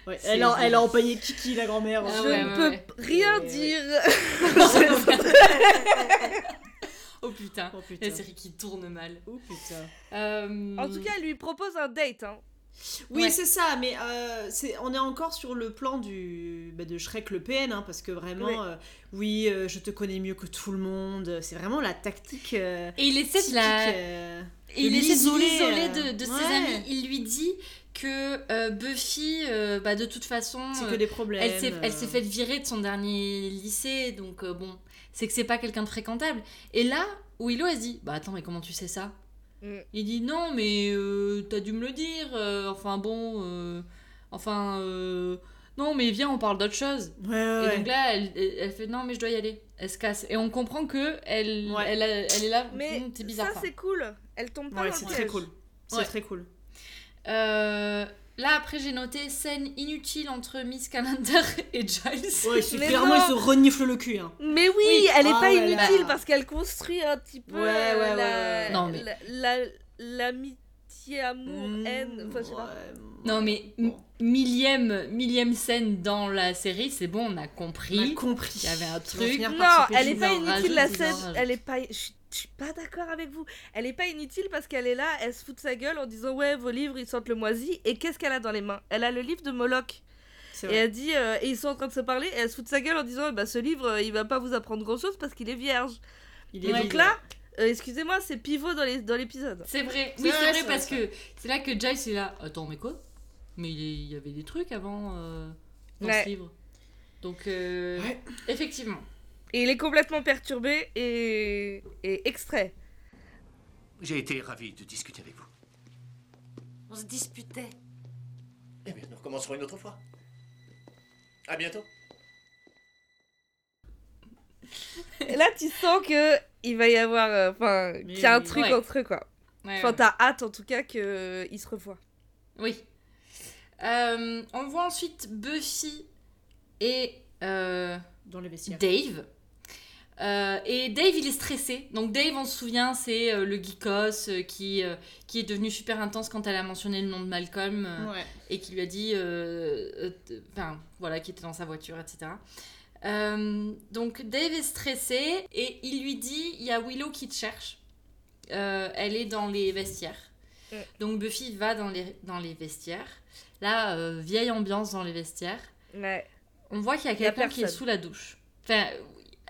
Speaker 4: Ouais,
Speaker 3: C'est-
Speaker 4: elle, a, elle a empaillé Kiki, la grand-mère. Oh,
Speaker 3: Ah
Speaker 2: Je
Speaker 3: ouais,
Speaker 2: ne
Speaker 3: ouais,
Speaker 2: peux
Speaker 3: ouais.
Speaker 2: rien
Speaker 4: Ouais, ouais.
Speaker 2: dire.
Speaker 3: Oh putain,
Speaker 4: Oh
Speaker 3: la
Speaker 4: putain.
Speaker 3: série qui tourne mal.
Speaker 4: Oh putain.
Speaker 3: Euh,
Speaker 2: en tout cas, elle lui propose un date. Hein.
Speaker 4: Oui,
Speaker 3: Ouais.
Speaker 4: c'est ça, mais euh, c'est- on est encore sur le plan du, bah, de Shrek le PN, hein, parce que vraiment,
Speaker 2: Ouais.
Speaker 4: euh, oui, euh, je te connais mieux que tout le monde. C'est vraiment la tactique. euh,
Speaker 3: et il essaie de
Speaker 4: typique,
Speaker 3: la,
Speaker 4: euh,
Speaker 3: Et il
Speaker 4: De
Speaker 3: essaie de
Speaker 4: l'isoler,
Speaker 3: l'isoler de,
Speaker 4: euh,
Speaker 3: de ses
Speaker 4: ouais.
Speaker 3: amis. Il lui dit que euh, Buffy, euh, bah, de toute façon,
Speaker 4: c'est
Speaker 3: euh,
Speaker 4: que des problèmes.
Speaker 3: elle s'est, elle s'est
Speaker 4: euh.
Speaker 3: faite virer de son dernier lycée, donc euh, bon, c'est que c'est pas quelqu'un de fréquentable. Et là, Willow, elle se dit Bah attends, mais comment tu sais ça
Speaker 2: Mm.
Speaker 3: Il dit Non, mais euh, t'as dû me le dire, euh, enfin bon, euh, enfin, euh, non, mais viens, on parle d'autre chose.
Speaker 4: Ouais, ouais,
Speaker 3: Et
Speaker 4: ouais.
Speaker 3: donc là, elle, elle- elle fait Non, mais je dois y aller. Elle se casse. Et on comprend que elle,
Speaker 4: Ouais.
Speaker 3: elle, a- elle est là,
Speaker 2: Mais
Speaker 3: Hum, t'es bizarre.
Speaker 2: ça,
Speaker 3: quoi.
Speaker 2: c'est cool. Elle tombe pas
Speaker 4: Ouais,
Speaker 2: dans le
Speaker 4: c'est
Speaker 2: piège.
Speaker 4: très cool. C'est
Speaker 3: Ouais.
Speaker 4: très cool.
Speaker 3: Euh, là, après, j'ai noté scène inutile entre Miss Calendar et Giles.
Speaker 4: Ouais, c'est
Speaker 2: Mais
Speaker 4: clairement,
Speaker 2: non.
Speaker 4: ils se reniflent le cul. Hein.
Speaker 2: Mais oui,
Speaker 4: Oui.
Speaker 2: elle est
Speaker 4: Ah
Speaker 2: pas
Speaker 4: ouais,
Speaker 2: inutile
Speaker 4: là.
Speaker 2: parce qu'elle construit un petit peu
Speaker 4: Ouais, ouais,
Speaker 2: euh, la-
Speaker 4: ouais, ouais.
Speaker 3: Non, mais-
Speaker 2: la- la- l'amitié, amour,
Speaker 4: Hmm.
Speaker 2: haine. Enfin, je sais pas.
Speaker 4: Ouais,
Speaker 3: Non, mais m-
Speaker 4: bon.
Speaker 3: millième, millième scène dans la série, c'est bon, on a
Speaker 4: On
Speaker 3: compris.
Speaker 4: a compris.
Speaker 3: Il y avait un
Speaker 4: Ils vont
Speaker 3: truc.
Speaker 4: finir par
Speaker 2: Non,
Speaker 4: se
Speaker 2: elle est
Speaker 4: pécho.
Speaker 2: pas
Speaker 3: ils en
Speaker 2: inutile la
Speaker 3: rajoutent, ils en
Speaker 2: scène.
Speaker 3: rajoutent.
Speaker 2: Elle est pas. Je suis- je suis pas d'accord avec vous. Elle est pas inutile parce qu'elle est là, elle se fout de sa gueule en disant ouais vos livres ils sentent le moisi et qu'est-ce qu'elle a dans les mains Elle a le livre de Moloch
Speaker 4: C'est
Speaker 2: et
Speaker 4: vrai.
Speaker 2: elle dit euh, et ils sont en train de se parler et elle se fout de sa gueule en disant Eh bah ce livre euh, il va pas vous apprendre grand chose parce qu'il est vierge.
Speaker 4: Il
Speaker 2: Et
Speaker 4: est
Speaker 2: donc
Speaker 4: vide.
Speaker 2: là, euh, excusez-moi c'est pivot dans les dans l'épisode.
Speaker 3: C'est vrai,
Speaker 4: C'est
Speaker 3: oui,
Speaker 4: vrai,
Speaker 3: c'est vrai,
Speaker 4: c'est
Speaker 3: parce
Speaker 4: vrai,
Speaker 3: que c'est là que Giles est là. Attends, mais quoi Mais il y- il y avait des trucs avant euh, dans
Speaker 2: Ouais.
Speaker 3: ce livre. Donc, euh,
Speaker 4: Ouais.
Speaker 3: effectivement.
Speaker 2: Et il est complètement perturbé et et extrait.
Speaker 5: J'ai été ravi de discuter avec vous.
Speaker 6: On se disputait.
Speaker 5: Eh bien, nous recommencerons une autre fois. À bientôt.
Speaker 2: Et là tu sens que il va y avoir euh, enfin
Speaker 4: Mais
Speaker 2: qu'il y a un
Speaker 4: oui.
Speaker 2: truc
Speaker 3: Ouais.
Speaker 2: entre eux quoi.
Speaker 3: Ouais,
Speaker 2: Enfin
Speaker 3: ouais.
Speaker 2: t'as hâte en tout cas que euh, il se revoient.
Speaker 3: Oui. Euh, on voit ensuite Buffy et euh,
Speaker 4: Dans les vestiaires.
Speaker 3: Dave. Euh, et Dave, il est stressé. Donc Dave, on se souvient, c'est euh, le geekos euh, qui, euh, qui est devenu super intense quand elle a mentionné le nom de Malcolm euh,
Speaker 4: Ouais.
Speaker 3: et qui lui a dit, euh, euh, t- enfin voilà, qui était dans sa voiture, etc. Euh, donc Dave est stressé et il lui dit, il y a Willow qui te cherche. Euh, elle est dans les vestiaires.
Speaker 2: Mm.
Speaker 3: Donc Buffy va dans les, dans les vestiaires. Là, euh, vieille ambiance dans les vestiaires.
Speaker 2: Ouais.
Speaker 3: On voit qu'il y a
Speaker 2: Il y a
Speaker 3: quelqu'un qui est
Speaker 2: personne.
Speaker 3: sous la douche. Enfin,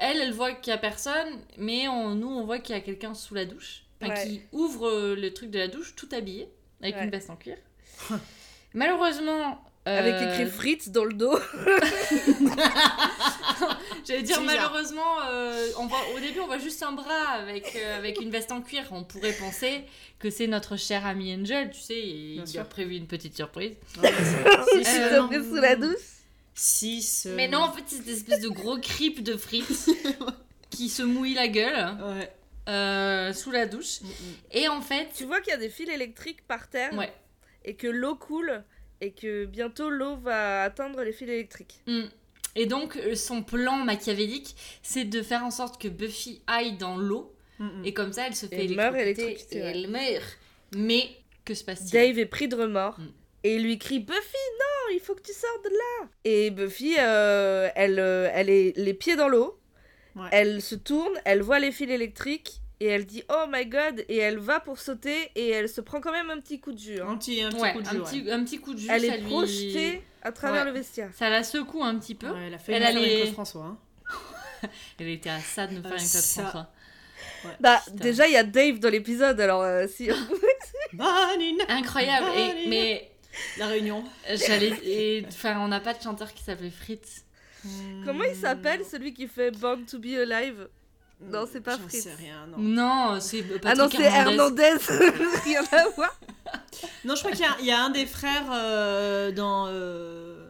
Speaker 3: elle, elle voit qu'il y a personne, mais on- nous, on voit qu'il y a quelqu'un sous la douche, Enfin,
Speaker 2: Ouais.
Speaker 3: qui ouvre euh, le truc de la douche, tout habillé, avec
Speaker 2: Ouais.
Speaker 3: une veste en cuir. Malheureusement, euh,
Speaker 2: Euh, Avec écrit frites dans le dos.
Speaker 3: J'allais dire
Speaker 4: C'est bizarre.
Speaker 3: malheureusement, euh, on voit, au début on voit juste un bras avec, euh, avec une veste en cuir. On pourrait penser que c'est notre cher ami Angel, tu sais, il,
Speaker 4: Bien
Speaker 3: il a
Speaker 4: sûr.
Speaker 3: prévu une petite surprise.
Speaker 4: Si
Speaker 2: Tu
Speaker 3: Euh,
Speaker 2: t'es pris sous la douce
Speaker 4: 6.
Speaker 3: Mais non, en fait c'est une espèce de gros creep de frites qui se mouille la gueule
Speaker 4: Ouais.
Speaker 3: euh, sous la douche.
Speaker 2: Mm,
Speaker 3: Et en fait,
Speaker 2: Tu vois qu'il y a des fils électriques par terre
Speaker 3: ouais.
Speaker 2: et que l'eau coule et que bientôt l'eau va atteindre les fils électriques.
Speaker 3: Mm. Et donc, euh, son plan machiavélique, c'est de faire en sorte que Buffy aille dans l'eau,
Speaker 2: mm,
Speaker 4: Mm.
Speaker 3: et comme ça, elle se fait
Speaker 2: Elle meurt
Speaker 3: électrocuter
Speaker 2: électrocutée,
Speaker 3: et
Speaker 2: ouais.
Speaker 3: elle meurt. Mais que se passe-t-il
Speaker 2: Dave est pris de remords
Speaker 3: Mm.
Speaker 2: et il lui crie Buffy, non, il faut que tu sortes de là. Et Buffy, euh, elle, euh, elle est les pieds dans l'eau,
Speaker 4: Ouais.
Speaker 2: elle se tourne, elle voit les fils électriques et elle dit Oh my god et elle va pour sauter et elle se prend quand même un petit coup de jus. hein.
Speaker 4: Un petit, un petit
Speaker 3: Ouais,
Speaker 4: coup de
Speaker 3: un,
Speaker 4: jus,
Speaker 3: petit,
Speaker 4: ouais.
Speaker 3: un petit coup de jus,
Speaker 2: Elle
Speaker 3: ça
Speaker 2: est
Speaker 3: lui-
Speaker 2: projetée à travers
Speaker 3: Ouais.
Speaker 2: le vestiaire.
Speaker 3: Ça la secoue un petit peu.
Speaker 4: Ouais, elle a fait
Speaker 3: Elle
Speaker 4: une
Speaker 3: allait-
Speaker 4: connerie avec François. hein.
Speaker 3: Elle était à ça de nous faire
Speaker 4: Ah,
Speaker 3: une tête
Speaker 4: ça.
Speaker 3: François.
Speaker 2: Bah,
Speaker 3: Putain.
Speaker 2: déjà, il y a Dave dans l'épisode, alors euh, si.
Speaker 4: Bonne
Speaker 3: Incroyable. Et- mais
Speaker 4: La réunion.
Speaker 3: j'allais. et- Enfin, on n'a pas de chanteur qui s'appelait Fritz.
Speaker 2: Comment
Speaker 3: Hmm.
Speaker 2: il s'appelle celui qui fait Born to be Alive Non, c'est pas
Speaker 4: Hmm. J'en
Speaker 2: Fritz.
Speaker 4: sais rien, non.
Speaker 3: Non, c'est Patrick
Speaker 2: Ah non, c'est
Speaker 3: Hernandez.
Speaker 2: Hernandez Rien à voir
Speaker 4: Non, je crois qu'il y a- il y, a un des frères euh, dans. euh,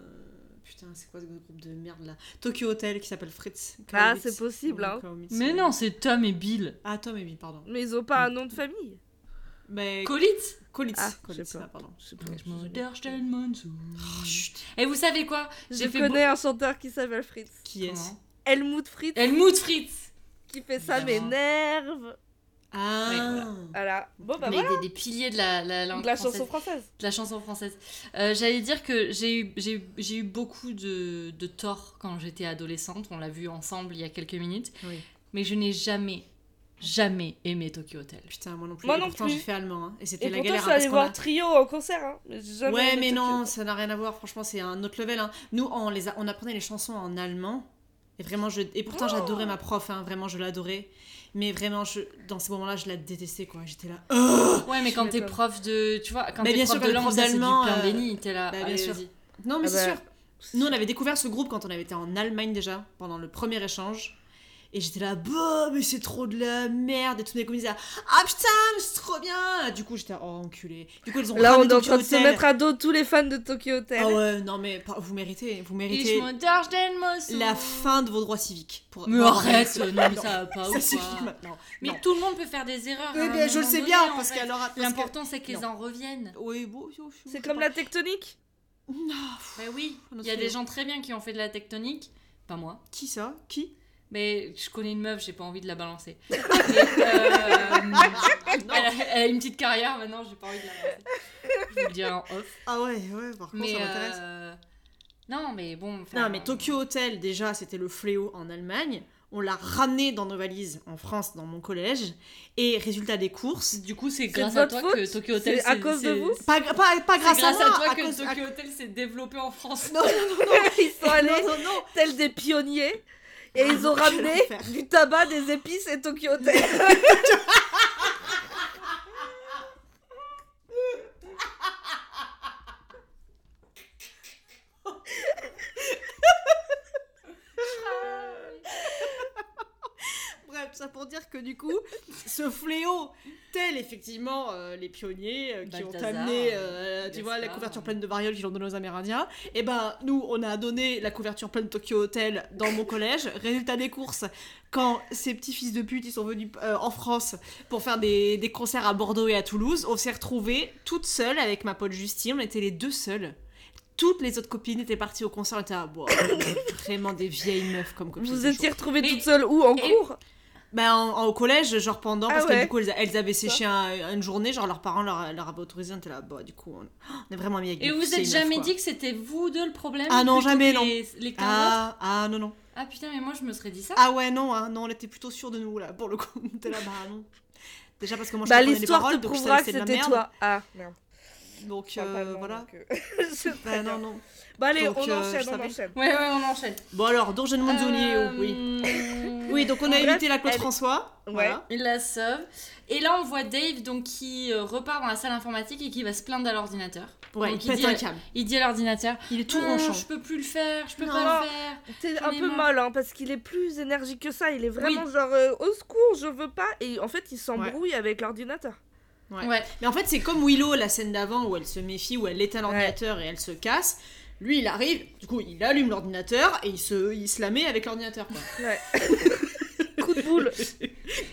Speaker 4: Putain, c'est quoi ce groupe de merde là Tokyo Hotel qui s'appelle Fritz.
Speaker 2: Ah,
Speaker 4: Kaoritz.
Speaker 2: c'est possible,
Speaker 4: Ou
Speaker 2: hein.
Speaker 4: Kaoritz,
Speaker 3: Mais
Speaker 4: euh.
Speaker 3: non, c'est Tom et Bill.
Speaker 4: Ah, Tom et Bill, pardon.
Speaker 2: Mais ils ont pas un nom de famille.
Speaker 4: Mais.
Speaker 3: Colite
Speaker 4: Colitz.
Speaker 2: Ah,
Speaker 4: Colitz,
Speaker 2: je sais pas.
Speaker 4: ah, pardon.
Speaker 2: Je, sais pas.
Speaker 3: Je me
Speaker 4: Oh,
Speaker 3: Et vous savez quoi
Speaker 2: Je
Speaker 3: fait
Speaker 2: connais un chanteur qui s'abeau Fritz.
Speaker 4: Qui est-ce
Speaker 3: Comment
Speaker 2: Helmut Fritz
Speaker 3: Helmut Fritz
Speaker 2: qui fait ça
Speaker 3: Évidemment.
Speaker 2: m'énerve.
Speaker 4: Ah
Speaker 3: Oui, voilà.
Speaker 2: Voilà. Bon, bah
Speaker 3: Mais
Speaker 2: voilà.
Speaker 3: des, des piliers de la, la langue
Speaker 2: Donc la
Speaker 3: française.
Speaker 2: chanson française.
Speaker 3: De la chanson française. Euh, J'allais dire que j'ai eu, j'ai eu- j'ai eu beaucoup de, de torts quand j'étais adolescente. On l'a vu ensemble il y a quelques minutes.
Speaker 4: Oui.
Speaker 3: Mais je n'ai jamais, jamais aimé Tokyo Hotel.
Speaker 4: Putain, moi non plus.
Speaker 2: Moi
Speaker 4: Et
Speaker 2: non
Speaker 4: pourtant,
Speaker 2: plus.
Speaker 4: j'ai fait allemand. hein. Et c'était
Speaker 2: Et
Speaker 4: la
Speaker 2: pourtant, je
Speaker 4: galère.
Speaker 2: suis
Speaker 4: hein,
Speaker 2: allée
Speaker 4: parce qu'on a-
Speaker 2: voir Trio en concert. Hein. Mais j'ai jamais
Speaker 4: Ouais,
Speaker 2: aimé
Speaker 4: mais
Speaker 2: Tokyo.
Speaker 4: non, ça n'a rien à voir. Franchement, c'est un autre level. hein. Nous, on, les a- on apprenait les chansons en allemand. Et vraiment, je... et pourtant,
Speaker 2: Oh.
Speaker 4: j'adorais ma prof. hein. Vraiment, je l'adorais. Mais vraiment, je... dans ces moments-là, je la détestais, quoi. J'étais là. Oh
Speaker 3: Ouais, mais quand
Speaker 2: suis
Speaker 3: t'es
Speaker 2: d'accord.
Speaker 3: prof de. Tu vois, quand
Speaker 4: Mais
Speaker 3: t'es
Speaker 4: bien
Speaker 3: prof
Speaker 4: sûr,
Speaker 3: de
Speaker 4: quand le
Speaker 3: langue,
Speaker 4: prof
Speaker 3: ça, c'est du
Speaker 4: d'allemand,
Speaker 3: plein
Speaker 4: euh,
Speaker 3: béni. T'es là. Ah,
Speaker 4: bah, bien
Speaker 3: allez,
Speaker 4: sûr.
Speaker 3: vas-y.
Speaker 4: non, mais
Speaker 2: Ah
Speaker 4: c'est
Speaker 2: bah.
Speaker 4: sûr. Nous, on avait découvert ce groupe quand on avait été en Allemagne déjà, pendant le premier échange. Et j'étais là, bah, mais c'est trop de la merde. Et tous mes copines disaient, ah putain, mais c'est trop bien. Du coup, j'étais, oh enculé. Du coup, ils ont
Speaker 2: Là, on est
Speaker 4: ramé
Speaker 2: en
Speaker 4: Tokyo
Speaker 2: train de se
Speaker 4: Hotel.
Speaker 2: mettre à dos tous les fans de Tokyo Hotel.
Speaker 4: Ah ouais, non, mais par- vous méritez, vous méritez.
Speaker 3: Ich m'endors, je donne mon sou.
Speaker 4: la fin de vos droits civiques. Pour...
Speaker 3: Mais
Speaker 4: Non,
Speaker 3: arrête,
Speaker 4: non,
Speaker 3: non, mais ça va pas.
Speaker 4: ça
Speaker 3: ou quoi Ah,
Speaker 4: suffit maintenant.
Speaker 3: Mais
Speaker 4: Non.
Speaker 3: tout le monde peut faire des erreurs. à
Speaker 4: Oui,
Speaker 3: un
Speaker 4: mais je le
Speaker 3: moment
Speaker 4: sais
Speaker 3: donné,
Speaker 4: bien,
Speaker 3: en
Speaker 4: parce
Speaker 3: fait.
Speaker 4: qu'alors. parce que-
Speaker 3: L'important, c'est qu'ils
Speaker 4: Non.
Speaker 3: en reviennent.
Speaker 4: Oui, bon, je- je-
Speaker 2: C'est
Speaker 4: je
Speaker 2: comme
Speaker 4: sais
Speaker 2: la tectonique.
Speaker 4: pas. Non, pff,
Speaker 3: Bah oui,
Speaker 4: Notre
Speaker 3: il y a des
Speaker 4: film.
Speaker 3: gens très bien qui ont fait de la tectonique, pas moi.
Speaker 4: Qui ça Qui
Speaker 3: Mais je connais une meuf, j'ai pas envie de la balancer. Mais, euh, elle, a, elle a une petite carrière maintenant, j'ai pas envie de la balancer. Je vous le dirai en off.
Speaker 4: Ah ouais, ouais, par contre,
Speaker 3: Mais
Speaker 4: ça m'intéresse.
Speaker 3: euh, non, mais bon. enfin,
Speaker 4: Non, mais Tokyo Hotel, déjà, c'était le fléau en Allemagne. On l'a ramené dans nos valises en France, dans mon collège. Et résultat des courses.
Speaker 3: Du coup, c'est
Speaker 2: de
Speaker 3: grâce à
Speaker 2: votre
Speaker 3: toi
Speaker 2: faute
Speaker 3: que Tokyo Hotel.
Speaker 2: C'est à cause de
Speaker 3: c'est-
Speaker 2: vous
Speaker 3: c'est
Speaker 4: Pas, pas, pas grâce,
Speaker 3: grâce, à,
Speaker 4: moi,
Speaker 3: toi que
Speaker 4: cause-
Speaker 3: Tokyo Hotel s'est développé en France.
Speaker 4: Non, non, non,
Speaker 2: Ils sont allés
Speaker 4: non, non, Ah, non.
Speaker 2: tels des pionniers et ils ont ramené
Speaker 4: l'enfer.
Speaker 2: du tabac, des épices et Tokyo Hotel.
Speaker 4: Bref, ça pour dire que du coup, ce fléau, tel effectivement euh, les pionniers euh, qui ont
Speaker 3: Balthazar,
Speaker 4: amené, euh, tu
Speaker 3: Gaspard.
Speaker 4: vois, la couverture pleine de variole qu'ils ont donnée aux Amérindiens, et ben nous, on a donné la couverture pleine de Tokyo Hotel dans mon collège. Résultat des courses, quand ces petits fils de pute, ils sont venus euh, en France pour faire des, des concerts à Bordeaux et à Toulouse, on s'est retrouvés toutes seules avec ma pote Justine, on était les deux seules. Toutes les autres copines étaient parties au concert, on était là, Wow, on est vraiment des vieilles meufs comme copines.
Speaker 2: Vous
Speaker 4: c'est chaud.
Speaker 2: étiez retrouvées
Speaker 3: Mais-
Speaker 2: toutes seules où En
Speaker 3: et-
Speaker 2: cours
Speaker 4: Bah en- en- au collège, genre pendant,
Speaker 2: Ah
Speaker 4: parce que
Speaker 2: ouais.
Speaker 4: du coup elles, elles avaient séché un- une journée, genre leurs parents leur, leur avaient autorisé, on était là, bah du coup on, on est vraiment mis avec
Speaker 3: Et
Speaker 4: des
Speaker 3: vous
Speaker 4: vieilles
Speaker 3: êtes jamais
Speaker 4: meufs, quoi.
Speaker 3: dit que c'était vous deux le problème
Speaker 4: Ah non,
Speaker 3: plutôt
Speaker 4: jamais,
Speaker 3: que
Speaker 4: non.
Speaker 3: Les, les quinze autres
Speaker 4: Ah, ah non, non.
Speaker 3: ah putain, mais moi je me serais dit ça.
Speaker 4: Ah ouais, non, hein, non, on était plutôt sûrs de nous là, pour le coup, on était là, bah non. Déjà parce que moi je
Speaker 2: Bah
Speaker 4: comprenais les
Speaker 2: l'histoire te
Speaker 4: paroles, donc je
Speaker 2: prouvera
Speaker 4: savais que
Speaker 2: que
Speaker 4: c'était de la
Speaker 2: c'était
Speaker 4: merde.
Speaker 2: toi. Ah merde.
Speaker 4: Donc
Speaker 2: Enfin, pas
Speaker 4: euh,
Speaker 2: non,
Speaker 4: voilà.
Speaker 2: donc, euh, je sais
Speaker 4: Bah
Speaker 2: pas
Speaker 4: non,
Speaker 2: dire.
Speaker 4: non.
Speaker 2: Bon allez,
Speaker 4: Donc,
Speaker 2: on
Speaker 4: euh, je
Speaker 2: enchaîne, on
Speaker 4: savais.
Speaker 2: enchaîne.
Speaker 3: Ouais, ouais, on enchaîne.
Speaker 4: Bon alors, Donjon Manzoni,
Speaker 3: Euh,
Speaker 4: oui. Oui, donc on a
Speaker 2: En bref,
Speaker 4: évité la Claude
Speaker 2: elle-
Speaker 4: François.
Speaker 2: Ouais.
Speaker 4: Voilà.
Speaker 3: Il la sauve. Et là, on voit Dave donc qui euh, repart dans la salle informatique et qui va se plaindre à l'ordinateur.
Speaker 4: Ouais,
Speaker 3: Donc,
Speaker 4: il pète
Speaker 3: dit,
Speaker 4: un câble.
Speaker 3: il dit à l'ordinateur
Speaker 4: Il est
Speaker 2: Ah,
Speaker 4: tout
Speaker 3: Non,
Speaker 4: ronchon.
Speaker 3: Je peux plus le faire, je peux
Speaker 2: Non.
Speaker 3: pas le faire.
Speaker 2: C'est
Speaker 3: J'en
Speaker 2: un
Speaker 3: ai
Speaker 2: peu
Speaker 3: marre.
Speaker 2: molle, hein, parce qu'il est plus énergique que ça. Il est vraiment genre euh, au secours, je veux pas. Et en fait, il s'embrouille avec l'ordinateur.
Speaker 4: Ouais.
Speaker 3: Ouais.
Speaker 4: Mais en fait, c'est comme Willow, la scène d'avant où elle se méfie, où elle éteint l'ordinateur et elle se casse. Lui, il arrive, du coup, il allume l'ordinateur et il se, il se la met avec l'ordinateur. quoi.
Speaker 2: Ouais. Coup de boule.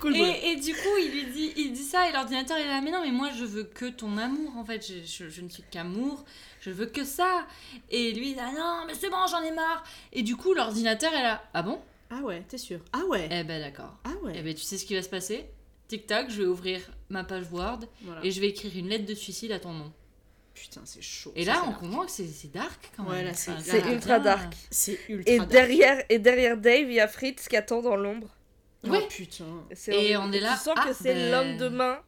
Speaker 4: Cool, cool.
Speaker 3: Et, et du coup, il lui dit, il dit ça et l'ordinateur il est là, mais non, mais moi je veux que ton amour en fait, je, je- je ne suis qu'amour, je veux que ça. Et lui, il dit, ah non, mais c'est bon, j'en ai marre. Et du coup, l'ordinateur est là, ah bon
Speaker 4: Ah ouais, t'es sûr Ah ouais
Speaker 3: Eh ben d'accord.
Speaker 4: Ah ouais
Speaker 3: Eh ben tu sais ce qui va se passer Tic-tac, je vais ouvrir ma page Word
Speaker 4: Voilà.
Speaker 3: et je vais écrire une lettre de suicide à ton nom.
Speaker 4: Putain, c'est chaud.
Speaker 3: Et
Speaker 4: ça,
Speaker 3: là,
Speaker 4: c'est
Speaker 3: on
Speaker 4: dark.
Speaker 3: comprend que c'est c'est dark quand
Speaker 4: Ouais,
Speaker 3: même.
Speaker 4: là, c'est-
Speaker 3: Enfin,
Speaker 4: C'est
Speaker 3: ça
Speaker 2: ultra
Speaker 3: devient-
Speaker 2: dark.
Speaker 4: C'est ultra
Speaker 2: Et
Speaker 4: dark.
Speaker 2: derrière, et derrière Dave, il y a Fritz qui attend dans l'ombre.
Speaker 4: Oh
Speaker 3: Oui.
Speaker 4: putain.
Speaker 2: C'est
Speaker 3: Et
Speaker 2: horrible.
Speaker 3: on est là,
Speaker 2: Tu sens
Speaker 3: ah,
Speaker 2: que c'est
Speaker 3: ben.
Speaker 2: lendemain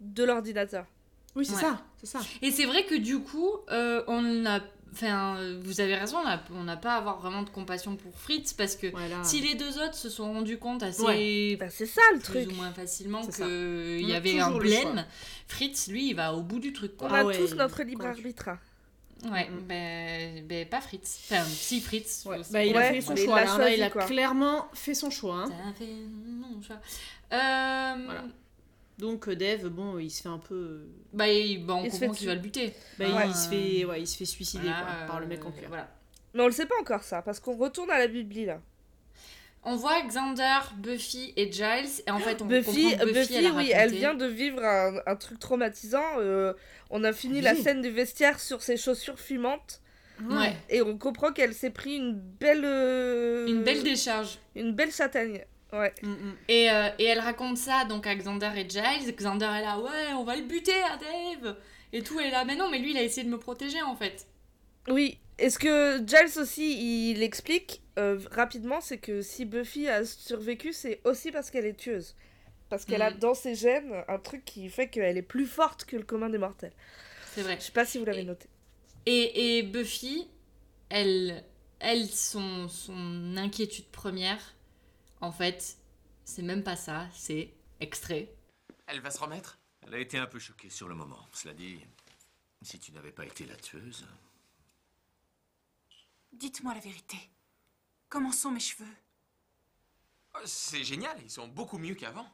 Speaker 2: de l'ordinateur.
Speaker 4: Oui, c'est
Speaker 3: Ouais.
Speaker 4: ça, c'est ça.
Speaker 3: Et c'est vrai que du coup, euh, on a. Enfin, euh, vous avez raison, on a- on n'a pas à avoir vraiment de compassion pour Fritz parce que
Speaker 4: Voilà.
Speaker 3: si les deux autres se sont rendus compte assez.
Speaker 2: Ben, c'est ça le
Speaker 3: plus
Speaker 2: truc.
Speaker 3: ou moins facilement
Speaker 4: C'est ça.
Speaker 3: qu'il
Speaker 4: On
Speaker 3: y
Speaker 4: a
Speaker 3: avait un
Speaker 4: toujours le choix.
Speaker 3: blême, Fritz, lui, il va au bout du truc.
Speaker 2: On
Speaker 3: Quoi.
Speaker 4: Ah
Speaker 2: a
Speaker 4: ouais,
Speaker 2: tous notre
Speaker 4: il-
Speaker 2: libre
Speaker 4: quand tu-
Speaker 2: arbitre. hein.
Speaker 3: Ouais,
Speaker 4: Mm.
Speaker 3: ben, ben, pas Fritz. Enfin, si Fritz.
Speaker 4: Ouais.
Speaker 3: c'est
Speaker 4: Bah, il
Speaker 3: pas
Speaker 4: a
Speaker 3: grave.
Speaker 4: fait son
Speaker 2: mais il
Speaker 4: choix.
Speaker 2: l'a
Speaker 4: là. Là,
Speaker 2: choisi,
Speaker 4: il a
Speaker 2: quoi.
Speaker 4: clairement fait son choix. hein.
Speaker 3: Ça fait non, choix. Euh,
Speaker 4: Voilà. Donc euh, Dave, bon, il se fait un peu, euh,
Speaker 3: bah, il, bah, on
Speaker 2: Il se fait
Speaker 3: comprend
Speaker 2: tuer.
Speaker 3: qu'il va le buter.
Speaker 4: bah,
Speaker 3: Ouais.
Speaker 4: il, se fait, ouais, il se fait suicider
Speaker 3: Voilà,
Speaker 4: quoi, par le mec en
Speaker 3: euh,
Speaker 4: cuir.
Speaker 3: Voilà.
Speaker 2: Mais on le sait pas encore ça, parce qu'on retourne à la Bibli là.
Speaker 3: On voit Xander, Buffy et Giles, et en fait on
Speaker 2: Buffy,
Speaker 3: comprend que Buffy,
Speaker 2: Buffy,
Speaker 3: elle a
Speaker 2: oui,
Speaker 3: raconté.
Speaker 2: elle vient de vivre un, un truc traumatisant. euh, on a fini la
Speaker 4: Oui.
Speaker 2: scène du vestiaire sur ses chaussures fumantes
Speaker 3: Ouais.
Speaker 2: et on comprend qu'elle s'est pris une belle, euh,
Speaker 3: Une belle décharge.
Speaker 2: une belle châtaigne. Ouais.
Speaker 4: Mm, mm.
Speaker 3: Et, euh, et elle raconte ça donc à Xander et Giles. Xander est là, ouais, on va le buter à Dave Et tout, elle est là, mais non, mais lui il a essayé de me protéger en fait.
Speaker 2: Oui. Et ce que Giles aussi, il explique euh, rapidement, c'est que si Buffy a survécu, c'est aussi parce qu'elle est tueuse. Parce qu'elle a
Speaker 3: Mhm.
Speaker 2: dans ses gènes un truc qui fait qu'elle est plus forte que le commun des mortels.
Speaker 3: C'est vrai.
Speaker 2: Je sais pas si vous l'avez
Speaker 3: Et-
Speaker 2: noté.
Speaker 3: Et, et Buffy, elle, elle son, son inquiétude première, en fait, c'est même pas ça, c'est extrait.
Speaker 5: Elle va se remettre Elle a été un peu choquée sur le moment. Cela dit, si tu n'avais pas été la tueuse.
Speaker 8: Dites-moi la vérité. Comment sont mes cheveux
Speaker 10: C'est génial, ils sont beaucoup mieux qu'avant.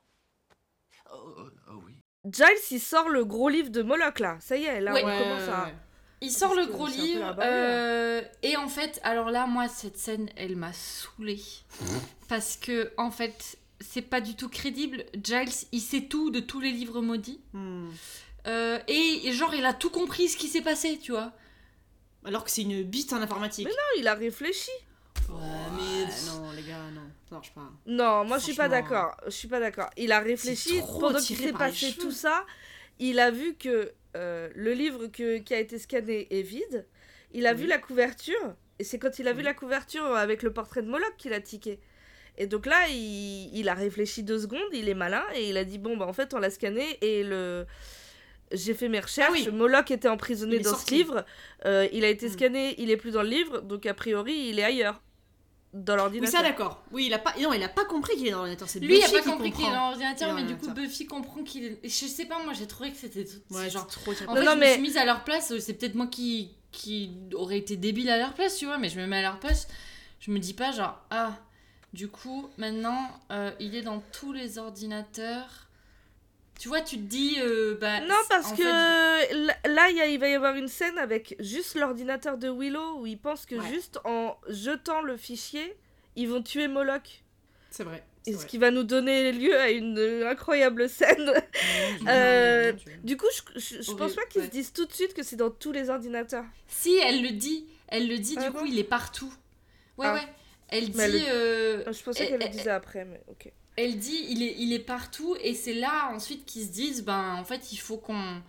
Speaker 5: Oh, oh, oh oui.
Speaker 2: Giles, il sort le gros livre de Moloch là. Ça y est, là,
Speaker 3: Ouais.
Speaker 2: on
Speaker 4: Ouais,
Speaker 2: commence à.
Speaker 4: ouais, ouais.
Speaker 3: Il sort le
Speaker 2: que
Speaker 3: gros
Speaker 2: c'est un peu la
Speaker 3: livre
Speaker 2: barrière.
Speaker 3: euh, et en fait, alors là, moi, cette scène, elle m'a saoulée parce que en fait, c'est pas du tout crédible. Giles, il sait tout de tous les livres maudits
Speaker 4: Mm.
Speaker 3: Euh, et, et genre, il a tout compris ce qui s'est passé, tu vois.
Speaker 4: Alors que c'est une bite en informatique.
Speaker 2: Mais Non, Ah, il a réfléchi.
Speaker 4: Ouais, mais non, les gars, non, ça marche pas.
Speaker 2: Non, moi je suis pas
Speaker 4: Franchement.
Speaker 2: d'accord. Je suis pas d'accord. Il a réfléchi
Speaker 4: C'est trop
Speaker 2: pendant qu'il
Speaker 4: tiré
Speaker 2: s'est
Speaker 4: par les
Speaker 2: passé
Speaker 4: cheveux.
Speaker 2: tout ça. Il a vu que euh, le livre que- qui a été scanné est vide. Il a vu
Speaker 4: Oui.
Speaker 2: la couverture. Et c'est quand il a vu la couverture avec le portrait de Moloch qu'il a tiqué. Et donc là, il, il a réfléchi deux secondes, il est malin, et il a dit, bon, bah en fait, on l'a scanné, et le... J'ai fait mes recherches,
Speaker 4: Ah oui.
Speaker 2: Moloch était
Speaker 4: Il
Speaker 2: emprisonné
Speaker 4: est
Speaker 2: dans ce
Speaker 4: sorti.
Speaker 2: livre, euh, il a été
Speaker 4: Hmm.
Speaker 2: scanné, il est plus dans le livre, donc a priori, il est ailleurs, dans
Speaker 4: Oui,
Speaker 2: l'ordinateur.
Speaker 4: ça d'accord. Oui, il a pas, non, il a pas compris qu'il est dans l'ordinateur. C'est
Speaker 3: Lui, il a
Speaker 4: Buffy
Speaker 3: pas
Speaker 4: qui
Speaker 3: compris qu'il est
Speaker 4: comprend.
Speaker 3: dans l'ordinateur,
Speaker 4: Il est
Speaker 3: mais
Speaker 4: dans
Speaker 3: du coup,
Speaker 4: l'ordinateur.
Speaker 3: Buffy comprend qu'il est. Je sais pas, moi, j'ai trouvé que c'était tout. c'est
Speaker 4: Ouais,
Speaker 3: genre.
Speaker 4: c'est trop tiré
Speaker 3: En
Speaker 4: par
Speaker 3: fait,
Speaker 4: les
Speaker 2: non,
Speaker 3: je me
Speaker 2: mais-
Speaker 3: suis mise à leur place. euh, C'est peut-être moi qui, qui aurait été débile à leur place, tu vois, mais je me mets à leur place. Je me dis pas, genre, ah, du coup, maintenant, euh, il est dans tous les ordinateurs. Tu vois, tu te dis, euh, bah.
Speaker 2: Non,
Speaker 3: c'est-
Speaker 2: parce
Speaker 3: en
Speaker 2: que
Speaker 3: fait,
Speaker 2: l- là, il y a- il va y avoir une scène avec juste l'ordinateur de Willow où il pense que
Speaker 3: Ouais.
Speaker 2: juste en jetant le fichier, ils vont tuer Moloch.
Speaker 4: C'est vrai.
Speaker 2: Et ce qui va nous donner lieu à une euh, incroyable scène. Euh, du coup, je, je, je pense
Speaker 3: Horrible,
Speaker 2: pas qu'ils
Speaker 3: ouais.
Speaker 2: se disent tout de suite que c'est dans tous les ordinateurs.
Speaker 3: Si, elle le dit. Elle le dit,
Speaker 2: Ah
Speaker 3: du
Speaker 2: bon
Speaker 3: coup, il est partout. Ouais,
Speaker 2: Ah.
Speaker 3: ouais. Elle dit.
Speaker 2: Mais elle le-
Speaker 3: euh,
Speaker 2: Je pensais
Speaker 3: Eh,
Speaker 2: qu'elle le
Speaker 3: eh,
Speaker 2: disait après, mais ok.
Speaker 3: Elle dit il est, il est partout et c'est là ensuite qu'ils se disent ben en fait il faut qu'on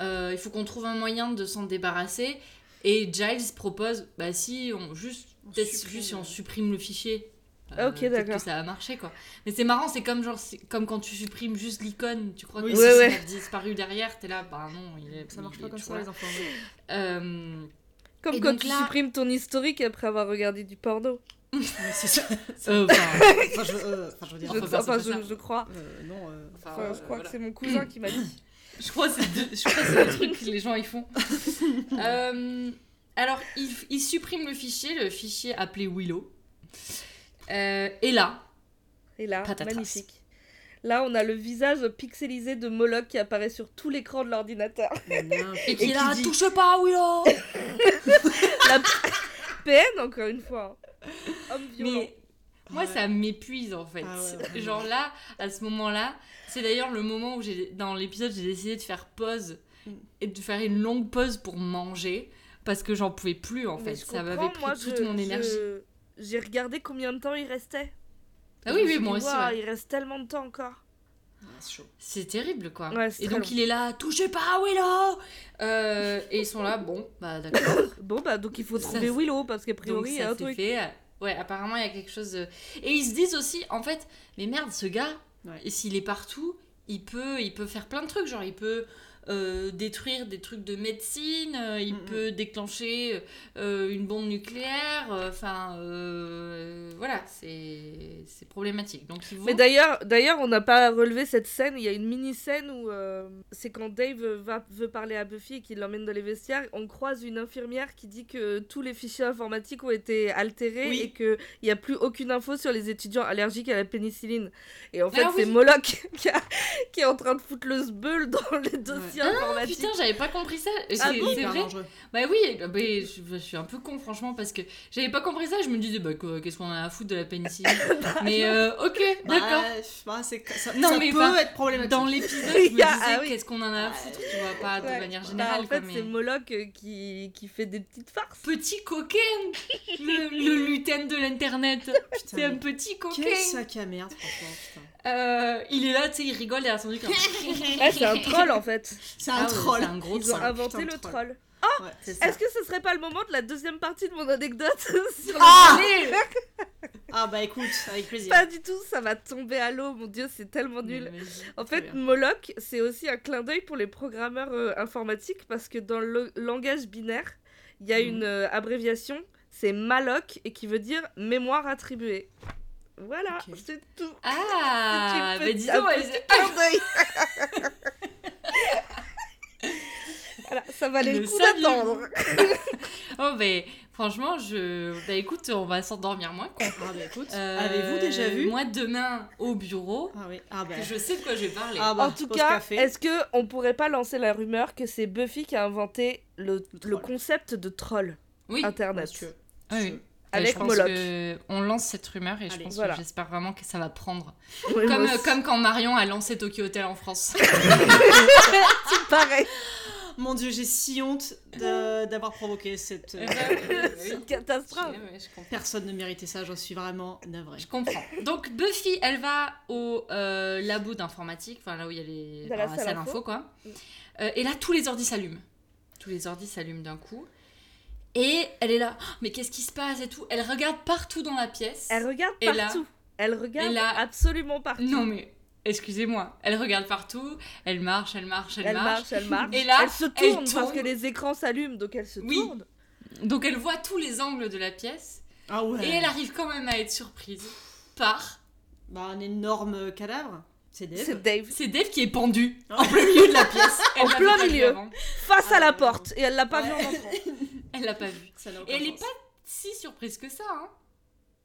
Speaker 3: euh, il faut qu'on trouve un moyen de s'en débarrasser et Giles propose bah si on juste peut-être
Speaker 4: supprime.
Speaker 3: juste si on supprime le fichier euh,
Speaker 2: Ah, ok,
Speaker 3: peut-être
Speaker 2: d'accord.
Speaker 3: que ça a marché quoi mais c'est marrant c'est comme genre c'est comme quand tu supprimes juste l'icône tu crois que
Speaker 4: Oui,
Speaker 3: si
Speaker 2: ouais,
Speaker 3: ça
Speaker 2: ouais.
Speaker 3: a disparu derrière t'es là bah non il est
Speaker 4: Ça marche
Speaker 3: il
Speaker 4: pas
Speaker 3: est-
Speaker 4: comme
Speaker 3: tu
Speaker 4: ça
Speaker 3: vois.
Speaker 4: les enfants.
Speaker 3: Euh,
Speaker 2: Comme
Speaker 3: Et
Speaker 2: quand
Speaker 3: donc
Speaker 2: tu
Speaker 3: là-
Speaker 2: supprimes ton historique après avoir regardé du porno.
Speaker 4: C'est ça. Euh, Enfin, enfin, je, euh, enfin, je veux dire.
Speaker 2: Je-
Speaker 3: enfin, c'est
Speaker 2: enfin,
Speaker 3: pas ça.
Speaker 2: je, je crois.
Speaker 4: euh, non, euh,
Speaker 3: Enfin,
Speaker 2: Enfin,
Speaker 3: euh,
Speaker 2: je crois
Speaker 3: voilà.
Speaker 2: que c'est mon cousin qui m'a dit.
Speaker 3: Je crois que c'est deux- je crois que c'est le truc que les gens ils font. Euh, alors, ils il suppriment le fichier, le fichier appelé Willow. Euh, et là,
Speaker 2: Et là,
Speaker 3: Patatras.
Speaker 2: magnifique. Là, on a le visage pixelisé de Moloch qui apparaît sur tout l'écran de l'ordinateur.
Speaker 3: et qui
Speaker 4: qui
Speaker 3: là,
Speaker 4: dit-
Speaker 3: touche pas à Willow
Speaker 2: La PN, encore une fois. hein. Homme violent.
Speaker 3: Mais moi, ça m'épuise en fait.
Speaker 4: Ah ouais, ouais.
Speaker 3: Genre là, à ce moment-là, c'est d'ailleurs le moment où j'ai dans l'épisode, j'ai décidé de faire pause
Speaker 4: Mm.
Speaker 3: et de faire une longue pause pour manger parce que j'en pouvais plus en
Speaker 2: Mais
Speaker 3: fait.
Speaker 2: je
Speaker 3: Ça
Speaker 2: comprends,
Speaker 3: m'avait pris
Speaker 2: moi,
Speaker 3: toute
Speaker 2: je-
Speaker 3: mon énergie.
Speaker 2: je- J'ai regardé combien de temps il restait.
Speaker 3: Ah
Speaker 2: Je
Speaker 3: oui,
Speaker 2: me
Speaker 3: oui,
Speaker 2: suis
Speaker 3: moi
Speaker 2: dit,
Speaker 3: aussi.
Speaker 2: Waouh,
Speaker 3: ouais.
Speaker 2: Il reste tellement de temps encore.
Speaker 4: Ah,
Speaker 3: C'est terrible, quoi.
Speaker 2: Ouais, c'est
Speaker 3: et
Speaker 2: très
Speaker 3: donc
Speaker 2: long.
Speaker 3: il est là, touchez pas à Willow Euh, Et ils sont là, bon, bah d'accord.
Speaker 2: Bon, bah, donc il faut
Speaker 3: Ça,
Speaker 2: trouver
Speaker 3: c'est-
Speaker 2: Willow parce qu'a
Speaker 3: donc
Speaker 2: priori, il y a
Speaker 3: ça
Speaker 2: un
Speaker 3: s'est
Speaker 2: hein, truc.
Speaker 3: fait. Ouais, apparemment il y a quelque chose. de- Et ils se disent aussi, en fait, mais merde, ce gars,
Speaker 4: Ouais.
Speaker 3: et s'il est partout, il peut, il peut faire plein de trucs. Genre, il peut euh, détruire des trucs de médecine, euh, il
Speaker 4: Mm, mm.
Speaker 3: peut déclencher euh, une bombe nucléaire. euh, Enfin, euh, voilà, c'est c'est problématique. Donc ils vont.
Speaker 2: Mais d'ailleurs, d'ailleurs, on n'a pas relevé cette scène. Il y a une mini scène où euh, c'est quand Dave va, veut parler à Buffy et qu'il l'emmène dans les vestiaires. On croise une infirmière qui dit que tous les fichiers informatiques ont été altérés
Speaker 4: Oui.
Speaker 2: et qu'il n'y a plus aucune info sur les étudiants allergiques à la pénicilline. Et en fait,
Speaker 3: Ah
Speaker 2: c'est
Speaker 3: oui.
Speaker 2: Moloch qui, a- qui est en train de foutre le sbeul dans les dossiers informatiques.
Speaker 3: Ah, Putain, j'avais pas compris ça. C'est
Speaker 2: Ah
Speaker 3: c'est
Speaker 2: bon
Speaker 3: vrai
Speaker 4: hyper dangereux.
Speaker 3: Bah oui, bah, bah, je, je suis un peu con franchement parce que j'avais pas compris ça. Je me disais bah quoi, qu'est-ce qu'on a à foutre de la pénicilline
Speaker 2: Bah,
Speaker 3: Mais euh, ok, d'accord.
Speaker 4: Bah, bah, c'est- ça,
Speaker 3: Non,
Speaker 4: ça
Speaker 3: mais
Speaker 4: peut
Speaker 3: pas-
Speaker 4: être problématique.
Speaker 3: Dans l'épisode, je me disais
Speaker 2: Ah oui.
Speaker 3: qu'est-ce qu'on en a à foutre, tu vois, pas de
Speaker 2: Ouais.
Speaker 3: manière
Speaker 2: Bah,
Speaker 3: générale.
Speaker 2: en fait,
Speaker 3: quoi, mais-
Speaker 2: c'est Moloch euh, qui, qui fait des petites farces.
Speaker 3: Petit coquin le, le lutin de l'internet.
Speaker 4: Putain,
Speaker 3: C'est un
Speaker 4: mais
Speaker 3: petit coquin.
Speaker 4: Quel sac à merde, franchement. putain.
Speaker 3: Euh, il est là, tu sais, il rigole derrière son truc. hein.
Speaker 2: Ouais, c'est un troll en fait.
Speaker 4: C'est
Speaker 3: Ah
Speaker 4: un
Speaker 3: ouais,
Speaker 4: troll.
Speaker 3: C'est un gros
Speaker 2: Ils ont
Speaker 3: troll.
Speaker 2: inventé
Speaker 4: putain,
Speaker 2: le
Speaker 4: troll.
Speaker 2: troll.
Speaker 4: Ouais, c'est ça.
Speaker 2: Est-ce que ce serait pas le moment de la deuxième partie de mon anecdote sur le
Speaker 4: Ah
Speaker 3: Allez
Speaker 4: Ah bah écoute, avec plaisir.
Speaker 2: Pas du tout, ça va tomber à l'eau, mon dieu, c'est tellement nul. En
Speaker 4: très
Speaker 2: fait,
Speaker 4: bien.
Speaker 2: Moloch, c'est aussi un clin d'œil pour les programmeurs euh, informatiques parce que dans le langage binaire, il y a
Speaker 3: Mhm.
Speaker 2: une euh, abréviation, c'est MALOC et qui veut dire mémoire attribuée. Voilà,
Speaker 4: Ok.
Speaker 2: c'est tout.
Speaker 3: Ah,
Speaker 2: C'est une
Speaker 3: bah
Speaker 2: petite-
Speaker 3: dis
Speaker 2: un
Speaker 3: donc, elle-
Speaker 2: petit clin d'œil. voilà, ça valait le,
Speaker 3: Le
Speaker 2: coup
Speaker 3: salut.
Speaker 2: d'attendre.
Speaker 3: Oh, mais franchement, je. Bah écoute, on va s'endormir moins. quoi.
Speaker 4: Ah bah écoute,
Speaker 3: Euh,
Speaker 4: avez-vous déjà vu
Speaker 3: Moi, demain, au bureau,
Speaker 4: Ah oui, ah bah.
Speaker 3: je sais de quoi je vais parler.
Speaker 4: Ah bah,
Speaker 2: en tout
Speaker 4: pause
Speaker 2: cas,
Speaker 4: café.
Speaker 2: est-ce que on pourrait pas lancer la rumeur que c'est Buffy qui a inventé le,
Speaker 4: Le
Speaker 2: le
Speaker 4: troll.
Speaker 2: concept de troll
Speaker 3: oui,
Speaker 4: Ouais,
Speaker 2: internet
Speaker 4: si tu veux.
Speaker 3: Ah oui.
Speaker 2: avec
Speaker 3: je pense
Speaker 2: Moloch
Speaker 3: que on lance cette rumeur et je
Speaker 4: Allez,
Speaker 3: pense
Speaker 2: voilà.
Speaker 3: que j'espère vraiment que ça va prendre.
Speaker 2: Ouais,
Speaker 3: Comme, euh,
Speaker 2: moi aussi,
Speaker 3: comme quand Marion a lancé Tokyo Hotel en France.
Speaker 2: pareil,
Speaker 4: Oh, Mon dieu, j'ai si honte de- d'avoir provoqué cette.
Speaker 3: Euh, euh,
Speaker 2: Eh ben, c'est une
Speaker 3: oui.
Speaker 2: catastrophe.
Speaker 3: Je- ouais, je comprends.
Speaker 4: Personne ne méritait ça, j'en suis vraiment navrée.
Speaker 3: Je comprends. Donc Buffy, elle va au euh, labo d'informatique, enfin là où il y a les
Speaker 2: Dans la
Speaker 3: enfin,
Speaker 2: salle info. Mm.
Speaker 3: quoi.
Speaker 2: Oui.
Speaker 3: Euh, et là, tous les ordis s'allument. Tous les ordis s'allument d'un coup. Et elle est là, Oh, mais qu'est-ce qui se passe et tout. Elle regarde partout dans la pièce.
Speaker 2: Elle regarde
Speaker 3: Et là-
Speaker 2: partout. Elle regarde
Speaker 3: et là-
Speaker 2: absolument partout.
Speaker 3: Non mais, excusez-moi, elle regarde partout, elle marche, elle marche, elle,
Speaker 2: elle marche, elle marche.
Speaker 3: Et là,
Speaker 2: elle se
Speaker 3: elle
Speaker 2: tourne, parce
Speaker 3: tourne.
Speaker 2: que les écrans s'allument, donc elle se
Speaker 3: Oui.
Speaker 2: tourne.
Speaker 3: Donc elle voit tous les angles de la pièce
Speaker 4: Ah ouais.
Speaker 3: et elle arrive quand même à être surprise par
Speaker 4: Bah, un énorme cadavre. C'est
Speaker 2: C'est
Speaker 4: Dave.
Speaker 2: Dave
Speaker 3: c'est Dave qui est pendu
Speaker 4: Ah.
Speaker 3: en plein milieu de la pièce. Elle
Speaker 2: En
Speaker 3: l'avait
Speaker 2: plein
Speaker 3: pas vu
Speaker 2: milieu.
Speaker 3: avant.
Speaker 2: face
Speaker 4: Ah
Speaker 2: à la
Speaker 4: ouais.
Speaker 2: porte et elle l'a pas vu en entrant.
Speaker 3: Elle l'a pas vu.
Speaker 4: Ça n'a
Speaker 3: Et
Speaker 4: aucun
Speaker 3: elle est
Speaker 4: sens.
Speaker 3: pas si surprise que ça. hein.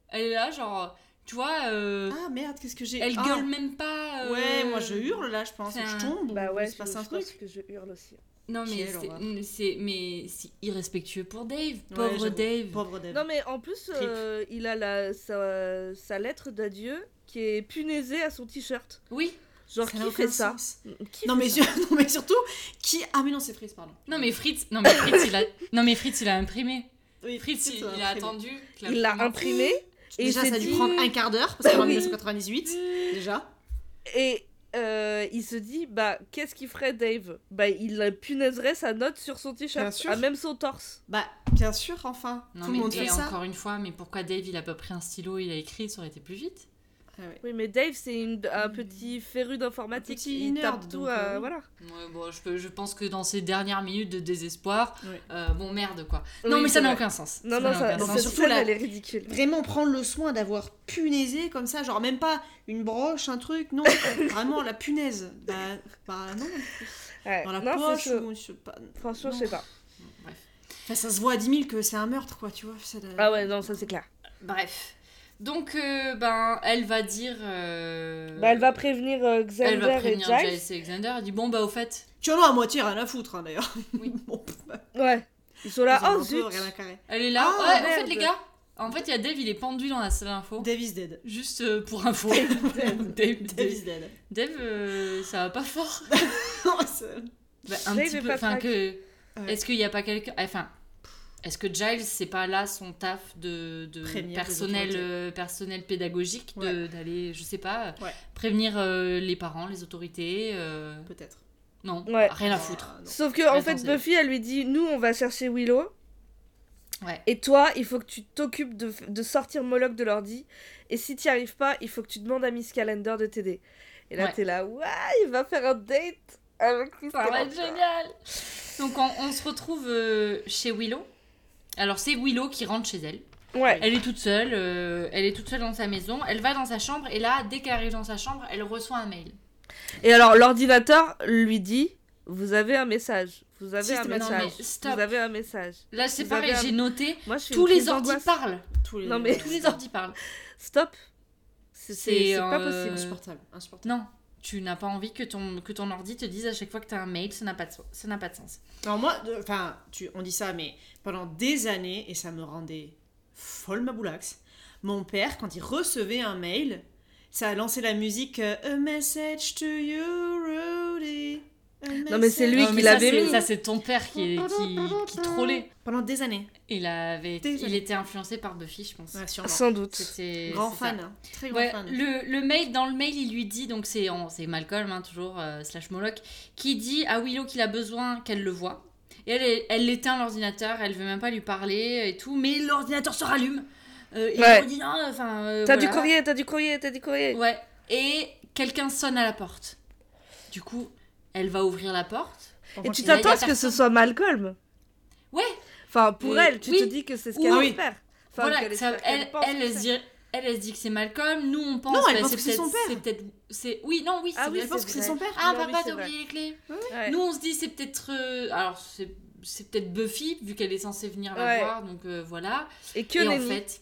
Speaker 3: Elle est là genre, tu vois, euh,
Speaker 4: Ah merde, qu'est-ce que j'ai.
Speaker 3: elle
Speaker 4: Ah.
Speaker 3: gueule même pas. euh,
Speaker 4: Ouais, moi je hurle là, je pense.
Speaker 3: c'est un-
Speaker 4: Je tombe.
Speaker 2: Bah ouais,
Speaker 4: il se
Speaker 2: je,
Speaker 4: passe
Speaker 2: je
Speaker 4: un
Speaker 2: pense
Speaker 4: truc.
Speaker 2: que je hurle aussi.
Speaker 3: Non mais
Speaker 4: Quelle
Speaker 3: c'est-
Speaker 4: horreur.
Speaker 3: c'est mais c'est irrespectueux pour Dave,
Speaker 4: Ouais,
Speaker 3: pauvre
Speaker 4: j'avoue.
Speaker 3: Dave.
Speaker 4: Pauvre Dave.
Speaker 2: Non mais en plus,
Speaker 4: Trip.
Speaker 2: euh, il a la, sa, sa lettre d'adieu qui est punaisée à son t-shirt.
Speaker 3: Oui.
Speaker 2: Genre
Speaker 4: n'a
Speaker 2: qui
Speaker 4: aucun
Speaker 2: fait ça
Speaker 4: sens.
Speaker 2: Qui
Speaker 4: Non
Speaker 2: fait
Speaker 4: mais,
Speaker 2: ça
Speaker 4: sur- non mais surtout, qui... Ah mais non, c'est Fritz, pardon.
Speaker 3: Non mais Fritz, non mais Fritz il a, non mais Fritz il a imprimé.
Speaker 4: Oui,
Speaker 3: Fritz il,
Speaker 4: euh,
Speaker 3: il a
Speaker 4: Fritz.
Speaker 3: attendu. que la
Speaker 2: il l'a
Speaker 3: commande-
Speaker 2: imprimé et il
Speaker 4: Déjà,
Speaker 2: s'est
Speaker 4: ça a dû
Speaker 2: dit-
Speaker 4: prendre un quart d'heure, parce qu'on est en
Speaker 2: Oui.
Speaker 4: 1998, déjà.
Speaker 2: et euh, il se dit bah qu'est-ce qu'il ferait Dave Bah il punaiserait sa note sur son
Speaker 4: Bien
Speaker 2: t-shirt,
Speaker 4: sûr.
Speaker 2: à même son torse.
Speaker 4: Bah, bien sûr, enfin.
Speaker 3: Non
Speaker 4: Tout
Speaker 3: mais
Speaker 4: le monde
Speaker 3: et
Speaker 4: fait ça.
Speaker 3: encore une fois, mais pourquoi Dave il a pas pris un stylo, il a écrit, ça aurait été plus vite.
Speaker 4: Ah
Speaker 2: Oui, mais Dave, c'est une- un petit féru d'informatique.
Speaker 4: Mm. petit
Speaker 2: Il tape
Speaker 4: nerd, donc,
Speaker 2: tout,
Speaker 4: euh,
Speaker 2: euh,
Speaker 4: oui.
Speaker 2: voilà.
Speaker 3: Ouais, bon, je, peux- je pense que dans ces dernières minutes de désespoir,
Speaker 4: Ouais.
Speaker 3: euh, bon merde quoi. Non
Speaker 2: Oui,
Speaker 3: mais
Speaker 2: c'est
Speaker 3: ça n'a
Speaker 2: vrai.
Speaker 3: aucun sens.
Speaker 2: Non, non,
Speaker 3: n'a
Speaker 2: ça,
Speaker 3: aucun
Speaker 4: bon,
Speaker 3: sens.
Speaker 2: cette
Speaker 4: surtout
Speaker 2: scène,
Speaker 4: la-
Speaker 2: elle est ridicule.
Speaker 4: Vraiment prendre le soin d'avoir punaisé comme ça, genre même pas une broche, un truc, non, vraiment la punaise. Bah, bah non,
Speaker 2: Ouais.
Speaker 4: dans la
Speaker 2: non, c'est
Speaker 4: poche,
Speaker 2: chaud.
Speaker 4: ou je sais pas.
Speaker 2: Franchement, je
Speaker 4: Non.
Speaker 2: sais pas.
Speaker 4: Enfin, ça se voit à 10 000 que c'est un meurtre, quoi, tu vois. c'est de-
Speaker 2: Ah ouais, non, ça c'est clair.
Speaker 3: Bref. Donc euh, ben elle va dire. euh,
Speaker 2: Bah, elle va prévenir euh, Xander
Speaker 3: elle va
Speaker 2: et
Speaker 3: prévenir
Speaker 2: Giles.
Speaker 3: Giles et Xander. Elle dit bon bah au fait.
Speaker 4: Tu en as à moitié rien à foutre, hein, d'ailleurs.
Speaker 3: Oui.
Speaker 4: bon, bah,
Speaker 2: Ouais. Ils sont là,
Speaker 4: ils en ont
Speaker 2: oh
Speaker 4: un peu
Speaker 2: zut
Speaker 4: rien à carrer.
Speaker 3: Elle est là.
Speaker 2: Ah,
Speaker 3: ouais, au fait
Speaker 2: merde.
Speaker 3: les gars. En fait il y a Dave il est pendu dans la salle info.
Speaker 4: Davis dead.
Speaker 3: Juste euh, pour info. Dave, Dave,
Speaker 4: Davis dead.
Speaker 3: Dave, euh, ça va pas fort.
Speaker 4: Non, c'est-
Speaker 3: Bah, un
Speaker 2: Dave
Speaker 3: petit
Speaker 2: est
Speaker 3: peu.
Speaker 2: pas
Speaker 3: Enfin
Speaker 2: frac.
Speaker 3: que.
Speaker 4: Ouais.
Speaker 3: Est-ce qu'il n'y a pas quelqu'un. Enfin. Est-ce que Giles, c'est pas là son taf de, de
Speaker 4: Prévenir les
Speaker 3: personnel,
Speaker 4: autorités.
Speaker 3: euh, personnel pédagogique de- d'aller, je sais pas, euh,
Speaker 4: Ouais.
Speaker 3: prévenir euh, les parents, les autorités euh,
Speaker 4: Peut-être.
Speaker 3: Non,
Speaker 2: Ouais.
Speaker 3: rien à foutre.
Speaker 4: Ah, non.
Speaker 2: Sauf que, en
Speaker 3: Attends,
Speaker 2: fait,
Speaker 3: c'est-
Speaker 2: Buffy, elle lui dit Nous, on va chercher Willow.
Speaker 3: Ouais.
Speaker 2: Et toi, il faut que tu t'occupes de, de sortir Moloch de l'ordi. Et si t'y arrives pas, il faut que tu demandes à Miss Calendar de t'aider. Et là,
Speaker 3: Ouais.
Speaker 2: t'es là, ouais, il va faire un date avec Miss
Speaker 3: Ça va être
Speaker 2: Calendar.
Speaker 3: génial Donc on, on se retrouve euh, chez Willow. Alors c'est Willow qui rentre chez elle.
Speaker 2: Ouais.
Speaker 3: Elle est toute seule, euh, elle est toute seule dans sa maison, elle va dans sa chambre et là, dès qu'elle arrive dans sa chambre, elle reçoit un mail.
Speaker 2: Et alors, l'ordinateur lui dit Vous avez un message. Vous avez un
Speaker 3: Système- non, mais
Speaker 2: message.
Speaker 3: stop.
Speaker 2: Vous avez un message.
Speaker 3: Là c'est
Speaker 2: Vous
Speaker 3: pareil,
Speaker 2: avez un-
Speaker 3: j'ai noté,
Speaker 2: Moi, je suis
Speaker 3: tous
Speaker 2: une
Speaker 3: les
Speaker 2: crise
Speaker 3: ordis
Speaker 2: d'angoisse.
Speaker 3: parlent.
Speaker 4: Tous les...
Speaker 2: Non, mais-
Speaker 3: Tous les ordis parlent.
Speaker 2: Stop. C'est c'est-
Speaker 3: C'est,
Speaker 2: c'est pas
Speaker 3: euh,
Speaker 2: possible.
Speaker 4: Insupportable. Insupportable.
Speaker 3: Non, tu n'as pas envie que ton, que ton ordi te dise à chaque fois que tu as un mail, ça n'a pas de, so- ça n'a pas de sens.
Speaker 4: Non, moi, de- enfin, tu, on dit ça, mais pendant des années, et ça me rendait folle ma boulax, mon père, quand il recevait un mail, ça a lancé la musique euh, A message to you, Rudy. A
Speaker 2: Non, mais c'est lui
Speaker 3: Non,
Speaker 4: message-
Speaker 2: qui
Speaker 3: mais ça,
Speaker 2: l'avait
Speaker 3: c'est-
Speaker 2: mis.
Speaker 3: Ça, c'est ton père qui, est- qui, qui trollait.
Speaker 4: Pendant des années.
Speaker 3: Il, avait,
Speaker 4: Désolé.
Speaker 3: il était influencé par Buffy, je pense.
Speaker 4: Ouais, sûrement.
Speaker 2: Sans doute.
Speaker 3: C'était
Speaker 4: Grand
Speaker 3: c'est
Speaker 4: fan,
Speaker 3: ça.
Speaker 4: hein. très grand
Speaker 3: Ouais,
Speaker 4: fan.
Speaker 3: le, le mail, dans le mail, il lui dit, donc c'est en- c'est Malcolm, hein, toujours, euh, slash Moloch, qui dit à Willow qu'il a besoin qu'elle le voie. Et elle, est- elle éteint l'ordinateur, elle veut même pas lui parler et tout, mais l'ordinateur se rallume. Euh, et
Speaker 2: Ouais.
Speaker 3: il lui dit, Ah, enfin. euh,
Speaker 2: T'as
Speaker 3: voilà.
Speaker 2: du courrier, t'as du courrier, t'as du courrier.
Speaker 3: Ouais, et quelqu'un sonne à la porte. Du coup, elle va ouvrir la porte.
Speaker 2: Et tu
Speaker 3: il y a-
Speaker 2: t'attends
Speaker 3: il y a
Speaker 2: à ce que ce
Speaker 3: personne.
Speaker 2: soit Malcolm
Speaker 3: Ouais,
Speaker 2: Enfin, pour
Speaker 3: Euh,
Speaker 2: elle, tu
Speaker 3: oui.
Speaker 2: te dis que c'est ce
Speaker 3: Ou-
Speaker 2: qu'elle
Speaker 3: oui.
Speaker 2: espère. Enfin,
Speaker 3: voilà,
Speaker 2: qu'elle
Speaker 3: ça-
Speaker 2: espère qu'elle
Speaker 3: elle,
Speaker 2: pense
Speaker 3: elle,
Speaker 2: que
Speaker 3: se
Speaker 2: c'est.
Speaker 3: dit, elle, elle se dit que c'est Malcolm, nous on pense,
Speaker 4: Non, elle
Speaker 3: bah,
Speaker 4: pense que c'est
Speaker 3: peut-être-
Speaker 4: son père.
Speaker 3: C'est peut-être. c'est- Oui, non, oui,
Speaker 2: Ah
Speaker 3: c'est
Speaker 2: oui,
Speaker 3: vrai.
Speaker 4: Je pense que c'est
Speaker 2: vrai.
Speaker 4: son père.
Speaker 3: Ah,
Speaker 2: Non, oui,
Speaker 3: papa,
Speaker 2: c'est
Speaker 3: t'as
Speaker 2: vrai.
Speaker 3: oublié les clés.
Speaker 2: Ouais.
Speaker 3: Nous on se dit, c'est peut-être. euh, alors, c'est c'est peut-être Buffy, vu qu'elle est censée venir la
Speaker 2: Ouais.
Speaker 3: voir, donc euh, voilà.
Speaker 2: Et que
Speaker 3: et en
Speaker 2: nenni.
Speaker 3: fait,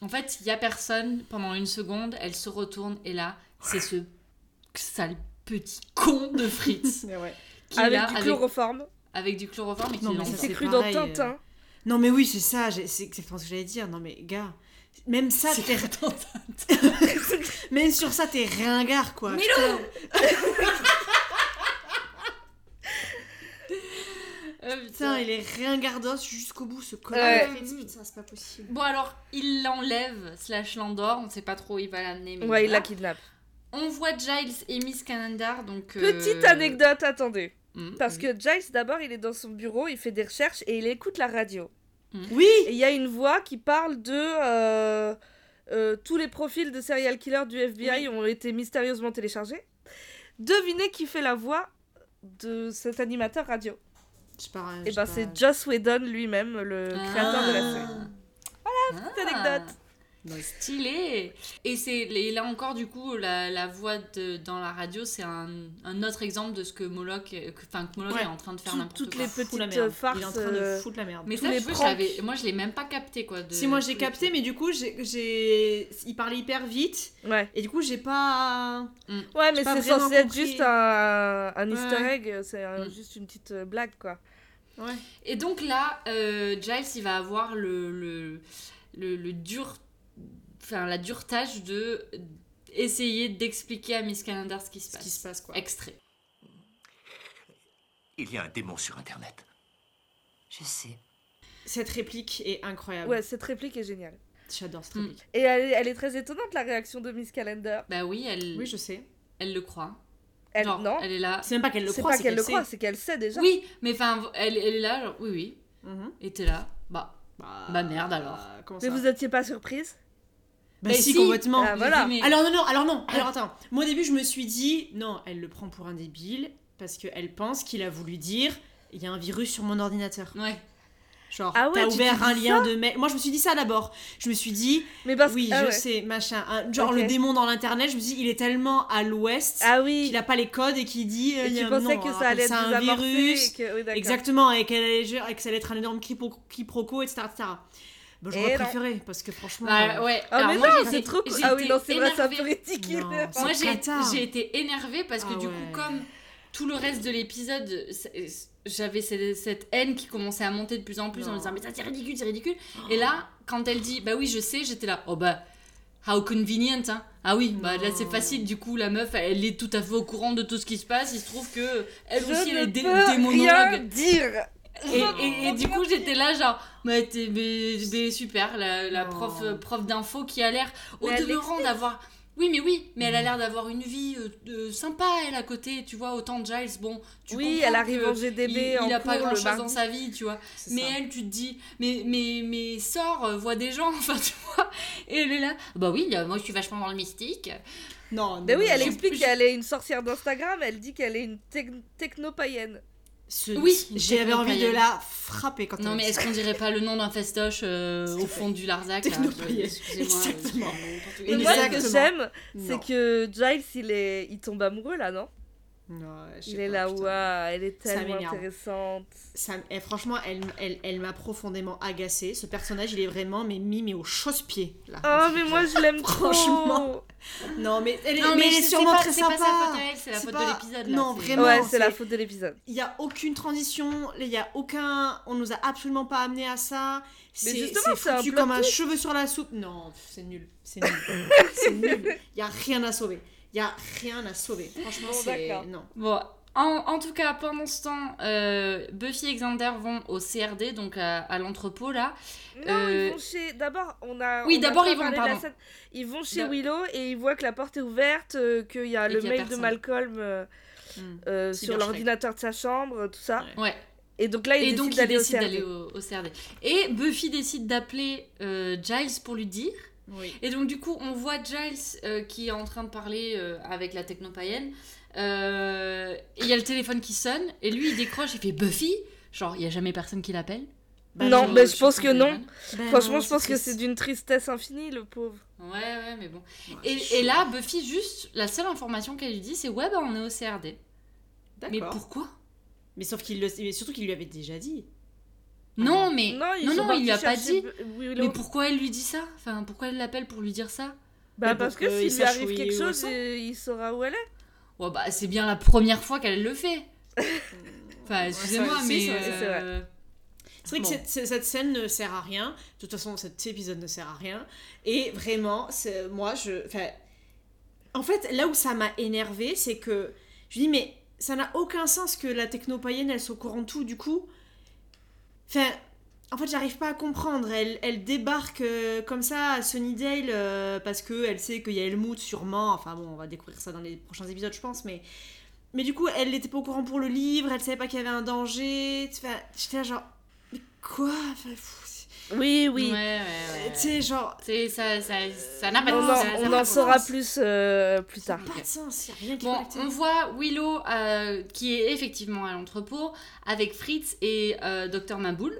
Speaker 3: en fait, il y a personne pendant une seconde, elle se retourne et là, c'est ce sale petit con de Fritz
Speaker 4: Ouais, ouais.
Speaker 3: qui est
Speaker 2: avec
Speaker 3: là
Speaker 2: du
Speaker 3: avec Ah,
Speaker 2: chloroforme.
Speaker 3: avec du chloroforme et qui
Speaker 4: Non, mais
Speaker 3: l'envoie.
Speaker 4: ça,
Speaker 2: C'est
Speaker 4: c'est
Speaker 2: cru
Speaker 4: pareil,
Speaker 2: dans
Speaker 4: euh,
Speaker 2: Tintin.
Speaker 4: Non, mais oui, c'est ça, j'ai- c'est exactement ce que j'allais dire. Non, mais gars, même ça,
Speaker 3: C'est
Speaker 4: t'es-
Speaker 3: dans un-
Speaker 4: même sur ça, t'es ringard, quoi. Putain.
Speaker 3: Euh,
Speaker 4: Putain, il est ringardos jusqu'au bout, ce connard.
Speaker 2: Ouais.
Speaker 4: Fritz, Putain, c'est pas possible.
Speaker 3: Bon alors, il l'enlève, slash l'endort, on sait pas trop où il va l'amener. mais
Speaker 2: Ouais, il
Speaker 3: voilà.
Speaker 2: la kidnappe.
Speaker 3: On voit Giles et Miss Calendar, donc... euh,
Speaker 2: Petite anecdote, attendez.
Speaker 3: Mhm.
Speaker 2: Parce que Giles, d'abord, il est dans son bureau, il fait des recherches et il écoute la radio.
Speaker 4: Oui!
Speaker 2: Et il y a une voix qui parle de. euh, euh, tous les profils de serial killers du FBI ont été mystérieusement téléchargés. Devinez qui fait la voix de cet animateur radio.
Speaker 4: C'est pas
Speaker 2: Et ben c'est Joss Whedon lui-même, le
Speaker 3: Ah.
Speaker 2: créateur de la série.
Speaker 3: Ah.
Speaker 2: Petite anecdote.
Speaker 3: Stylé Et, c'est, et là encore, du coup, la, la voix de, dans la radio, c'est un, un autre exemple de ce que Moloch, euh, que, enfin, que Moloch
Speaker 4: Ouais,
Speaker 3: est en train de faire
Speaker 2: tout-
Speaker 3: n'importe
Speaker 2: toutes
Speaker 3: quoi.
Speaker 2: les petites
Speaker 4: la
Speaker 2: euh,
Speaker 4: merde.
Speaker 2: farces.
Speaker 4: Il est en train de
Speaker 2: euh,
Speaker 4: foutre la merde.
Speaker 3: Mais
Speaker 2: tous
Speaker 3: ça,
Speaker 2: les
Speaker 3: je crois que je
Speaker 2: pranks.
Speaker 3: l'avais- moi, je l'ai même pas capté, quoi. de-
Speaker 4: Si moi j'ai
Speaker 3: tous les
Speaker 4: capté, mais du coup j'ai- j'ai, il parlait hyper vite
Speaker 2: Ouais,
Speaker 4: et du coup j'ai pas.
Speaker 2: ouais mais
Speaker 4: pas
Speaker 2: c'est
Speaker 4: vraiment
Speaker 2: censé être
Speaker 4: compris.
Speaker 2: juste un, un
Speaker 4: Ouais.
Speaker 2: easter egg, c'est un-
Speaker 3: Mm.
Speaker 2: juste une petite euh, blague quoi.
Speaker 4: Ouais.
Speaker 3: Et donc là, euh, Giles, il va avoir le, le, le, le dur, enfin, la dure tâche de essayer d'expliquer à Miss Calendar ce qui se
Speaker 4: Ce
Speaker 3: passe.
Speaker 4: qui se passe quoi.
Speaker 3: Extrait.
Speaker 5: Il y a un démon sur Internet.
Speaker 8: Je sais.
Speaker 4: Cette réplique est incroyable.
Speaker 2: Ouais, cette réplique est géniale.
Speaker 4: J'adore cette
Speaker 3: Mm.
Speaker 4: réplique.
Speaker 2: Et elle, est- elle est très étonnante la réaction de Miss Calendar.
Speaker 3: Bah oui, elle,
Speaker 4: Oui, je sais.
Speaker 3: elle le croit.
Speaker 2: Elle,
Speaker 3: Genre,
Speaker 2: non,
Speaker 3: Elle est là.
Speaker 4: Mm. C'est même pas qu'elle le
Speaker 2: c'est
Speaker 4: croit,
Speaker 2: pas qu'elle le
Speaker 4: sait.
Speaker 2: croit, c'est qu'elle sait déjà.
Speaker 3: Oui, mais enfin, elle, elle est là, genre, oui, oui.
Speaker 4: Mhm.
Speaker 3: Et t'es là. Bah,
Speaker 4: Bah...
Speaker 3: Bah, merde, alors.
Speaker 4: Comment
Speaker 2: Mais
Speaker 4: ça
Speaker 2: vous étiez pas surprise
Speaker 4: Bah
Speaker 3: Mais
Speaker 4: si,
Speaker 3: si,
Speaker 4: complètement.
Speaker 2: ah, voilà.
Speaker 3: Mais-
Speaker 4: Alors non, non, alors non.
Speaker 2: Ah.
Speaker 4: Alors attends. Moi au début, je me suis dit, non, elle le prend pour un débile parce qu'elle pense qu'il a voulu dire, il y a un virus sur mon ordinateur.
Speaker 3: Ouais.
Speaker 4: Genre,
Speaker 2: Ah ouais,
Speaker 4: t'as
Speaker 2: tu
Speaker 4: ouvert
Speaker 2: t'es
Speaker 4: un
Speaker 2: dit
Speaker 4: lien de mail. Moi, je me suis dit ça d'abord. Je me suis dit,
Speaker 2: Mais parce
Speaker 4: oui,
Speaker 2: ah
Speaker 4: je
Speaker 2: ouais.
Speaker 4: sais, machin. Un- genre
Speaker 2: Ok.
Speaker 4: le démon dans l'internet, je me suis dit, il est tellement à l'ouest
Speaker 2: Ah oui.
Speaker 4: qu'il a pas les codes et qu'il dit, euh,
Speaker 2: Et
Speaker 4: il y
Speaker 2: tu
Speaker 4: a un-
Speaker 2: pensais
Speaker 4: non,
Speaker 2: que
Speaker 4: on
Speaker 2: ça allait
Speaker 4: appelle
Speaker 2: être
Speaker 4: un
Speaker 2: désamorcé
Speaker 4: virus.
Speaker 2: et que... oui, d'accord.
Speaker 4: Exactement, et, qu'elle allait- et que ça allait être un énorme quipo- quiproquo, etc. etc. Bah, j'aurais
Speaker 2: Et non.
Speaker 4: préféré, parce que franchement.
Speaker 3: Bah,
Speaker 4: euh,
Speaker 3: ouais.
Speaker 2: Ah,
Speaker 3: Alors,
Speaker 2: mais
Speaker 3: moi,
Speaker 2: non,
Speaker 3: j'étais-
Speaker 2: c'est trop cool.
Speaker 3: j'étais
Speaker 2: Ah oui, non, c'est vrai, c'est un peu
Speaker 3: énervée.
Speaker 2: ridicule.
Speaker 4: Non, c'est-
Speaker 3: Moi,
Speaker 4: C'est
Speaker 3: j'ai
Speaker 4: cata.
Speaker 3: j'ai été énervée parce que
Speaker 4: Ah
Speaker 3: du
Speaker 4: ouais.
Speaker 3: coup, comme tout le reste de l'épisode, c'est- j'avais cette, cette haine qui commençait à monter de plus en plus en
Speaker 4: Non.
Speaker 3: me disant mais ça c'est ridicule, c'est ridicule. Et là, quand elle dit bah oui je sais, j'étais là oh bah how convenient hein. Ah oui bah là c'est
Speaker 4: Non.
Speaker 3: facile du coup la meuf elle, elle est tout à fait au courant de tout ce qui se passe. Il se trouve que elle
Speaker 2: Je
Speaker 3: aussi elle
Speaker 2: ne
Speaker 3: est dé-
Speaker 2: peux rien
Speaker 3: démonologue.
Speaker 2: dire.
Speaker 3: Et, et- et du coup, j'étais là, genre, mais, t'es- mais- mais super, la, la
Speaker 4: Non.
Speaker 3: prof, euh, prof d'info qui a l'air, au
Speaker 2: Oh. Mais elle Mm.
Speaker 3: demeurant, d'avoir. Oui, mais oui, mais elle a l'air d'avoir une vie euh, euh, sympa, elle, à côté, tu vois, autant Giles, bon, tu
Speaker 2: Oui,
Speaker 3: comprends
Speaker 2: elle arrive
Speaker 3: que
Speaker 2: en GDB
Speaker 3: il,
Speaker 2: en
Speaker 3: il a pas
Speaker 2: cours
Speaker 3: grand
Speaker 2: le
Speaker 3: chose dans
Speaker 2: mardi.
Speaker 3: sa vie, tu vois.
Speaker 4: c'est
Speaker 3: Mais
Speaker 4: ça.
Speaker 3: elle, tu te dis, mais, mais, mais sors, euh, vois des gens, enfin, tu vois. Et elle est là, bah oui, euh, moi je suis vachement dans le mystique.
Speaker 4: Non,
Speaker 2: Ben
Speaker 4: non,
Speaker 2: oui, elle
Speaker 4: non.
Speaker 2: explique qu'elle est une sorcière d'Instagram, elle dit qu'elle est une techno technopaïenne.
Speaker 4: Ce-
Speaker 3: Oui,
Speaker 4: j'avais envie de
Speaker 3: technopaïenne.
Speaker 4: la frapper quand
Speaker 3: Non,
Speaker 4: elle
Speaker 3: mais est-ce qu'on dirait pas le nom d'un festoche euh, au fond du Larzac là
Speaker 4: Technopaïenne.
Speaker 3: Excusez-moi, euh,
Speaker 4: Exactement.
Speaker 3: je-
Speaker 2: Mais
Speaker 4: Et
Speaker 2: moi, ce que
Speaker 4: Exactement.
Speaker 2: j'aime,
Speaker 4: Non.
Speaker 2: c'est que Giles, il, est... il tombe amoureux là, non
Speaker 4: Non, je sais
Speaker 2: Il est hein.
Speaker 4: pas,
Speaker 2: là,
Speaker 4: putain.
Speaker 2: ouah, elle est
Speaker 4: Ça
Speaker 2: tellement
Speaker 4: m'énerve.
Speaker 2: intéressante.
Speaker 4: Ça m- eh, franchement, elle, elle, elle m'a profondément agacée. Ce personnage, il est vraiment mais mis mais au chausse-pied. là.
Speaker 2: Oh, mais moi, je l'aime trop.
Speaker 4: Franchement. Non, mais elle est,
Speaker 3: Non,
Speaker 4: mais
Speaker 3: mais
Speaker 4: elle est
Speaker 3: c'est
Speaker 4: sûrement
Speaker 3: pas-
Speaker 4: très
Speaker 3: c'est
Speaker 4: sympa.
Speaker 3: pas sa faute à elle, c'est la
Speaker 4: C'est
Speaker 3: faute
Speaker 4: pas-
Speaker 3: de l'épisode. là,
Speaker 4: non,
Speaker 3: c'est-
Speaker 4: vraiment.
Speaker 2: Ouais,
Speaker 4: c'est-
Speaker 2: c'est la faute de l'épisode.
Speaker 4: Il n'y a aucune transition. Il y a aucun. On nous a absolument pas amené à ça. C'est
Speaker 2: justement,
Speaker 4: c'est
Speaker 2: c'est un
Speaker 4: foutu
Speaker 2: plot
Speaker 4: comme un
Speaker 2: twist.
Speaker 4: cheveu sur la soupe. Non, pff, c'est nul. C'est nul. c'est nul. Il y a rien à sauver. Il y a rien à sauver. Franchement,
Speaker 2: Bon,
Speaker 4: c'est
Speaker 2: d'accord.
Speaker 4: non.
Speaker 3: Bon, en, en tout cas, pendant ce temps, euh, Buffy et Xander vont au CRD, donc à, à l'entrepôt là.
Speaker 2: Non,
Speaker 3: Euh,
Speaker 2: ils vont chez. D'abord, on a.
Speaker 3: Oui,
Speaker 2: on a
Speaker 3: d'abord,
Speaker 2: pas
Speaker 3: ils vont,
Speaker 2: parlé de la
Speaker 3: pardon.
Speaker 2: scène. Ils vont chez
Speaker 3: D'a-
Speaker 2: Willow et ils voient que la porte est ouverte, euh, qu'il y a
Speaker 3: Et
Speaker 2: le
Speaker 3: qu'il y a
Speaker 2: mail de
Speaker 3: personne.
Speaker 2: Malcolm euh,
Speaker 4: Hmm.
Speaker 2: euh, sur
Speaker 4: Cyberstrike.
Speaker 2: l'ordinateur de sa chambre, tout ça.
Speaker 4: Ouais.
Speaker 3: Ouais.
Speaker 2: Et donc là, ils
Speaker 3: Et
Speaker 2: décident
Speaker 3: donc ils
Speaker 2: d'aller au
Speaker 3: décident d'aller
Speaker 2: CRD.
Speaker 3: au, au CRD. Et Buffy décide d'appeler euh, Giles pour lui dire.
Speaker 4: Oui.
Speaker 3: Et donc du coup, on voit Giles euh, qui est en train de parler euh, avec la technopaïenne. Euh, et il y a le téléphone qui sonne et lui il décroche, il fait Buffy. Genre, il y a jamais personne qui l'appelle. Euh,
Speaker 2: Non,
Speaker 3: Sur-
Speaker 2: mais je
Speaker 3: sur
Speaker 2: pense
Speaker 3: son
Speaker 2: que non.
Speaker 3: téléphone.
Speaker 2: Franchement, je pense que c'est d'une tristesse infinie, le pauvre.
Speaker 3: Ouais, ouais, mais bon. Et, et là, Buffy, juste, la seule information qu'elle lui dit, c'est Ouais, bah on est au CRD. Mais
Speaker 4: D'accord.
Speaker 3: pourquoi
Speaker 2: Ah
Speaker 4: Mais sauf qu'il le... mais surtout qu'il lui avait déjà dit.
Speaker 3: Non, mais.
Speaker 2: Non,
Speaker 3: Non,
Speaker 2: ils
Speaker 3: non,
Speaker 2: sont
Speaker 3: il lui a
Speaker 2: partis
Speaker 3: pas
Speaker 2: chercher
Speaker 3: dit.
Speaker 2: B- Willow.
Speaker 3: Mais pourquoi elle lui dit ça Enfin, pourquoi elle l'appelle pour lui dire ça
Speaker 2: Bah,
Speaker 4: Mais
Speaker 2: parce
Speaker 4: pour que
Speaker 2: que
Speaker 4: il
Speaker 2: s'il lui
Speaker 4: sache
Speaker 2: arrive
Speaker 4: où
Speaker 2: quelque
Speaker 4: il- où
Speaker 2: chose,
Speaker 4: elle
Speaker 2: euh, il saura où elle est.
Speaker 3: Ouais, bah c'est bien la première fois qu'elle le fait. Enfin, excusez-moi,
Speaker 4: c'est-
Speaker 3: mais.
Speaker 4: c'est-
Speaker 2: c'est vrai.
Speaker 3: euh,
Speaker 4: C'est vrai que
Speaker 3: Bon.
Speaker 4: cette, cette- cette scène ne sert à rien. De toute façon, cet épisode ne sert à rien. Et vraiment, c'est- moi, je. enfin, En fait, là où ça m'a énervé, c'est que je me dis, mais ça n'a aucun sens que la techno-païenne, elle soit au courant de tout, du coup. Enfin, en fait, j'arrive pas à comprendre. Elle, elle débarque euh, comme ça à Sunnydale euh, parce qu'elle sait qu'il y a Helmut, sûrement. Enfin bon, on va découvrir ça dans les prochains épisodes, je pense, mais. Mais du coup, elle n'était pas au courant pour le livre, elle savait pas qu'il y avait un danger. Enfin, j'étais là genre. Mais quoi Enfin, pff, c'est-
Speaker 2: Oui, oui.
Speaker 3: Ouais, ouais, ouais.
Speaker 4: Tu sais, genre.
Speaker 3: C'est- Ça, ça, ça n'a pas de
Speaker 2: On
Speaker 4: Non,
Speaker 3: sens.
Speaker 2: en,
Speaker 3: ça- ça
Speaker 2: on
Speaker 3: n'a
Speaker 2: en
Speaker 3: pas de
Speaker 2: saura
Speaker 3: sens.
Speaker 2: plus euh, plus
Speaker 4: Ça
Speaker 2: tard.
Speaker 4: n'a pas de sens, y a rien qui est
Speaker 3: Bon,
Speaker 4: connecté.
Speaker 3: on voit Willow euh, qui est effectivement à l'entrepôt avec Fritz et euh, Dr Maboul.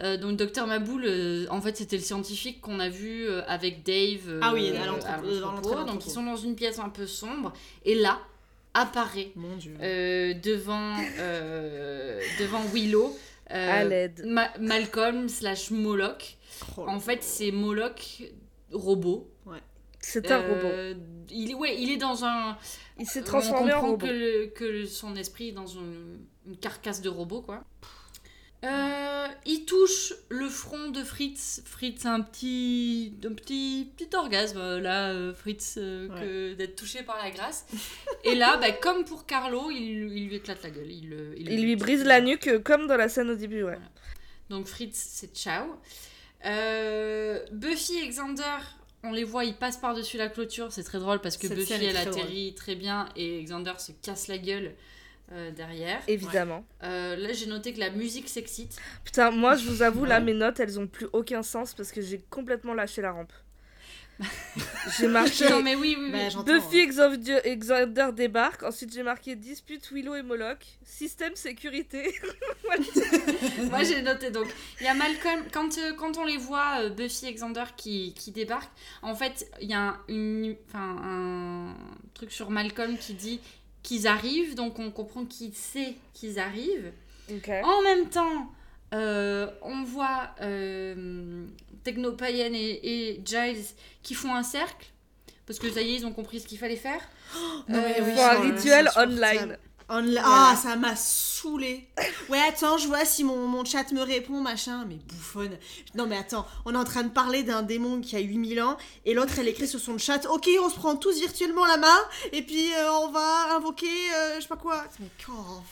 Speaker 3: Euh, donc Dr Maboul, euh, en fait, c'était le scientifique qu'on a vu euh, avec Dave euh,
Speaker 4: Ah oui, à
Speaker 3: euh,
Speaker 4: l'entrepôt, devant l'entrée de
Speaker 3: Donc
Speaker 4: l'entrepôt.
Speaker 3: ils sont dans une pièce un peu sombre et là apparaît
Speaker 4: Mon dieu.
Speaker 3: euh, devant euh, devant Willow. euh,
Speaker 2: À l'aide.
Speaker 3: Ma- Malcolm slash Moloch.
Speaker 4: Oh là
Speaker 3: En
Speaker 4: là.
Speaker 3: fait, c'est Moloch robot.
Speaker 2: C'est un robot.
Speaker 3: Euh, Il, est- ouais, il est dans un,
Speaker 2: Il s'est
Speaker 3: on
Speaker 2: transformé en
Speaker 3: comprend
Speaker 2: robot.
Speaker 3: Que, le- que le- son esprit est dans une, une carcasse de robot, quoi. Euh, il touche le front de Fritz. Fritz a un petit, un petit, petit orgasme, euh, là, euh, Fritz, euh, que d'être touché par la grâce. Et là, bah, comme pour Carlo, il, il lui éclate la gueule. Il, le- le
Speaker 2: Il lui
Speaker 3: bute.
Speaker 2: brise la nuque euh, comme dans la scène au début, ouais.
Speaker 3: Donc Fritz, c'est ciao. Euh, Buffy et Xander, on les voit, ils passent par-dessus la clôture. C'est très drôle parce que
Speaker 4: Cette
Speaker 3: Buffy,
Speaker 4: scène est
Speaker 3: elle
Speaker 4: très
Speaker 3: atterrit très bien et Xander se casse la gueule euh, derrière.
Speaker 2: Évidemment.
Speaker 3: Euh, là, j'ai noté que la musique s'excite.
Speaker 2: Putain, moi je vous avoue, là mes notes elles ont plus aucun sens parce que j'ai complètement lâché la rampe. J'ai marqué.
Speaker 3: Non, mais oui, oui, oui.
Speaker 4: Ah, Bah, j'entends,
Speaker 2: Buffy
Speaker 4: hein.
Speaker 2: Exovdi- Exander débarque. Ensuite, j'ai marqué dispute Willow et Moloch. Système sécurité.
Speaker 4: bah,
Speaker 3: Moi j'ai noté donc. Il y a Malcolm, quand, euh, quand on les voit, euh, Buffy et Xander qui, qui débarquent, en fait il y a un, une- enfin, un truc sur Malcolm qui dit qu'ils arrivent, donc on comprend qu'il sait qu'ils arrivent.
Speaker 2: Ok.
Speaker 3: En même temps, euh, on voit euh, Technopayenne et, et Giles qui font un cercle, parce que ça y est, ils ont compris ce qu'il fallait faire.
Speaker 4: Non, mais
Speaker 3: Euh,
Speaker 4: oui,
Speaker 2: Pour un
Speaker 4: c'est
Speaker 2: rituel
Speaker 4: insupportable.
Speaker 2: online.
Speaker 4: Onla- Ah, ça m'a saoulé. Ouais, attends, je vois si mon, mon chat me répond, machin. Mais bouffonne. Non, mais attends, on est en train de parler d'un démon qui a 8000 ans et l'autre, elle écrit sur son chat Ok, on se prend tous virtuellement la main et puis euh, on va invoquer euh, je sais pas quoi. Mais quand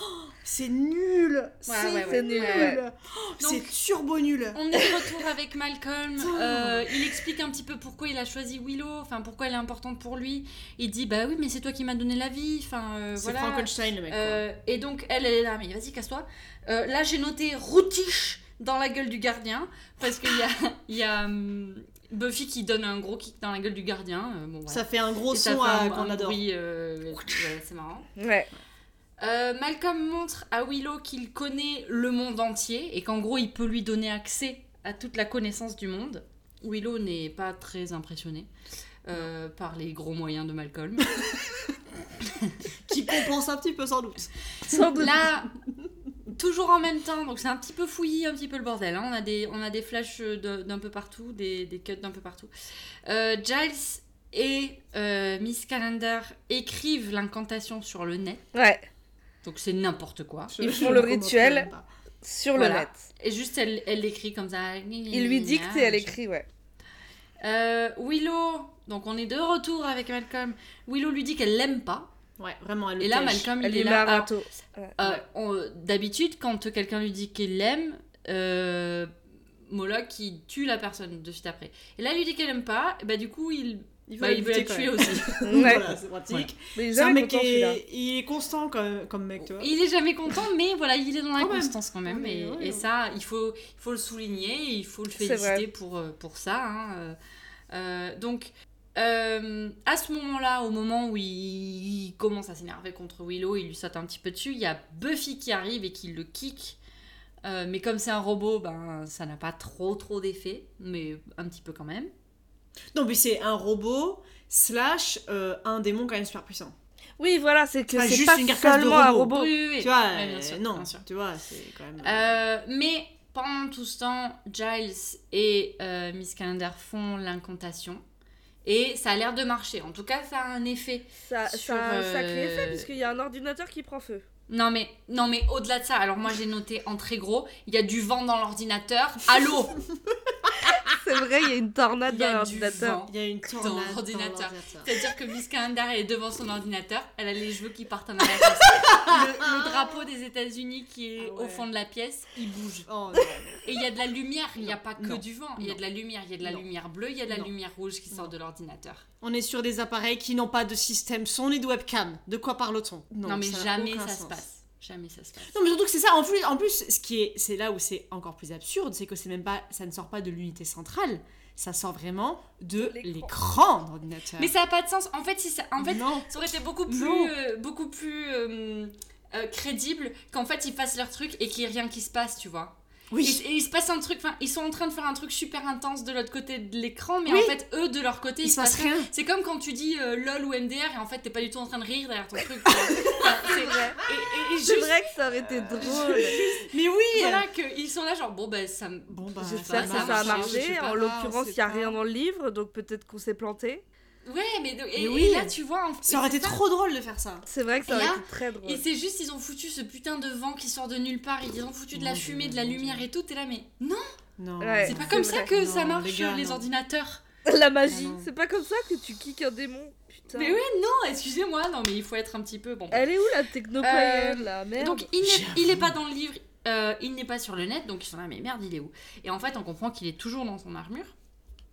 Speaker 4: Oh, C'est nul C'est
Speaker 3: ouais, ouais.
Speaker 2: C'est
Speaker 4: nul
Speaker 2: nul. ouais.
Speaker 4: Oh,
Speaker 3: Donc-
Speaker 4: C'est turbo nul
Speaker 3: On est de retour avec Malcolm. Euh, il explique un petit peu pourquoi il a choisi Willow, enfin pourquoi elle est importante pour lui. Il dit bah oui mais c'est toi qui m'as donné la vie, enfin euh,
Speaker 4: C'est
Speaker 3: voilà.
Speaker 4: Frankenstein, le mec. quoi.
Speaker 3: Euh, et donc elle elle est là mais vas-y casse-toi. Euh, là j'ai noté routiche dans la gueule du gardien parce qu'il y a il y a hum, Buffy qui donne un gros kick dans la gueule du gardien. Euh, bon, voilà.
Speaker 4: Ça fait un gros
Speaker 3: Et hein. ça
Speaker 4: son
Speaker 3: fait
Speaker 4: à-
Speaker 3: un-
Speaker 4: qu'on
Speaker 3: un
Speaker 4: adore.
Speaker 3: bruit, euh, ouais, c'est marrant.
Speaker 2: Ouais.
Speaker 3: Euh, Malcolm montre à Willow qu'il connaît le monde entier et qu'en gros il peut lui donner accès à toute la connaissance du monde. Willow n'est pas très impressionnée euh, par les gros moyens de Malcolm.
Speaker 4: Qui compense un petit peu sans doute.
Speaker 2: Sans doute.
Speaker 3: Là, toujours en même temps, donc c'est un petit peu fouillis, un petit peu le bordel. hein. On, a des, on a des flashs de- d'un peu partout, des, des cuts d'un peu partout. Euh, Giles et euh, Miss Calendar écrivent l'incantation sur le net,
Speaker 2: Ouais.
Speaker 3: donc c'est n'importe quoi.
Speaker 2: Ils
Speaker 4: Je
Speaker 2: font le
Speaker 4: ne commenterai
Speaker 2: rituel.
Speaker 4: même pas.
Speaker 2: Sur le
Speaker 3: Voilà.
Speaker 2: net.
Speaker 3: Et juste, elle, elle l'écrit comme ça.
Speaker 2: Il lui dicte et elle écrit, ouais.
Speaker 3: Euh, Willow, donc on est de retour avec Malcolm. Willow lui dit qu'elle l'aime pas.
Speaker 4: Ouais, vraiment, elle le
Speaker 3: Et là,
Speaker 4: cache.
Speaker 3: Malcolm,
Speaker 2: Elle
Speaker 3: il est
Speaker 2: lui met un
Speaker 3: là. Alors,
Speaker 2: râteau.
Speaker 3: euh, on- D'habitude, quand quelqu'un lui dit qu'il l'aime, euh, Moloch, il tue la personne de suite après. Et là, il lui dit qu'elle l'aime pas. Et bah, du coup, il,
Speaker 4: Il
Speaker 3: bah,
Speaker 4: la
Speaker 3: il veut la
Speaker 4: buter, quand
Speaker 3: tuer
Speaker 4: même.
Speaker 3: aussi.
Speaker 2: Ouais.
Speaker 4: Voilà, c'est pratique.
Speaker 2: Mais il est
Speaker 4: C'est un
Speaker 2: jamais
Speaker 4: mec qui
Speaker 2: content, celui-là.
Speaker 4: est, il est constant comme, comme mec, tu vois.
Speaker 3: Il est jamais content, mais voilà, il est dans la
Speaker 4: Quand même.
Speaker 3: constance quand même.
Speaker 4: Ouais,
Speaker 3: et,
Speaker 4: ouais,
Speaker 3: et
Speaker 4: ouais.
Speaker 3: ça, il faut, il faut le souligner, et il faut le
Speaker 2: C'est
Speaker 3: féliciter
Speaker 2: vrai.
Speaker 3: pour, euh, pour ça. hein, euh, euh, donc, euh, à ce moment-là, au moment où il, il commence à s'énerver contre Willow, il lui saute un petit peu dessus, il y a Buffy qui arrive et qui le kick. Euh, mais comme c'est un robot, ben, ça n'a pas trop trop d'effet, mais un petit peu quand même.
Speaker 4: Non, mais c'est un robot slash euh, un démon quand même super puissant.
Speaker 2: Oui, voilà, c'est que
Speaker 4: Pas
Speaker 2: c'est
Speaker 4: juste
Speaker 2: pas
Speaker 4: une carcasse de
Speaker 2: seulement un
Speaker 4: robot.
Speaker 2: robot.
Speaker 3: Oui, oui, oui.
Speaker 4: Tu vois,
Speaker 3: Ouais, bien
Speaker 4: euh,
Speaker 3: sûr,
Speaker 4: non,
Speaker 3: bien sûr.
Speaker 4: tu vois, c'est quand même...
Speaker 3: Euh, mais pendant tout ce temps, Giles et euh, Miss Calendar font l'incantation. Et ça a l'air de marcher. En tout cas, ça a un effet.
Speaker 2: Ça,
Speaker 3: Sur,
Speaker 2: ça a un sacré
Speaker 3: euh,
Speaker 2: effet, puisqu'il y a un ordinateur qui prend feu.
Speaker 3: Non mais, non mais au-delà de ça, alors moi j'ai noté en très gros, il y a du vent dans l'ordinateur. Allô
Speaker 2: C'est vrai, il y a une tornade
Speaker 3: Il y
Speaker 2: dans
Speaker 3: a du
Speaker 2: l'ordinateur.
Speaker 3: vent.
Speaker 4: Il y a une tornade dans
Speaker 3: l'ordinateur.
Speaker 4: l'ordinateur.
Speaker 3: C'est-à-dire que Miss Calendar elle est devant son ordinateur, elle a les cheveux qui partent en arrière. Le, le drapeau des États-Unis qui est
Speaker 4: Ah ouais.
Speaker 3: au fond de la pièce, il bouge.
Speaker 4: Oh, non.
Speaker 3: Et il y a de la lumière, il n'y a
Speaker 4: Non,
Speaker 3: pas que
Speaker 4: non,
Speaker 3: du vent. Il y a de la lumière, il y a de la
Speaker 4: non.
Speaker 3: lumière bleue, il y a de la
Speaker 4: Non.
Speaker 3: lumière rouge qui sort de l'ordinateur.
Speaker 4: On est sur des appareils qui n'ont pas de système son ni de webcam. De quoi parle-t-on
Speaker 3: Non, mais
Speaker 4: a
Speaker 3: jamais
Speaker 4: aucun
Speaker 3: ça se
Speaker 4: sens.
Speaker 3: passe. Jamais ça se passe.
Speaker 4: Non, mais surtout que c'est ça. En plus, en plus ce qui est, c'est là où c'est encore plus absurde, c'est que c'est même pas, ça ne sort pas de l'unité centrale. Ça sort vraiment de
Speaker 2: L'écran.
Speaker 4: l'écran d'ordinateur.
Speaker 3: Mais ça n'a pas de sens. En fait, si ça, en fait,
Speaker 4: non.
Speaker 3: ça aurait été beaucoup
Speaker 4: Non.
Speaker 3: plus, euh, beaucoup plus euh, euh, crédible qu'en fait ils fassent leur truc et qu'il n'y ait rien qui se passe, tu vois.
Speaker 4: Oui.
Speaker 3: Et, et il se passe un truc. Enfin, ils sont en train de faire un truc super intense de l'autre côté de l'écran, mais
Speaker 4: Oui.
Speaker 3: en fait eux de leur côté,
Speaker 4: Il se passe
Speaker 3: rien.
Speaker 4: rien.
Speaker 3: C'est comme quand tu dis euh, lol ou MDR et en fait t'es pas du tout en train de rire derrière ton truc. tu vois. Enfin, c'est-
Speaker 2: C'est vrai.
Speaker 3: et- et- et
Speaker 2: C'est
Speaker 3: juste-
Speaker 2: vrai que ça aurait été drôle.
Speaker 4: Mais oui.
Speaker 3: Voilà qu'ils sont là genre bon ben ça me-
Speaker 4: Bon bah,
Speaker 2: J'espère que
Speaker 3: ça a
Speaker 2: ça a
Speaker 3: marché,
Speaker 4: je sais
Speaker 2: marché.
Speaker 4: pas,
Speaker 2: En
Speaker 4: on
Speaker 2: l'occurrence,
Speaker 4: sait
Speaker 2: il n'y a
Speaker 4: pas.
Speaker 2: rien dans le livre, donc peut-être qu'on s'est planté.
Speaker 3: ouais mais, donc- et,
Speaker 4: Mais
Speaker 3: et
Speaker 4: oui.
Speaker 3: là tu vois en fait,
Speaker 4: Ça aurait été
Speaker 3: c'est
Speaker 4: trop drôle de faire ça.
Speaker 2: C'est vrai que ça
Speaker 3: Et
Speaker 2: aurait
Speaker 3: là,
Speaker 2: été très drôle.
Speaker 3: Et c'est juste, ils ont foutu ce putain de vent qui sort de nulle part, ils ont foutu de la fumée, de la lumière et tout, t'es là, mais non,
Speaker 4: Non.
Speaker 2: Ouais.
Speaker 3: c'est pas comme
Speaker 2: vrai.
Speaker 3: ça que
Speaker 4: Non,
Speaker 3: ça marche
Speaker 4: les
Speaker 3: les,
Speaker 4: gars, non.
Speaker 3: ordinateurs.
Speaker 2: La magie,
Speaker 4: Ah non.
Speaker 2: c'est pas comme ça que tu kicks un démon. Putain.
Speaker 3: Mais ouais, non, excusez-moi, non, mais il faut être un petit peu. Bon. bref.
Speaker 2: Elle est où la technopayenne là Merde.
Speaker 3: Euh, donc, il n'est, il est pas dans le livre, euh, il n'est pas sur le net, donc ils sont là, mais merde, il est où Et en fait, on comprend qu'il est toujours dans son armure.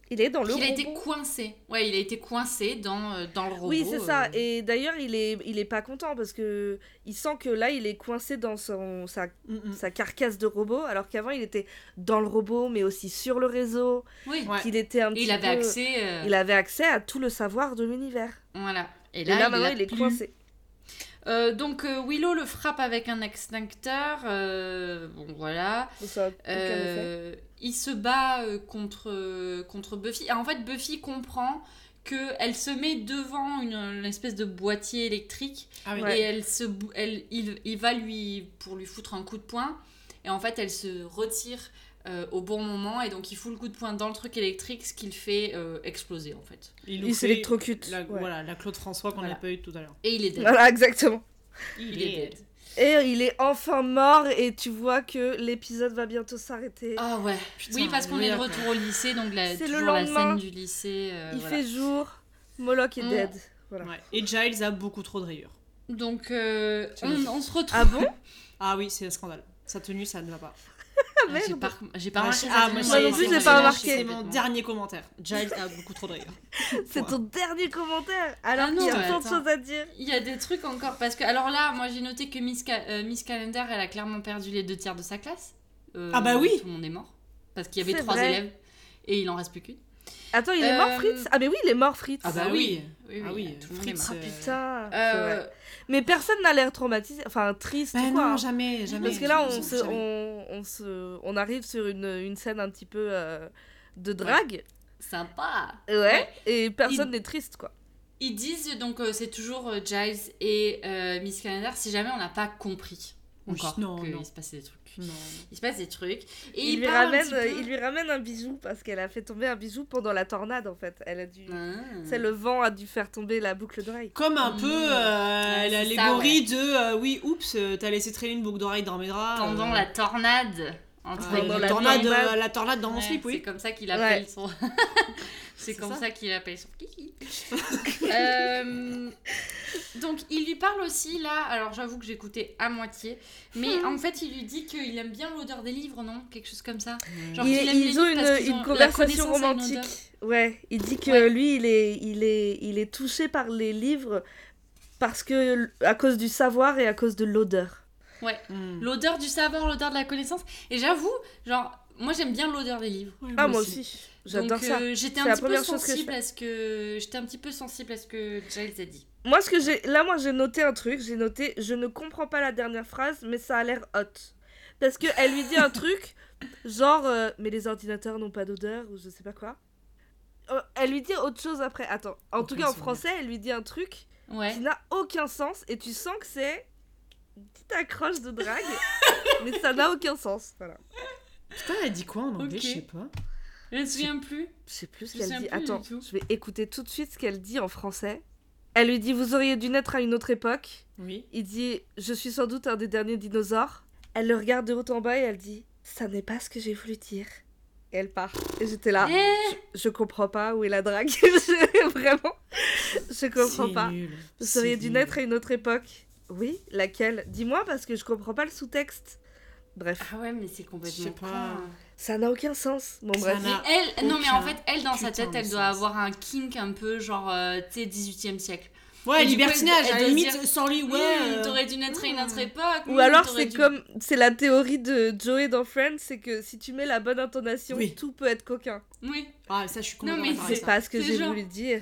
Speaker 2: Il est dans le
Speaker 3: Il a été
Speaker 2: robot.
Speaker 3: coincé. Ouais, il a été coincé dans, euh, dans le robot.
Speaker 2: Oui, c'est ça.
Speaker 3: euh,
Speaker 2: Et d'ailleurs, il est, il est pas content parce que il sent que là, il est coincé dans son, sa,
Speaker 4: Mm, mm.
Speaker 2: sa carcasse de robot, alors qu'avant, il était dans le robot, mais aussi sur le réseau.
Speaker 3: Oui.
Speaker 4: Ouais.
Speaker 2: Qu'il était un
Speaker 3: Et
Speaker 2: petit
Speaker 3: il avait
Speaker 2: peu-
Speaker 3: accès. euh,
Speaker 2: Il avait accès à tout le savoir de l'univers.
Speaker 3: Voilà.
Speaker 2: Et là, maintenant,
Speaker 3: l'a
Speaker 2: il est
Speaker 3: plus.
Speaker 2: coincé.
Speaker 3: Euh, donc euh, Willow le frappe avec un extincteur. euh, bon voilà.
Speaker 2: Donc, ça a aucun effet.
Speaker 3: Euh, il se bat euh, contre, euh, contre Buffy. Et en fait, Buffy comprend que elle se met devant une, une espèce de boîtier électrique
Speaker 4: Ah oui.
Speaker 2: Ouais.
Speaker 3: et elle se, bou- elle, il, il va lui pour lui foutre un coup de poing. Et en fait, elle se retire euh, au bon moment et donc il fout le coup de poing dans le truc électrique, ce qu'il fait euh, exploser en fait.
Speaker 4: Il nous
Speaker 2: Il
Speaker 4: fait
Speaker 2: s'électrocute.
Speaker 4: La,
Speaker 2: Ouais.
Speaker 4: Voilà, la Claude François qu'on n'a
Speaker 3: Voilà.
Speaker 4: pas eu tout à l'heure.
Speaker 3: Et il est dead.
Speaker 2: Voilà, exactement.
Speaker 3: Il est dead.
Speaker 2: Et il est enfin mort, et tu vois que l'épisode va bientôt s'arrêter.
Speaker 3: Ah ouais.
Speaker 4: Putain,
Speaker 3: oui, parce qu'on est de
Speaker 4: merde,
Speaker 3: retour au lycée, donc la,
Speaker 2: C'est le
Speaker 3: toujours la
Speaker 2: lendemain.
Speaker 3: scène du lycée. euh,
Speaker 2: il
Speaker 3: voilà.
Speaker 2: fait jour, Moloch est
Speaker 3: On-
Speaker 2: dead. Voilà.
Speaker 4: Ouais. Et Giles a beaucoup trop de rayures.
Speaker 3: Donc euh,
Speaker 4: Tu
Speaker 3: on,
Speaker 4: me-
Speaker 3: on se retrouve.
Speaker 2: Ah bon
Speaker 4: Ah oui, c'est un scandale. Sa tenue, ça ne va pas.
Speaker 2: Ah, merde.
Speaker 3: J'ai pas, rem- j'ai pas
Speaker 4: Ah,
Speaker 3: remarqué.
Speaker 4: je-
Speaker 3: ça,
Speaker 4: ah,
Speaker 3: c'est
Speaker 4: moi,
Speaker 3: mon-
Speaker 2: Moi non
Speaker 4: c'est-
Speaker 2: plus,
Speaker 4: c'est
Speaker 2: j'ai
Speaker 4: mon-
Speaker 2: pas
Speaker 4: c'est-
Speaker 2: remarqué.
Speaker 4: C'est mon dernier commentaire. Giles a beaucoup trop de rayures.
Speaker 2: C'est ton dernier commentaire Alors
Speaker 3: Ah non,
Speaker 2: qu'il y a
Speaker 3: ouais,
Speaker 2: tant de
Speaker 4: attends.
Speaker 2: choses à dire.
Speaker 3: Il y a des trucs encore parce que alors là, moi j'ai noté que Miss, Ca- euh, Miss Calendar, elle a clairement perdu les deux tiers de sa classe. Euh,
Speaker 4: Ah bah oui.
Speaker 3: Tout le monde est mort parce qu'il y avait
Speaker 2: C'est
Speaker 3: trois
Speaker 2: vrai.
Speaker 3: élèves et il en reste plus qu'une.
Speaker 2: Attends, il est
Speaker 3: Euh,
Speaker 2: mort Fritz Ah mais oui, il est mort Fritz.
Speaker 3: Ah bah
Speaker 4: Ah
Speaker 3: oui.
Speaker 4: oui.
Speaker 3: Oui,
Speaker 4: Ah oui,
Speaker 3: tout le monde est
Speaker 4: Fritz,
Speaker 3: mort.
Speaker 4: euh,
Speaker 2: Putain. c'est
Speaker 3: Euh,
Speaker 2: vrai. Mais personne n'a l'air traumatisé, enfin triste
Speaker 4: Bah
Speaker 2: ou quoi. hein.
Speaker 4: non, jamais, jamais.
Speaker 2: Parce que là, on,
Speaker 4: jamais,
Speaker 2: se,
Speaker 4: jamais.
Speaker 2: on, on se, on arrive sur une, une scène un petit peu euh, de drague.
Speaker 3: Sympa.
Speaker 2: Ouais. Et personne n'est triste quoi.
Speaker 3: Ils disent donc euh, c'est toujours euh, Giles et euh, Miss Calendar si jamais on n'a pas compris
Speaker 4: Oui,
Speaker 3: encore
Speaker 4: non,
Speaker 3: qu'il
Speaker 4: non.
Speaker 3: se passait des trucs.
Speaker 4: Non.
Speaker 3: Il se passe des trucs.
Speaker 2: il,
Speaker 3: Et il,
Speaker 2: lui
Speaker 3: parle un
Speaker 2: ramène,
Speaker 3: petit peu-
Speaker 2: il lui ramène un bijou parce qu'elle a fait tomber un bijou pendant la tornade en fait. Elle a dû.
Speaker 3: Ah.
Speaker 2: C'est le vent a dû faire tomber la boucle d'oreille.
Speaker 4: Comme un
Speaker 3: Mmh.
Speaker 4: peu
Speaker 3: Ouais,
Speaker 4: euh,
Speaker 3: c'est ça,
Speaker 4: l'allégorie de euh, oui, oups, euh, t'as laissé traîner une boucle d'oreille dans mes draps. euh,
Speaker 3: Pendant la tornade. Entre
Speaker 4: Pendant
Speaker 2: Dans
Speaker 4: la
Speaker 2: la
Speaker 4: tornade,
Speaker 2: tornade.
Speaker 4: euh, la tornade dans mon
Speaker 3: Ouais,
Speaker 4: slip,
Speaker 3: C'est
Speaker 4: oui.
Speaker 3: comme ça qu'il appelle
Speaker 2: Ouais.
Speaker 3: son. c'est
Speaker 4: C'est
Speaker 3: comme ça,
Speaker 4: ça.
Speaker 3: qu'il appelle son kiki. Euh, donc il lui parle aussi là. Alors j'avoue que j'écoutais à moitié, mais
Speaker 2: Hmm.
Speaker 3: en fait il lui dit qu'il aime bien l'odeur des livres, non Quelque chose comme ça. Genre
Speaker 2: Ils-
Speaker 3: qu'il aime les
Speaker 2: ils ont
Speaker 3: livres parce
Speaker 2: une,
Speaker 3: qu'ils
Speaker 2: une
Speaker 3: la
Speaker 2: conversation
Speaker 3: connaissance a une odeur.
Speaker 2: romantique. Ouais, il dit que
Speaker 3: Ouais.
Speaker 2: lui, il est, il, est, il est touché par les livres parce que à cause du savoir et à cause de l'odeur.
Speaker 4: Mmh.
Speaker 3: L'odeur du savoir, l'odeur de la connaissance. Et j'avoue, genre moi j'aime bien l'odeur des livres.
Speaker 4: Ouais,
Speaker 2: Ah, moi aussi, j'adore
Speaker 3: Donc,
Speaker 2: ça.
Speaker 3: euh, j'étais un
Speaker 2: C'est la
Speaker 3: petit peu
Speaker 2: première chose que je
Speaker 3: sensible
Speaker 2: fais.
Speaker 3: à ce que j'étais un petit peu sensible à ce que Giles a dit.
Speaker 2: Moi, ce que j'ai. Là, moi, j'ai noté un truc. J'ai noté. Je ne comprends pas la dernière phrase, mais ça a l'air hot. Parce qu'elle lui dit un truc, genre. euh, mais les ordinateurs n'ont pas d'odeur, ou je sais pas quoi. Euh, elle lui dit autre chose après. Attends. En tout cas,
Speaker 4: Aucun
Speaker 2: en
Speaker 4: souvenir.
Speaker 2: français, elle lui dit un truc
Speaker 3: Ouais.
Speaker 2: qui n'a aucun sens, et tu sens que c'est. Une petite accroche de drague, mais ça n'a aucun sens. Voilà.
Speaker 4: Putain, elle dit quoi en anglais
Speaker 3: Ok.
Speaker 4: Je sais pas.
Speaker 3: Je me souviens plus.
Speaker 2: Je sais plus ce
Speaker 3: Je me
Speaker 2: qu'elle dit.
Speaker 3: souviens plus du
Speaker 2: Attends,
Speaker 3: tout.
Speaker 2: je vais écouter tout de suite ce qu'elle dit en français. Elle lui dit Vous auriez dû naître à une autre époque.
Speaker 4: Oui.
Speaker 2: Il dit Je suis sans doute un des derniers dinosaures. Elle le regarde de haut en bas et elle dit Ça n'est pas ce que j'ai voulu dire. Et elle part. Et j'étais là.
Speaker 3: Eh
Speaker 2: Je comprends pas où est la drague. Je- Vraiment. Je comprends
Speaker 4: C'est
Speaker 2: pas.
Speaker 4: nul,
Speaker 2: Vous
Speaker 4: c'est
Speaker 2: seriez dû
Speaker 4: nul.
Speaker 2: naître à une autre époque. Oui, laquelle Dis-moi parce que je comprends pas le sous-texte. Bref,
Speaker 3: Ah ouais, mais c'est
Speaker 4: Je
Speaker 3: complètement
Speaker 4: sais
Speaker 3: con.
Speaker 4: pas.
Speaker 3: hein.
Speaker 2: ça n'a aucun sens. Bon, bref.
Speaker 4: n'a-
Speaker 3: Mais
Speaker 2: Ah,
Speaker 3: elle, non mais en
Speaker 4: aucun
Speaker 3: fait, elle dans sa
Speaker 4: putain
Speaker 3: tête,
Speaker 4: de
Speaker 3: elle doit
Speaker 4: sens.
Speaker 3: avoir un kink un peu genre, euh, tu sais, 18e siècle.
Speaker 4: Ouais,
Speaker 3: Et du coup,
Speaker 4: libertinage,
Speaker 3: elle-
Speaker 4: à
Speaker 3: elle
Speaker 4: la
Speaker 3: doit
Speaker 4: limite,
Speaker 3: se
Speaker 4: sans lui, ouais.
Speaker 3: Mmh,
Speaker 4: euh,
Speaker 3: T'aurais dû naître à une
Speaker 4: mmh.
Speaker 3: autre époque.
Speaker 2: Ou
Speaker 3: mmh,
Speaker 2: alors
Speaker 3: t'aurais
Speaker 2: c'est
Speaker 3: dû-
Speaker 2: comme c'est la théorie de Joey dans Friends, c'est que si tu mets la bonne intonation,
Speaker 4: Oui.
Speaker 2: tout peut être coquin.
Speaker 3: Oui,
Speaker 4: Ah, ça, je suis
Speaker 3: mais
Speaker 4: complètement d'accord avec
Speaker 2: C'est
Speaker 4: ça.
Speaker 2: pas ce que
Speaker 3: C'est
Speaker 2: j'ai
Speaker 3: genre-
Speaker 2: voulu dire.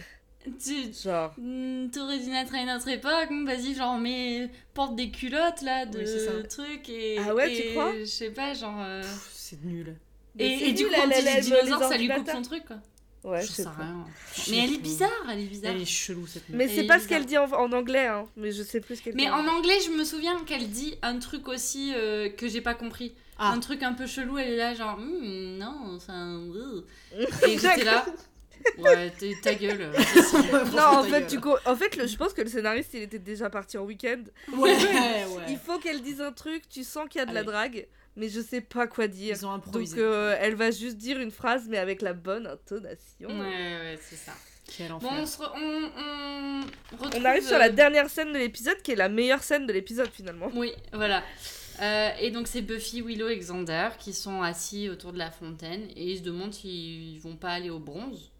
Speaker 3: tu-
Speaker 2: Genre.
Speaker 3: mmh, t'aurais dû naître à une autre époque. mmh, Vas-y, genre, mais porte des culottes là, de
Speaker 4: Oui, c'est ça.
Speaker 3: trucs et.
Speaker 2: Ah ouais, tu
Speaker 3: et
Speaker 2: crois
Speaker 3: Je sais pas, genre. euh,
Speaker 4: Pff, C'est nul.
Speaker 2: Mais
Speaker 3: Et,
Speaker 2: c'est
Speaker 3: et du
Speaker 2: nul,
Speaker 3: coup, on
Speaker 2: elle-
Speaker 3: dit
Speaker 2: elle
Speaker 3: les
Speaker 2: aime les
Speaker 3: dinosaures, ça lui coupe
Speaker 2: ordinateurs.
Speaker 3: son truc quoi.
Speaker 2: Ouais,
Speaker 3: J'en
Speaker 2: je sais
Speaker 3: sais
Speaker 2: pas.
Speaker 3: rien.
Speaker 4: Je
Speaker 3: Mais elle est
Speaker 4: sais pas.
Speaker 3: bizarre, elle est bizarre.
Speaker 4: Elle est chelou cette meuf.
Speaker 2: Mais
Speaker 3: Elle est
Speaker 2: c'est pas ce
Speaker 3: bizarre.
Speaker 2: qu'elle dit en, en anglais, hein. Mais je sais plus ce qu'elle dit.
Speaker 3: Mais en anglais, je me souviens qu'elle dit un truc aussi euh, que j'ai pas compris.
Speaker 4: Ah.
Speaker 3: Un truc un peu chelou, elle est là genre Hmm, non, c'est un... Et j'étais là, ouais, t'es- ta gueule.
Speaker 2: Non, en fait, tu co- en fait, le- je pense que le scénariste, il était déjà parti en week-end.
Speaker 4: Ouais, ouais.
Speaker 2: Il faut qu'elle dise un truc. Tu sens qu'il y a de la
Speaker 4: Allez.
Speaker 2: drague, mais je sais pas quoi dire.
Speaker 4: Ils ont
Speaker 2: Donc
Speaker 4: improvisé.
Speaker 2: euh, elle va juste dire une phrase, mais avec la bonne intonation.
Speaker 3: Ouais, ouais, c'est ça.
Speaker 4: Quel
Speaker 2: bah,
Speaker 3: Bon,
Speaker 4: enfer.
Speaker 3: on, se re- on, on retrouve...
Speaker 2: On arrive sur la
Speaker 3: euh,
Speaker 2: dernière scène de l'épisode, qui est la meilleure scène de l'épisode finalement.
Speaker 3: Oui, euh, voilà. Euh, et donc c'est Buffy, Willow et Xander qui sont assis autour de la fontaine et ils se demandent s'ils vont pas aller au bronze.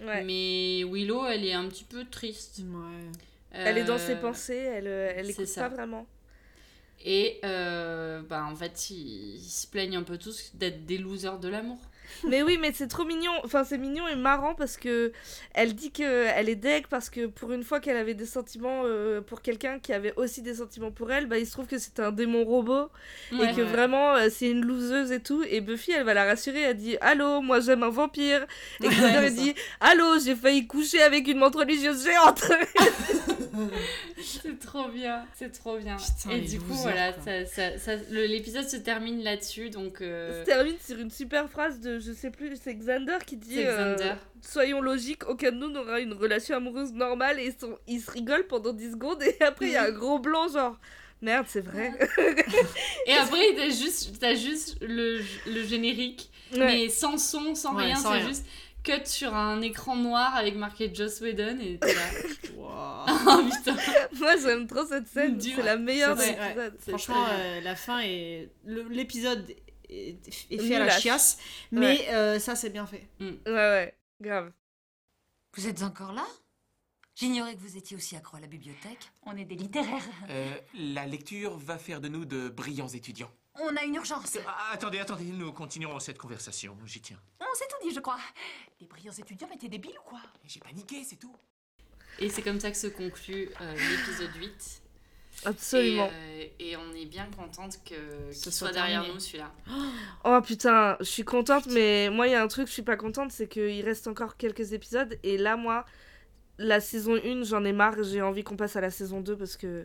Speaker 2: Ouais.
Speaker 3: Mais Willow, elle est un petit peu triste.
Speaker 2: Elle est dans ses
Speaker 3: Euh,
Speaker 2: pensées, elle, euh, elle
Speaker 3: c'est
Speaker 2: écoute
Speaker 3: ça.
Speaker 2: pas vraiment.
Speaker 3: Et euh, bah, en fait, ils, ils se plaignent un peu tous d'être des losers de l'amour.
Speaker 2: Mais oui, mais c'est trop mignon. Enfin, c'est mignon et marrant parce que elle dit que elle est deg parce que pour une fois qu'elle avait des sentiments euh, pour quelqu'un qui avait aussi des sentiments pour elle, bah il se trouve que c'est un démon robot
Speaker 3: Ouais.
Speaker 2: et que vraiment euh, c'est une loseuse et tout. Et Buffy, elle va la rassurer. Elle dit Allô, moi j'aime un vampire. Et
Speaker 3: Ouais,
Speaker 2: Xander
Speaker 3: c'est
Speaker 2: elle dit Allô, j'ai failli coucher avec une montre religieuse géante.
Speaker 3: C'est trop bien, c'est trop bien.
Speaker 9: Putain,
Speaker 3: et
Speaker 9: les
Speaker 3: du coup,
Speaker 9: losers,
Speaker 3: voilà,
Speaker 9: quoi.
Speaker 3: ça- ça- ça- le- l'épisode se termine là-dessus. Donc, euh,
Speaker 2: se termine sur une super phrase de je sais plus, c'est Xander qui dit
Speaker 3: C'est
Speaker 2: euh,
Speaker 3: Xander.
Speaker 2: Soyons logiques, aucun de nous n'aura une relation amoureuse normale et ils sont, ils se rigolent pendant 10 secondes et après il y a un gros blanc genre Merde, c'est vrai.
Speaker 3: et après, t'as juste, t'as juste le, le générique,
Speaker 2: Ouais.
Speaker 3: mais sans son, sans
Speaker 4: Ouais,
Speaker 3: rien,
Speaker 4: sans
Speaker 3: c'est
Speaker 4: rien.
Speaker 3: juste cut sur un écran noir avec marqué Joss Whedon. Et t'es là,
Speaker 4: Wow.
Speaker 2: Ah,
Speaker 3: oh putain,
Speaker 2: Moi j'aime trop cette scène,
Speaker 3: Dur.
Speaker 2: c'est la meilleure
Speaker 4: C'est-
Speaker 2: des
Speaker 4: ouais.
Speaker 2: épisodes.
Speaker 3: C'est
Speaker 4: Franchement,
Speaker 3: très bien.
Speaker 4: euh, la fin est. le- L'épisode est, est fait à la
Speaker 2: Nulasse.
Speaker 4: chiasse, mais euh, ça, c'est bien fait.
Speaker 2: Ouais, ouais, grave.
Speaker 8: Vous êtes encore là J'ignorais que vous étiez aussi accro à la bibliothèque. On est des littéraires.
Speaker 11: Euh, la lecture va faire de nous de brillants étudiants.
Speaker 8: On a une urgence.
Speaker 5: Ah, Attendez, attendez, nous continuerons cette conversation, j'y tiens.
Speaker 8: On s'est tout dit, je crois. Les brillants étudiants étaient débiles ou quoi
Speaker 11: J'ai paniqué, c'est tout.
Speaker 3: Et c'est comme ça que se conclut euh, l'épisode 8.
Speaker 2: Absolument.
Speaker 3: Et, euh, et on est bien contente que
Speaker 4: Ce soit
Speaker 3: qu'il soit derrière
Speaker 4: terminé.
Speaker 3: nous celui-là.
Speaker 2: Oh putain, je suis contente, mais moi il y a un truc, je suis pas contente, c'est qu'il reste encore quelques épisodes et là, moi, la saison 1, j'en ai marre, j'ai envie qu'on passe à la saison 2 parce que.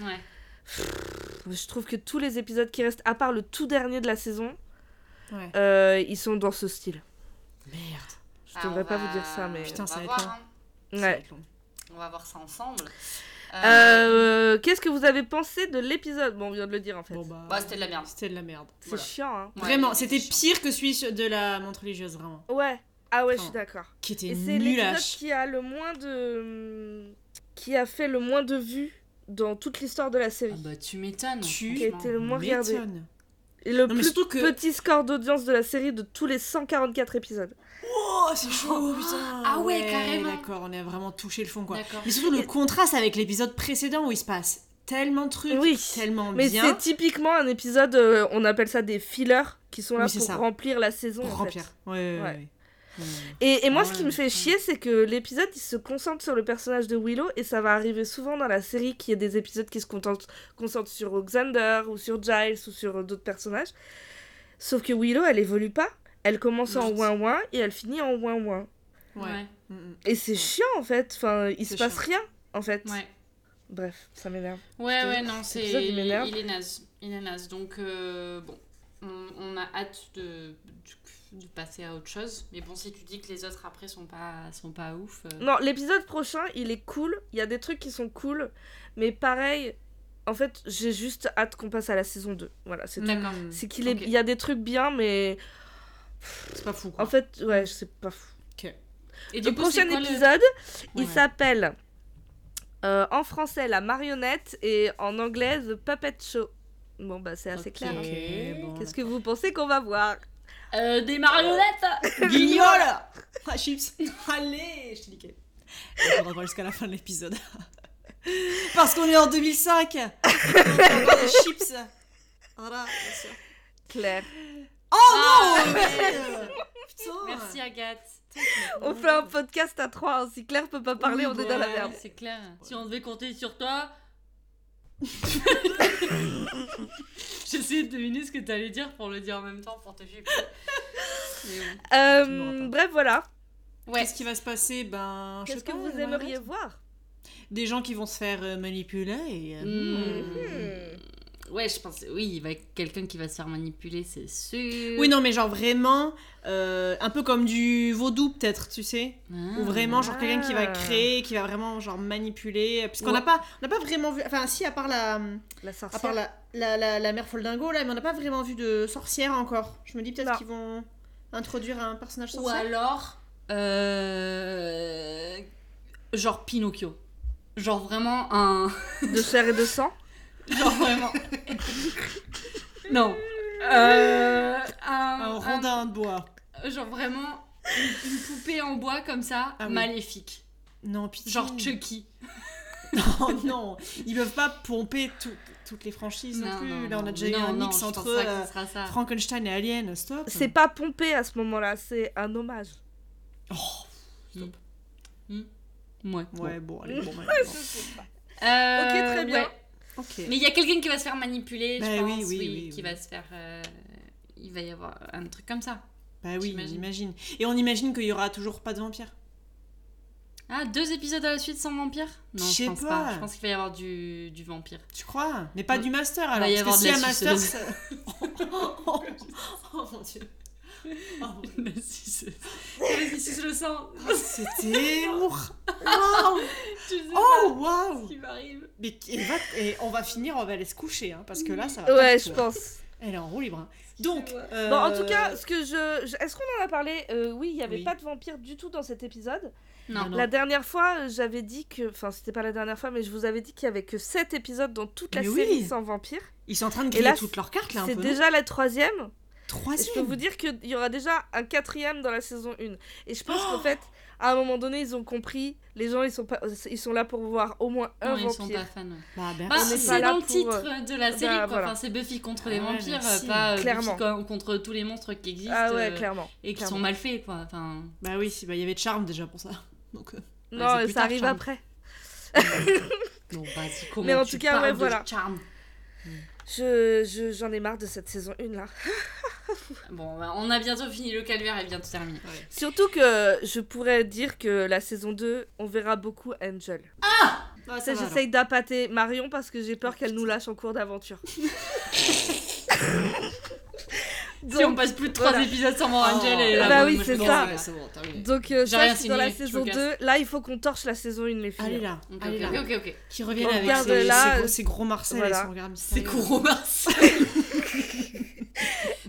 Speaker 3: Ouais.
Speaker 2: Je trouve que tous les épisodes qui restent, à part le tout dernier de la saison,
Speaker 4: Ouais.
Speaker 2: euh, ils sont dans ce style.
Speaker 4: Merde.
Speaker 2: Je
Speaker 3: Ah, on
Speaker 2: devrais pas
Speaker 3: va-
Speaker 2: vous dire ça, mais.
Speaker 4: Putain,
Speaker 3: on
Speaker 4: ça va
Speaker 3: va
Speaker 4: être
Speaker 3: voir,
Speaker 4: long.
Speaker 3: hein.
Speaker 4: Ça va
Speaker 2: Ouais.
Speaker 4: être long.
Speaker 3: On va voir ça ensemble. Euh,
Speaker 2: Euh, Qu'est-ce que vous avez pensé de l'épisode Bon, on vient de le dire en fait.
Speaker 4: Bon, bah,
Speaker 3: Bah, c'était de la merde.
Speaker 4: c'était de la merde.
Speaker 2: C'est
Speaker 3: voilà.
Speaker 2: chiant, hein.
Speaker 3: Ouais,
Speaker 4: Vraiment, c'était pire que celui sur- de la montre religieuse, vraiment.
Speaker 2: Ouais. Ah ouais, je
Speaker 4: Enfin,
Speaker 2: suis d'accord.
Speaker 4: Qui était
Speaker 2: Et c'est
Speaker 4: nul à
Speaker 2: l'épisode
Speaker 4: chier.
Speaker 2: qui a le moins de. qui a fait le moins de vues dans toute l'histoire de la
Speaker 3: Ah
Speaker 2: série.
Speaker 3: bah, tu m'étonnes.
Speaker 4: Tu
Speaker 3: franchement.
Speaker 2: étais le moins regardé.
Speaker 4: M'étonne.
Speaker 2: Et le
Speaker 4: Non, mais
Speaker 2: plus
Speaker 4: surtout que-
Speaker 2: petit score d'audience de la série de tous les 144 épisodes.
Speaker 4: Oh, c'est chaud, putain.
Speaker 3: Ah ouais, carrément.
Speaker 4: D'accord, on a vraiment touché le fond, quoi.
Speaker 3: D'accord.
Speaker 4: Mais surtout le contraste avec l'épisode précédent où il se passe tellement de trucs,
Speaker 2: Oui.
Speaker 4: tellement
Speaker 2: Mais c'est
Speaker 4: bien
Speaker 2: typiquement un épisode, euh, on appelle ça des fillers, qui sont là
Speaker 4: Oui, c'est
Speaker 2: pour
Speaker 4: ça.
Speaker 2: remplir la saison.
Speaker 4: pour
Speaker 2: en fait.
Speaker 4: remplir. Ouais,
Speaker 2: Ouais.
Speaker 4: ouais,
Speaker 2: Mm,
Speaker 4: ouais. ouais.
Speaker 2: Et, et moi, ce
Speaker 4: Ouais,
Speaker 2: qui me fait chier, c'est que l'épisode, il se concentre sur le personnage de Willow, et ça va arriver souvent dans la série qu'il y ait des épisodes qui se contentent- concentrent sur Xander, ou sur Giles, ou sur euh, d'autres personnages. Sauf que Willow, elle évolue pas. Elle commence en
Speaker 3: Juste.
Speaker 2: ouin ouin, et elle finit en ouin ouin.
Speaker 3: Ouais.
Speaker 4: Mm, mm.
Speaker 2: Et c'est chiant, en fait. Enfin, il se
Speaker 4: C'est
Speaker 2: passe
Speaker 4: chiant.
Speaker 2: rien, en fait.
Speaker 3: Ouais.
Speaker 2: Bref, ça m'énerve.
Speaker 3: Ouais,
Speaker 2: te
Speaker 3: ouais,
Speaker 2: jure,
Speaker 3: non,
Speaker 2: cet
Speaker 3: c'est.
Speaker 2: épisode, il
Speaker 3: Il,
Speaker 2: m'énerve.
Speaker 3: il est naze. Il est naze. Donc, euh, bon. On, on a hâte de, de, de passer à autre chose. Mais bon, si tu dis que les autres après sont pas, sont pas ouf. euh,
Speaker 2: Non, l'épisode prochain, il est cool. Il y a des trucs qui sont cool. Mais pareil, en fait, j'ai juste hâte qu'on passe à la saison 2. Voilà, c'est tout.
Speaker 3: D'accord.
Speaker 2: C'est qu'il est...
Speaker 3: Mm. Ok.
Speaker 2: il y a des trucs bien, mais
Speaker 4: C'est pas fou, quoi.
Speaker 2: en fait, ouais, je sais pas. fou.
Speaker 3: Et
Speaker 2: Le
Speaker 3: du coup,
Speaker 2: prochain
Speaker 3: c'est quoi le-
Speaker 2: épisode, il
Speaker 4: Ouais.
Speaker 2: s'appelle euh, en français La marionnette et en anglais The Puppet Show. Bon, bah, c'est assez
Speaker 3: Ok.
Speaker 2: clair. hein.
Speaker 4: Ok, bon.
Speaker 2: Qu'est-ce que vous pensez qu'on va voir
Speaker 3: Euh, des marionnettes
Speaker 4: Guignol Ah, chips Allez Je te dis qu'elle. On va voir jusqu'à la fin de l'épisode. Parce qu'on est en 2005 Encore des chips Voilà, bien sûr.
Speaker 2: Claire Ah,
Speaker 4: Oh non merde. Putain
Speaker 3: Merci Agathe.
Speaker 2: On fait un podcast à trois. hein. Si Claire peut pas parler,
Speaker 4: Oui,
Speaker 2: on est dans la
Speaker 4: ouais.
Speaker 2: merde.
Speaker 3: C'est clair. Si on devait compter sur toi. J'essayais de deviner ce que t'allais dire pour le dire en même temps pour te gifler. Mais bon.
Speaker 2: Euh,
Speaker 4: Tu m'auras pas.
Speaker 2: bref, voilà.
Speaker 3: Ouais.
Speaker 4: Qu'est-ce qui va se passer Ben, je
Speaker 2: hein.
Speaker 4: sais
Speaker 2: Qu'est-ce que
Speaker 4: pas,
Speaker 2: vous
Speaker 4: euh,
Speaker 2: aimeriez
Speaker 4: Margaret
Speaker 2: voir
Speaker 4: Des gens qui vont se faire euh, manipuler et... euh,
Speaker 2: Mm.
Speaker 3: Hmm. Ouais, je pense. Oui, il va y a quelqu'un qui va se faire manipuler, c'est sûr.
Speaker 4: Oui, non, mais genre vraiment, euh, un peu comme du vaudou peut-être, tu sais
Speaker 3: Ah.
Speaker 4: Ou vraiment, genre quelqu'un qui va
Speaker 2: Ah.
Speaker 4: créer, qui va vraiment genre manipuler, puisqu'on
Speaker 3: Ouais.
Speaker 4: n'a pas, on n'a pas vraiment vu, enfin si, à part la,
Speaker 2: La
Speaker 4: à part
Speaker 2: sorcière.
Speaker 4: la, la, la, la mère Foldingo là, mais on n'a pas vraiment vu de sorcière encore. Je me dis
Speaker 2: Non.
Speaker 4: peut-être qu'ils vont introduire un personnage
Speaker 3: Ou
Speaker 4: sorcière.
Speaker 3: alors. euh, Genre Pinocchio. Genre vraiment un.
Speaker 4: Hmm.
Speaker 2: De chair et de sang
Speaker 3: Genre vraiment. non. Euh, un,
Speaker 4: Un
Speaker 3: euh,
Speaker 4: rondin de bois.
Speaker 3: Genre vraiment une, une poupée en bois comme ça,
Speaker 4: Ah oui.
Speaker 3: maléfique.
Speaker 4: Non, pitié.
Speaker 3: Genre Chucky.
Speaker 4: Non, non, ils peuvent pas pomper tout- toutes les franchises non,
Speaker 3: Non,
Speaker 4: plus.
Speaker 3: non,
Speaker 4: Là, on a
Speaker 3: non,
Speaker 4: déjà eu
Speaker 3: non,
Speaker 4: un
Speaker 3: non,
Speaker 4: mix
Speaker 3: je
Speaker 4: entre
Speaker 3: pense pas que ce
Speaker 4: euh,
Speaker 3: sera ça.
Speaker 4: Frankenstein et Alien, stop.
Speaker 2: C'est pas pompé à ce moment-là, c'est un hommage.
Speaker 3: Ouais.
Speaker 4: Ouais, bon, allez, bon, ouais,
Speaker 2: Je
Speaker 4: bon.
Speaker 2: sais pas.
Speaker 3: Euh,
Speaker 2: Ok, très bien.
Speaker 3: ouais.
Speaker 4: Ok.
Speaker 3: Mais il y a quelqu'un qui va se faire manipuler,
Speaker 4: Bah
Speaker 3: je
Speaker 4: oui,
Speaker 3: pense,
Speaker 4: oui,
Speaker 3: oui,
Speaker 4: oui,
Speaker 3: qui
Speaker 4: oui.
Speaker 3: va se faire. euh, il va y avoir un truc comme ça.
Speaker 4: Bah oui,
Speaker 3: J'imagine.
Speaker 4: j'imagine. Et on imagine qu'il y aura toujours pas de vampire.
Speaker 3: Ah, deux épisodes à la suite sans vampire Non,
Speaker 4: Je sais
Speaker 3: je pense pas.
Speaker 4: pas.
Speaker 3: Je pense qu'il va y avoir du, du vampire.
Speaker 4: Tu crois Mais pas
Speaker 3: Mm.
Speaker 4: du master alors.
Speaker 3: va y
Speaker 4: parce que si un
Speaker 3: avoir de la
Speaker 4: master.
Speaker 3: suceuse.
Speaker 4: ça- oh, mon dieu. Oh, mon Dieu.
Speaker 3: Vas-y, si Vas-y, si je le sens.
Speaker 4: C'était lourd. Waouh
Speaker 3: Je sais
Speaker 4: Oh,
Speaker 3: pas ce
Speaker 4: waouh
Speaker 3: qui m'arrive.
Speaker 4: Mais qui- elle va- et on va finir, on va aller se coucher hein, parce que là, ça va. pas
Speaker 2: Ouais,
Speaker 4: du
Speaker 2: je
Speaker 4: tout.
Speaker 2: pense.
Speaker 4: Elle est en roue libre. hein. Donc. euh,
Speaker 2: Bon, en tout cas, ce que je, je- est-ce qu'on en a parlé Euh, Oui, il y avait
Speaker 4: Oui.
Speaker 2: pas de vampire du tout dans cet épisode.
Speaker 3: Non.
Speaker 2: La dernière fois, euh, j'avais dit que, enfin, c'était pas la dernière fois, mais je vous avais dit qu'il y avait que 7 épisodes dans toute la
Speaker 4: Mais
Speaker 2: série
Speaker 4: oui.
Speaker 2: sans vampire.
Speaker 4: Ils sont en train de
Speaker 2: Et
Speaker 4: griller
Speaker 2: là,
Speaker 4: toutes leurs cartes là un
Speaker 2: C'est
Speaker 4: peu, non Ah,
Speaker 2: déjà la troisième. Et
Speaker 4: Troisième
Speaker 2: je peux vous dire qu'il y aura déjà un quatrième dans la saison 1. Et je pense
Speaker 4: Oh
Speaker 2: qu'en fait, à un moment donné, ils ont compris. Les gens, ils sont, pas, ils sont là pour voir au moins un
Speaker 3: Non, ils sont
Speaker 2: vampire.
Speaker 3: pas fans. ouais.
Speaker 4: Bah,
Speaker 3: Bah,
Speaker 4: merci.
Speaker 2: est
Speaker 3: c'est
Speaker 2: pas là
Speaker 3: dans le
Speaker 2: pour,
Speaker 3: titre
Speaker 2: euh,
Speaker 3: de la série,
Speaker 2: bah,
Speaker 3: quoi.
Speaker 2: voilà.
Speaker 3: Enfin, c'est Buffy contre
Speaker 4: Ah
Speaker 3: les
Speaker 4: ouais,
Speaker 3: vampires,
Speaker 4: merci.
Speaker 3: pas euh, Buffy
Speaker 2: Clairement.
Speaker 3: co- contre tous les monstres qui existent
Speaker 2: Ah ouais,
Speaker 3: euh,
Speaker 2: clairement.
Speaker 3: et qui
Speaker 2: clairement.
Speaker 3: sont mal faits, quoi. Enfin,
Speaker 4: Bah oui, si, bah, il y avait Charme déjà pour ça. Donc, euh,
Speaker 2: Non,
Speaker 4: c'est plus
Speaker 2: ça
Speaker 4: tard,
Speaker 2: arrive
Speaker 4: Charme.
Speaker 2: après.
Speaker 3: bon, vas-y, comment
Speaker 2: Mais en
Speaker 3: tu
Speaker 2: tout cas,
Speaker 3: parles
Speaker 2: ouais,
Speaker 3: de
Speaker 2: voilà.
Speaker 3: Charm
Speaker 2: Je, je- j'en ai marre de cette saison 1 là.
Speaker 3: Bon, bah, on a bientôt fini le calvaire et bientôt terminé.
Speaker 2: Surtout que je pourrais dire que la saison 2, on verra beaucoup Angel.
Speaker 4: Ah,
Speaker 2: Ça,
Speaker 4: va, alors.
Speaker 2: j'essaye d'appâter Marion parce que j'ai peur qu'elle nous lâche en cours d'aventure.
Speaker 3: si
Speaker 2: donc,
Speaker 3: on passe plus de 3
Speaker 2: voilà.
Speaker 3: épisodes sans voir
Speaker 4: Oh.
Speaker 3: Angel et
Speaker 2: Bah
Speaker 3: là,
Speaker 2: oui,
Speaker 3: moi, je
Speaker 2: c'est
Speaker 3: me
Speaker 2: ça.
Speaker 3: casse.
Speaker 2: donc euh,
Speaker 3: J'ai
Speaker 2: ça,
Speaker 3: rien
Speaker 2: c'est dans
Speaker 3: signé,
Speaker 2: la
Speaker 3: je me
Speaker 2: saison 2.
Speaker 3: casse.
Speaker 2: Là, il faut qu'on torche la saison 1, les filles.
Speaker 4: Allez là,
Speaker 3: Ok,
Speaker 4: allez là.
Speaker 3: ok, euh, ok, ok.
Speaker 4: Qui reviennent
Speaker 2: On
Speaker 4: avec
Speaker 2: regarde
Speaker 4: ces,
Speaker 2: là,
Speaker 4: ces gros,
Speaker 2: euh,
Speaker 4: ces gros Marcel
Speaker 2: voilà.
Speaker 4: et son regard mystérieux.
Speaker 3: C'est gros Mars.
Speaker 2: Et,
Speaker 3: Bon, je pense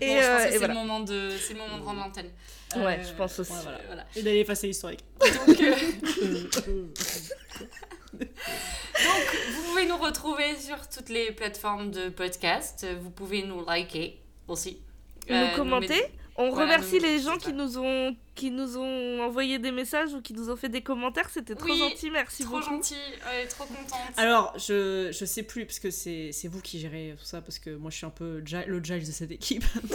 Speaker 2: euh,
Speaker 3: que
Speaker 2: et
Speaker 3: c'est
Speaker 2: voilà.
Speaker 3: le moment de, c'est le moment de
Speaker 4: Euh.
Speaker 3: rendre l'antenne.
Speaker 2: Ouais, je pense aussi.
Speaker 3: voilà, voilà.
Speaker 4: Et d'aller passer l'historique.
Speaker 3: Donc, euh, donc, vous pouvez nous retrouver sur toutes les plateformes de podcast. Vous pouvez nous liker aussi.
Speaker 2: Nous
Speaker 3: Euh,
Speaker 2: commenter.
Speaker 3: mettre-
Speaker 2: On
Speaker 3: Voilà,
Speaker 2: remercie
Speaker 3: nous-
Speaker 2: les
Speaker 3: c'est
Speaker 2: gens qui
Speaker 3: ça.
Speaker 2: nous, ont, qui nous ont envoyé des messages ou qui nous ont fait des commentaires. C'était trop
Speaker 3: Oui,
Speaker 2: gentil, merci
Speaker 3: Trop
Speaker 2: beaucoup.
Speaker 3: gentil, est trop contente.
Speaker 4: Alors, je, je sais plus, parce que c'est c'est vous qui gérez tout ça, parce que moi je suis un peu Gi- le Giles de cette équipe,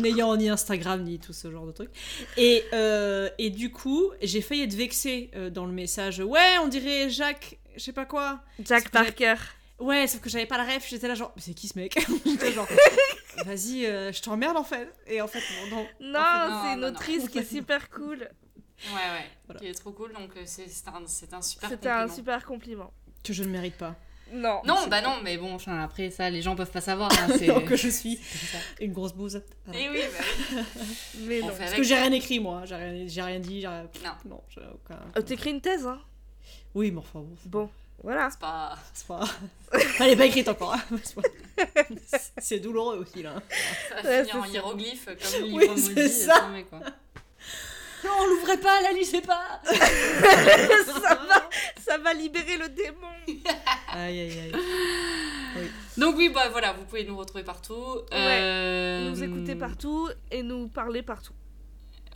Speaker 4: n'ayant ni Instagram ni tout ce genre de trucs. Et, euh, et du coup, j'ai failli être vexée euh, dans le message Ouais, on dirait Jacques, je sais pas quoi.
Speaker 2: Jack
Speaker 4: C'est vrai.
Speaker 2: Parker.
Speaker 4: Ouais, sauf que j'avais pas la ref, j'étais là genre, mais c'est qui ce mec J'étais genre, vas-y, euh, je t'emmerde en fait. Et en fait, non, non.
Speaker 2: Non,
Speaker 3: non,
Speaker 2: c'est une
Speaker 3: non, non.
Speaker 2: autrice qui est super cool.
Speaker 3: Ouais, ouais.
Speaker 4: Voilà.
Speaker 3: Qui est trop cool, donc euh, c'est c'est un, c'est un super
Speaker 2: C'était un
Speaker 3: compliment.
Speaker 2: super compliment.
Speaker 4: Que je ne mérite pas.
Speaker 2: Non.
Speaker 3: Non, bah non, mais bon, enfin, après ça, les gens peuvent pas savoir. hein, c'est
Speaker 4: Alors que je suis une grosse bouse. Voilà.
Speaker 3: Et oui, bah oui.
Speaker 2: Mais non.
Speaker 3: On bah, fait
Speaker 4: Parce
Speaker 3: avec.
Speaker 4: que j'ai rien écrit moi, j'ai rien, j'ai rien dit, j'ai rien...
Speaker 3: Non.
Speaker 4: Non, j'ai aucun...
Speaker 2: Euh, T'écris une thèse, hein
Speaker 4: Oui, mais enfin bon.
Speaker 2: Bon, voilà.
Speaker 3: C'est pas.
Speaker 4: C'est pas... Elle est pas écrite encore. hein. C'est pas- c'est douloureux aussi là.
Speaker 3: Ça va
Speaker 2: Ouais,
Speaker 3: finir en
Speaker 2: c'est ça.
Speaker 3: hiéroglyphe, comme le
Speaker 4: Oui,
Speaker 3: livre
Speaker 4: c'est
Speaker 3: maudit.
Speaker 4: ça.
Speaker 3: non, mais quoi.
Speaker 4: Non, on l'ouvrait pas, la lisez pas
Speaker 2: ça, va, ça va libérer le démon.
Speaker 4: Aïe aïe aïe.
Speaker 3: Donc oui, bah voilà, vous pouvez nous retrouver partout. Euh,
Speaker 2: Nous écouter partout et nous parler partout.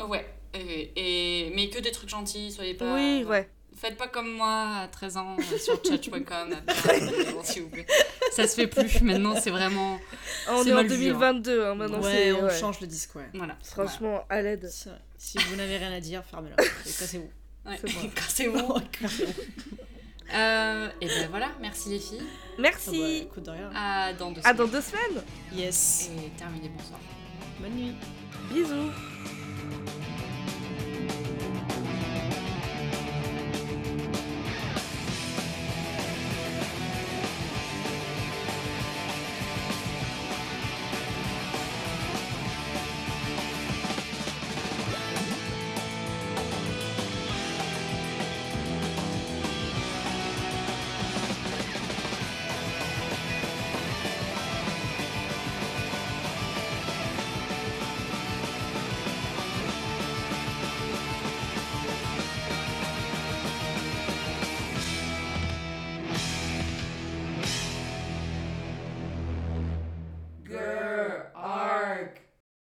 Speaker 3: Ouais. Et, et- mais que des trucs gentils, soyez pas.
Speaker 2: oui, ouais.
Speaker 3: Faites pas comme moi à 13 ans euh, sur chatch.com, à faire des demandes, s'il vous plaît. Ça se fait plus maintenant, c'est vraiment.
Speaker 2: On
Speaker 3: C'est
Speaker 2: est en
Speaker 3: mal vu, hein.
Speaker 2: 2022, hein, maintenant
Speaker 4: ouais,
Speaker 2: c'est...
Speaker 4: on
Speaker 2: ouais. Mm.
Speaker 4: change le discours. ouais.
Speaker 3: Voilà.
Speaker 2: Franchement, à l'aide.
Speaker 4: Si, si vous n'avez rien à dire, fermez-la. Et Cassez-vous.
Speaker 3: Ouais.
Speaker 2: c'est bon.
Speaker 3: Cassez-vous. Euh, et ben voilà, merci les filles.
Speaker 4: Ah bah,
Speaker 2: Merci.
Speaker 4: écoute de rien.
Speaker 3: À dans deux
Speaker 2: À dans
Speaker 3: semaines.
Speaker 2: deux semaines.
Speaker 4: Yes.
Speaker 3: Et terminez, bonsoir.
Speaker 4: Bonne nuit.
Speaker 2: Bisous.